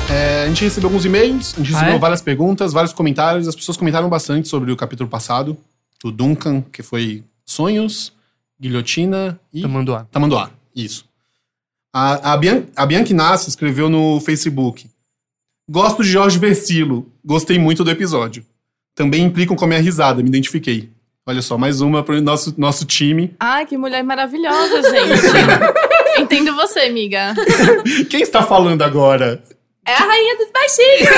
S1: É, a gente recebeu alguns e-mails, a gente
S4: Ah,
S1: recebeu
S4: é?
S1: várias perguntas, vários comentários. As pessoas comentaram bastante sobre o capítulo passado, do Duncan, que foi Sonhos, Guilhotina e
S4: Tomando ar.
S1: Tamanduá. Tá Isso. A, a, Bian, a Bianca Inácio escreveu no Facebook. Gosto de Jorge Versilo. Gostei muito do episódio. Também implicam com a minha risada, me identifiquei. Olha só, mais uma pro nosso, nosso time.
S2: Ai, que mulher maravilhosa, gente. Entendo você, amiga.
S1: Quem está falando agora?
S2: É a rainha dos baixinhos.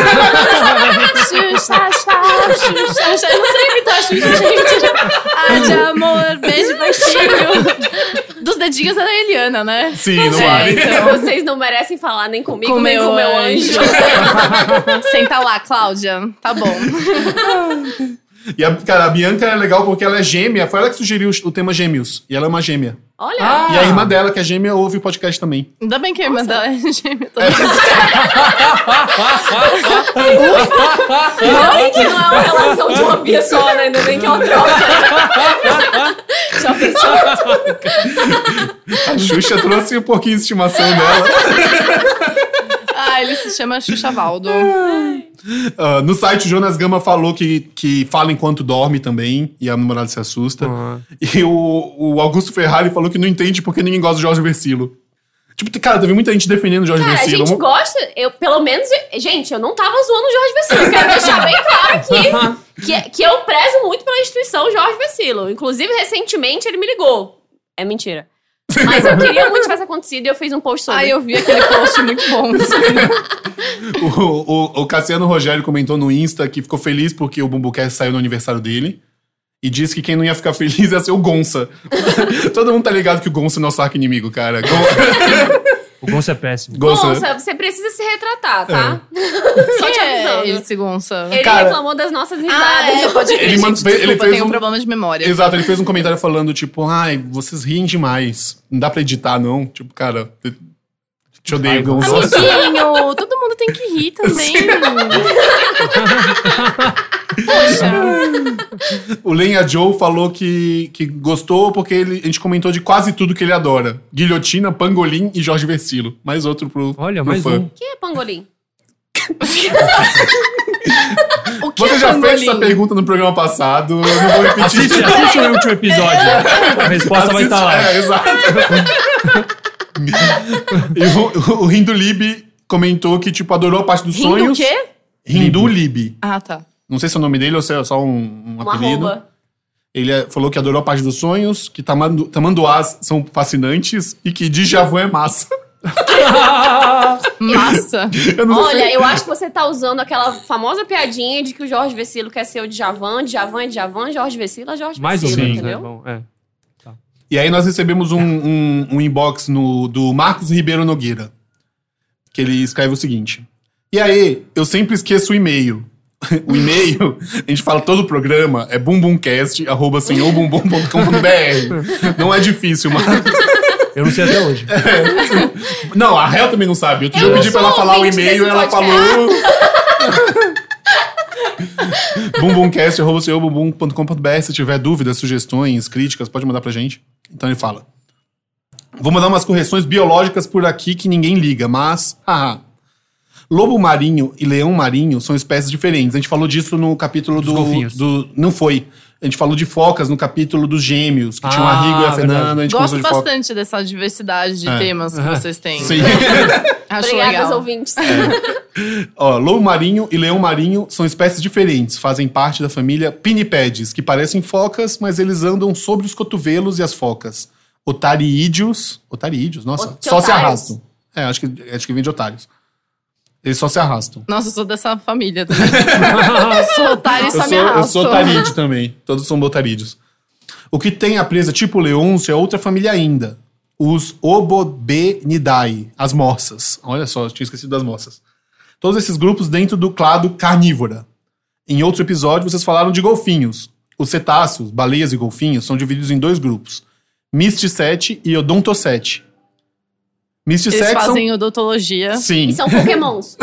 S2: Xuxa, xa, xuxa, xa. Eu não sei imitar xuxa, gente. Ai, de amor, beijo baixinho. Dos dedinhos era a Eliana, né?
S1: Sim, no
S2: É,
S1: ar.
S2: então.
S3: Vocês não merecem falar nem comigo, nem com o meu anjo.
S2: Senta lá, Cláudia. Tá bom.
S1: E a, cara, a Bianca é legal porque ela é gêmea. Foi ela que sugeriu o tema Gêmeos. E ela é uma gêmea.
S3: Olha,
S4: Ah.
S1: E a irmã dela, que é gêmea, ouve o podcast também.
S2: Ainda bem que a irmã dela é gêmea também.
S3: ainda bem que não é uma relação de uma via só, né? Ainda bem que é uma troca. Já pensou?
S1: A Xuxa trouxe um pouquinho de estimação dela.
S2: Ah, ele se chama Xuxa Valdo.
S1: Ah, no site, o Jonas Gama falou que, que fala enquanto dorme também, e a namorada se assusta.
S4: Ah.
S1: E o, o Augusto Ferrari falou que não entende porque ninguém gosta do Jorge Versilo. Tipo, cara, teve muita gente defendendo o Jorge
S3: Cara, a
S1: Versilo.
S3: gente gosta, eu, pelo menos, gente, eu não tava zoando o Jorge Vecilo. Eu quero deixar bem claro aqui que, que eu prezo muito pela instituição Jorge Vecilo. Inclusive, recentemente ele me ligou. É mentira. Mas eu queria muito que tivesse acontecido e eu fiz um post sobre.
S2: Ai, eu vi aquele post muito bom.
S1: o, o- o Cassiano Rogério comentou no Insta que ficou feliz porque o Bumbucast saiu no aniversário dele. E disse que quem não ia ficar feliz ia ser o Gonça. Todo mundo tá ligado que o Gonça é nosso arco inimigo, cara. Gon-
S4: O Gonçalo é péssimo.
S1: Gonça.
S3: Gonça, você precisa se retratar, tá? Só te
S2: Quem é
S3: avisando.
S2: Esse Gonça.
S3: Ele
S1: Cara-
S3: reclamou das nossas
S2: Ah,
S3: risadas.
S2: é, pode crer,
S1: Ele
S2: gente,
S1: manda- ele
S2: desculpa,
S1: fez
S2: eu tenho
S1: um-
S2: um problema de memória.
S1: Exato, ele fez um comentário falando, tipo, ai, vocês riem demais. Não dá pra editar, não. Tipo, cara, eu te odeio,
S4: Ai,
S1: Gonçalves.
S2: Amiguinho, todo mundo tem que rir também. Poxa.
S1: O Lenha Joe falou que, que gostou porque ele, a gente comentou de quase tudo que ele adora: Guilhotina, Pangolim e Jorge Versilo. Mais outro pro.
S4: Olha,
S1: pro
S4: mais
S1: fã.
S4: um.
S3: Quem é pangolim?
S2: O que
S1: Você
S2: é
S1: já fez
S2: pangolim?
S1: essa pergunta no programa passado, eu não vou repetir.
S4: Assiste, assiste o último episódio. A resposta vai tá estar lá.
S1: É, exato. e o, o, o Rindo Lib comentou que, tipo, adorou a parte dos
S2: Rindo
S1: sonhos.
S2: o quê?
S1: Hindu Lib.
S2: Ah, tá.
S1: Não sei se é o nome dele ou se é só um, um
S3: Uma
S1: apelido.
S3: arroba.
S1: Ele é- falou que adorou a parte dos sonhos, que tamandu, tamanduás são fascinantes e que Djavan é massa.
S2: Massa.
S1: Eu não sei.
S3: Olha, eu acho que você tá usando aquela famosa piadinha de que o Jorge Vecilo quer ser o Djavan, Djavan é Djavan, Jorge Vecilo é Jorge
S4: Mais ou
S3: Vecilo,
S4: menos, né?
S3: entendeu?
S4: Bom, é.
S1: E aí nós recebemos um, um- um inbox no, do Marcos Ribeiro Nogueira, que ele escreve o seguinte. E aí, eu sempre esqueço o e-mail. O e-mail, a gente fala todo o programa, é bumbumcast.senhorbumbum.com.br. Não é difícil, mas...
S4: Eu não sei até hoje.
S1: Não, a Hel também não sabe. Outro
S3: Eu
S1: dia eu
S3: não
S1: pedi pra
S3: sou
S1: ela falar o
S3: ouvinte
S1: e-mail e
S3: desse
S1: ela
S3: podcast.
S1: falou.
S3: Ah!
S1: bumbumcast.com.br Se tiver dúvidas, sugestões, críticas, pode mandar pra gente. Então ele fala. Vou mandar umas correções biológicas por aqui que ninguém liga, mas. haha. Lobo marinho e leão marinho são espécies diferentes. A gente falou disso no capítulo
S4: Dos
S1: do,
S4: golfinhos.
S1: do- Não foi. A gente falou de focas no capítulo dos gêmeos, que tinham a
S4: Ah,
S1: Rigo e a
S4: verdade.
S1: Fernanda. A gente
S2: Gosto
S1: conversou de foca.
S2: bastante dessa diversidade de
S1: É.
S2: temas que
S4: Aham.
S2: vocês têm.
S1: Sim.
S2: Acho
S3: Obrigada aos
S2: legal.
S3: ouvintes.
S1: Ó, lobo marinho e leão marinho são espécies diferentes, fazem parte da família Pinnipedes, que parecem focas, mas eles andam sobre os cotovelos e as focas. Otariídeos. Otariídeos, nossa.
S3: Otários.
S1: só se arrastam. É, acho que, acho que vem de otários. Eles só se arrastam.
S2: Nossa, eu sou dessa família também. eu sou otário e só
S1: eu,
S2: me
S1: sou, eu
S2: arrasto.
S1: sou otarídeo também. Todos são otarídeos. O que tem a presa tipo leôncio é outra família ainda. Os Obobenidae, as morsas. Olha só, eu tinha esquecido das morsas. Todos esses grupos dentro do clado carnívora. Em outro episódio, vocês falaram de golfinhos. Os cetáceos, baleias e golfinhos, são divididos em dois grupos. Misticete e odontocete.
S2: Eles
S1: Misticete são...
S2: fazem odontologia.
S1: Sim.
S3: E são pokémons.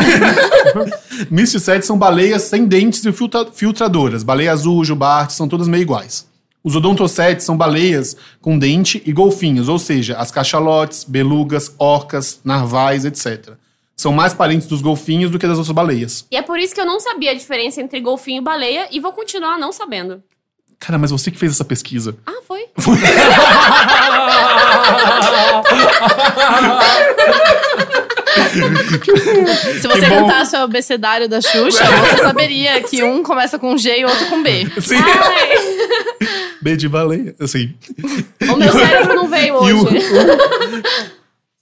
S1: Misticete são baleias sem dentes e filtra- filtradoras. Baleia azul, jubarte, são todas meio iguais. Os odontocetes são baleias com dente e golfinhos, ou seja, as cachalotes, belugas, orcas, narvais, etc. São mais parentes dos golfinhos do que das outras baleias.
S3: E é por isso que eu não sabia a diferença entre golfinho e baleia e vou continuar não sabendo.
S1: Cara, mas você que fez essa pesquisa.
S3: Ah, foi?
S2: Se você
S1: bom.
S2: cantasse o abecedário da Xuxa, você saberia que um começa com G e outro com B.
S1: Sim.
S3: Ai,
S1: B de baleia, assim.
S3: o meu cérebro não veio
S1: E o,
S3: hoje.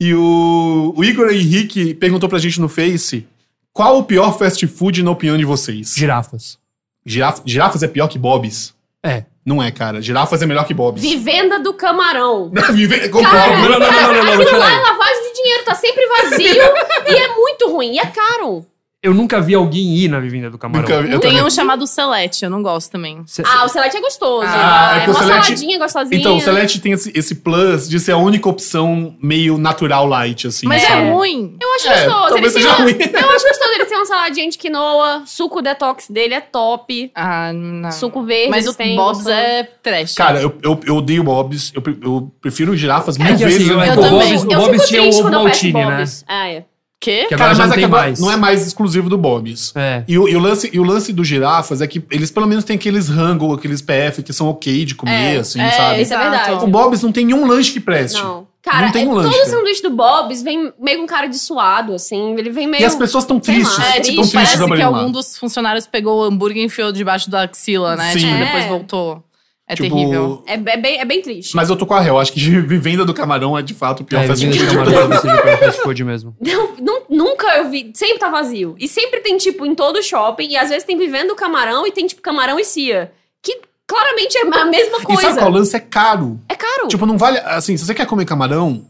S1: e o- o Igor Henrique perguntou pra gente no Face qual o pior fast food na opinião de vocês?
S4: Girafas.
S1: Giraf- girafas é pior que Bob's?
S4: É.
S1: Não é, cara. Girafas é melhor que Bob's.
S3: Vivenda do camarão.
S1: Vive- concordo.
S3: Cara,
S4: Não, não, não, não, não, não,
S3: aquilo lá
S4: peraí.
S3: é lavagem de dinheiro, tá sempre vazio e é muito ruim, e é caro.
S4: Eu nunca vi alguém ir na Vivinda do Camarão.
S1: Nunca- eu
S2: Tem
S1: também-
S2: um chamado Celeste, eu não gosto também.
S4: Cê-
S3: Ah, o selete é gostoso.
S1: Ah, é
S3: é
S1: que o
S3: uma
S1: selete-
S3: saladinha gostosinha.
S1: Então, o Celeste tem esse, esse plus de ser a única opção meio natural light, assim.
S2: Mas é,
S1: sabe?
S2: ruim.
S3: Eu acho
S1: É,
S3: gostoso.
S1: talvez
S3: Ele tem
S1: seja
S3: uma...
S1: ruim.
S3: Eu acho gostoso. Ele tem uma saladinha de quinoa, suco detox dele é top.
S2: Ah, não.
S3: Suco verde.
S2: Mas o
S3: eles têm,
S2: Bob's
S3: gostoso.
S2: é trash.
S1: Cara, eu, eu, eu odeio Bob's. Eu, pre- eu prefiro girafas mil
S4: que assim,
S1: vezes.
S4: eu-
S1: né?
S4: eu
S2: o também.
S4: Bob's- o
S3: eu
S4: Bob's
S3: fico
S4: tinha
S3: triste
S4: o
S3: quando eu peço
S4: Maltine, né?
S3: Bob's. Ah, é.
S2: Quê?
S4: Que agora
S1: Cara,
S4: já
S1: mas
S4: não tem
S1: acaba-
S4: mais.
S1: não é mais exclusivo do Bob's.
S4: É.
S1: E, o, e o lance, e o lance dos girafas é que eles pelo menos têm aqueles rango, aqueles PF que são ok de comer,
S3: É,
S1: assim,
S2: é,
S1: sabe? um
S3: Isso é
S2: Exato.
S3: verdade.
S1: O Bob's não tem nenhum lanche que preste.
S3: Não. Cara,
S1: Não tem
S3: é-
S1: um lanche,
S3: todo
S1: né?
S3: sanduíche do Bob's vem meio com cara de suado, assim. Ele vem meio.
S1: E as pessoas estão
S3: sei lá,
S1: tristes.
S3: é
S2: É,
S1: tão
S2: tipo,
S3: triste,
S1: tristes
S2: parece
S1: sobre
S2: que
S1: lá.
S2: algum dos funcionários pegou o hambúrguer e enfiou debaixo da axila, né?
S1: Sim.
S2: Tipo,
S3: É.
S2: depois voltou. É
S1: Tipo,
S2: terrível.
S3: É, é bem, é bem triste.
S1: Mas eu tô com a Hel. Acho que Vivenda do Camarão é de fato o pior
S4: É,
S1: fast
S4: Vivinda
S1: food.
S4: do Camarão é deve ser o pior fast food mesmo.
S3: Não, nu- nunca eu vi. Sempre tá vazio. E sempre tem, tipo, em todo shopping. E às vezes tem vivendo camarão e tem, tipo, camarão e cia. Que claramente é a mesma
S1: E sabe
S3: coisa.
S1: qual? O lance é caro.
S3: É caro.
S1: Tipo, não vale. Assim, se você quer comer camarão,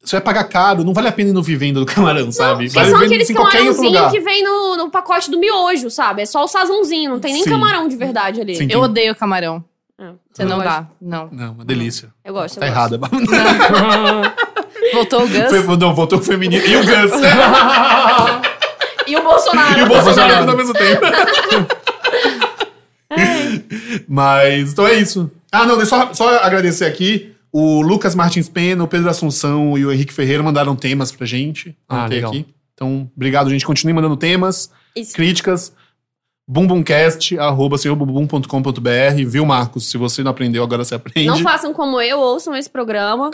S1: você vai pagar caro. Não vale a pena ir no Vivenda do Camarão, sabe?
S3: que
S1: vale
S3: são
S1: Vivenda
S3: É aqueles
S1: em qualquer outro
S3: camarãozinhos
S1: lugar.
S3: que vem no, no pacote do miojo, sabe? É só o sazãozinho, não tem nem
S1: Sim.
S3: camarão de verdade ali.
S1: Sim.
S2: Eu odeio camarão.
S3: Ah,
S2: Você
S3: você
S2: não,
S3: gosta?
S2: dá. Não.
S1: Não, uma delícia.
S3: Eu gosto. Hum. eu
S1: Tá
S3: gosto.
S1: errada.
S2: Voltou o Gus.
S1: Foi- não, voltou o feminino. E o Gus.
S3: E o Bolsonaro.
S1: e o Bolsonaro tudo ao mesmo tempo. Mas, então é isso. Ah, não, deixa eu só, só agradecer aqui. O Lucas Martins Pena, o Pedro Assunção e o Henrique Ferreira mandaram temas pra gente.
S4: Ah,
S1: Anotei
S4: legal.
S1: Então, obrigado, gente. Continue mandando temas,
S3: Isso.
S1: críticas. bumbumcast.com.br, viu, Marcos? Se você não aprendeu, agora você aprende.
S3: Não façam como eu, ouçam esse programa.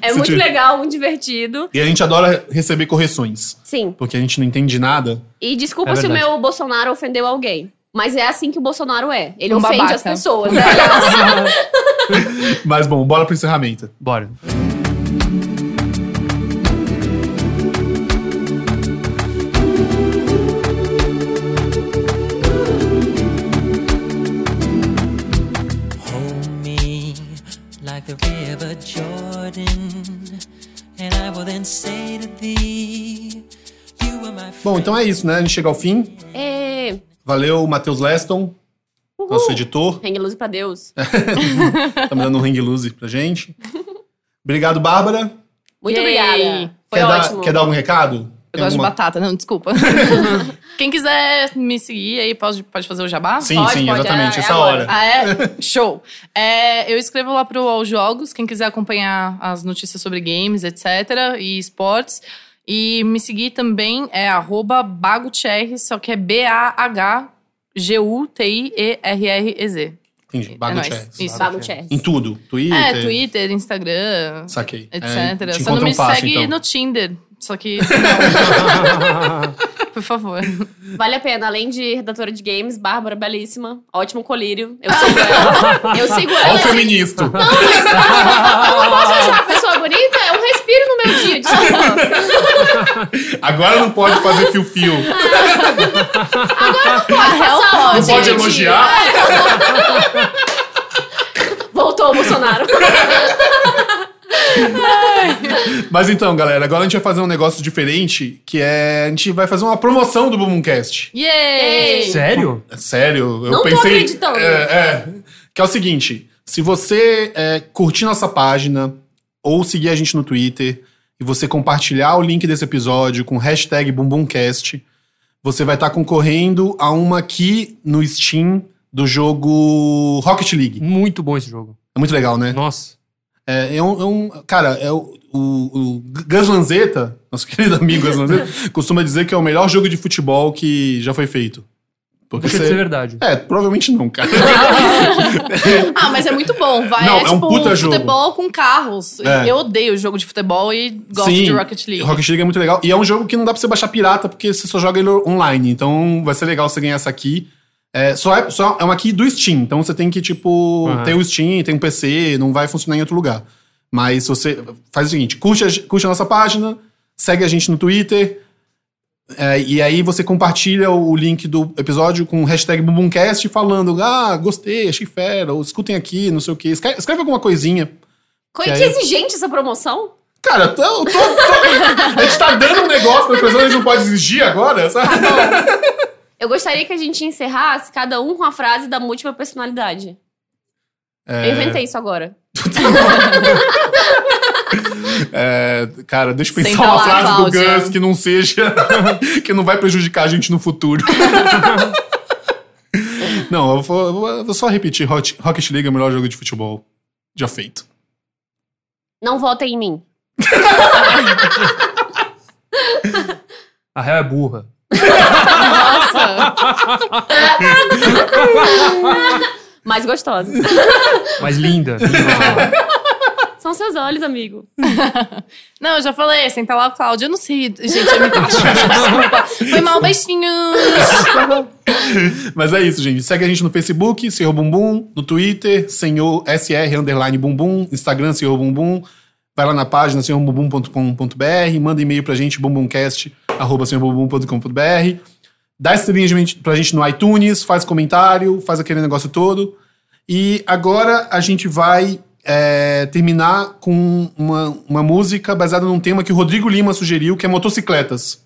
S3: é
S1: Se
S3: muito
S1: tiver-
S3: legal, muito divertido.
S1: E a gente adora receber correções,
S3: Sim.
S1: porque a gente não entende nada.
S3: E desculpa
S4: É
S3: se o
S4: verdade.
S3: meu Bolsonaro ofendeu alguém. Mas é assim que o Bolsonaro é. Ele
S2: Um
S3: ofende
S2: babaca.
S3: as pessoas. né?
S1: Mas bom, bora pro encerramento.
S4: Bora.
S6: Hold me like the river Jordan, and I will then say to thee, You were my
S1: Bom, então é isso, né? A gente chega ao fim.
S3: É.
S1: Valeu, Matheus Leston, nosso editor.
S3: Hang luz pra Deus.
S1: Tá mandando um ring loose pra gente. Obrigado, Bárbara.
S3: Muito
S2: Yay.
S3: obrigada. Foi
S1: Quer dar,
S3: ótimo.
S1: quer dar algum recado?
S2: Eu
S1: Tem
S2: gosto de
S1: alguma-
S2: batata, não, desculpa. É Quem quiser me seguir aí, pode, pode fazer o jabá?
S1: Sim,
S3: Pode,
S1: sim,
S3: pode,
S1: exatamente.
S3: é
S1: essa
S3: agora.
S1: hora.
S2: Ah, é? Show. É, eu escrevo lá pro All Jogos, quem quiser acompanhar as notícias sobre games, etc. e esportes. E me seguir também é arroba bagutierrez, só que é B-A-H-G-U-T-I-E-R-R-E-Z.
S1: Entendi.
S2: É
S1: Baguchés.
S2: nóis. Isso.
S3: Bago Chess.
S1: Em tudo. Twitter.
S2: É, Twitter, Instagram,
S1: Saquei. É,
S2: etc.
S1: te
S2: Só não
S1: encontram
S2: me
S1: fácil,
S2: segue
S1: então.
S2: no Tinder. Só que. não. Por favor.
S3: Vale a pena. Além de redatora de games, Bárbara Belíssima. Ótimo colírio. Eu sigo ela. Eu sigo
S1: Olha o
S3: ela.
S1: feministo.
S3: Eu posso achar uma pessoa bonita? Eu respiro no meu dia, desculpa.
S1: Agora não pode fazer fio-fio.
S2: Ah,
S3: Pode passar
S2: pode.
S3: ódio,
S1: Não pode
S3: gente.
S1: elogiar.
S3: Voltou o Bolsonaro.
S1: Mas então, galera, agora a gente vai fazer um negócio diferente, que é... A gente vai fazer uma promoção do Bumbumcast.
S2: Yay!
S4: Sério?
S1: É Sério, eu
S3: Não tô
S1: pensei.
S3: acreditando.
S1: É, é. Que é o seguinte: se você é, curtir nossa página ou seguir a gente no Twitter e você compartilhar o link desse episódio com hashtag BumbumCast, você vai estar concorrendo a uma aqui no Steam do jogo Rocket League.
S4: Muito bom esse jogo.
S1: É muito legal, né?
S4: Nossa.
S1: É, é um, é um- Cara, é o. O, o Gus Lanzetta, nosso querido amigo Gus Lanzetta, costuma dizer que é o melhor jogo de futebol que já foi feito. Porque
S4: Deixa de
S1: você-
S4: ser verdade.
S1: é, provavelmente não, cara.
S2: Ah, mas é muito bom, vai.
S1: Não,
S2: é
S1: é um
S2: tipo
S1: puta jogo.
S2: futebol com carros.
S1: É.
S2: Eu odeio jogo de futebol e gosto
S1: Sim,
S2: de Rocket League.
S1: Rocket League é muito legal. E é um jogo que não dá pra você baixar pirata, porque você só joga ele online. Então vai ser legal você ganhar essa aqui. É, só, é, só é uma key do Steam. Então você tem que, tipo,
S4: Aham.
S1: ter o Steam, tem um PC, não vai funcionar em outro lugar. Mas você faz o seguinte: curte a, ge- curte a nossa página, segue a gente no Twitter. é, e aí você compartilha o link do episódio com o hashtag BumbumCast falando, ah, gostei, achei fera, ou escutem aqui, não sei o quê. Escreve, escreve alguma coisinha.
S3: Que
S1: aí?
S3: exigente essa promoção.
S1: Cara, eu tô, eu tô- tô- a gente tá dando um negócio pra pessoa, a gente não pode exigir agora,
S2: Ah,
S1: sabe?
S3: Eu gostaria que a gente encerrasse cada um com a frase da múltipla personalidade. Eu inventei isso agora.
S1: É, cara, deixa eu pensar
S2: Senta
S1: uma
S2: lá,
S1: frase
S2: Cláudia.
S1: do Gus que não seja. que não vai prejudicar a gente no futuro. não, eu vou, eu vou- eu vou só repetir: Hot- Rocket League é o melhor jogo de futebol já feito.
S3: Não votem em mim.
S4: A real é burra.
S2: Nossa!
S3: Mais gostosa.
S4: Mas linda.
S3: São seus olhos, amigo.
S2: Não, eu já falei, senta lá, Cláudia. Eu não sei, gente, eu me Desculpa. Foi mal, beijinhos.
S1: Mas é isso, gente. Segue a gente no Facebook, Senhor Bumbum, no Twitter, Senhor SR Underline Bumbum, Instagram, Senhor Bumbum. Vai lá na página senhorbumbum.com.br, manda e-mail pra gente, bumbumcast.senhorbumbum.com.br. Dá estrelinha de mente- pra gente no iTunes, faz comentário, faz aquele negócio todo. E agora a gente vai é, terminar com uma, uma música baseada num tema que o Rodrigo Lima sugeriu, que é motocicletas.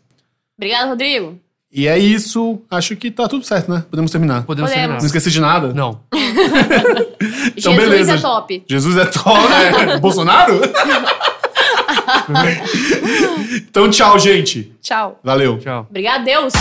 S3: Obrigada, Rodrigo.
S1: E é isso. Acho que tá tudo certo, né? Podemos terminar.
S4: Podemos terminar.
S1: Não esqueci de nada?
S4: Não.
S1: Então,
S3: Jesus
S1: beleza.
S3: é top.
S1: Jesus é top, né? Bolsonaro? então, tchau, gente.
S2: Tchau.
S1: Valeu.
S4: Tchau.
S3: Obrigada, Deus.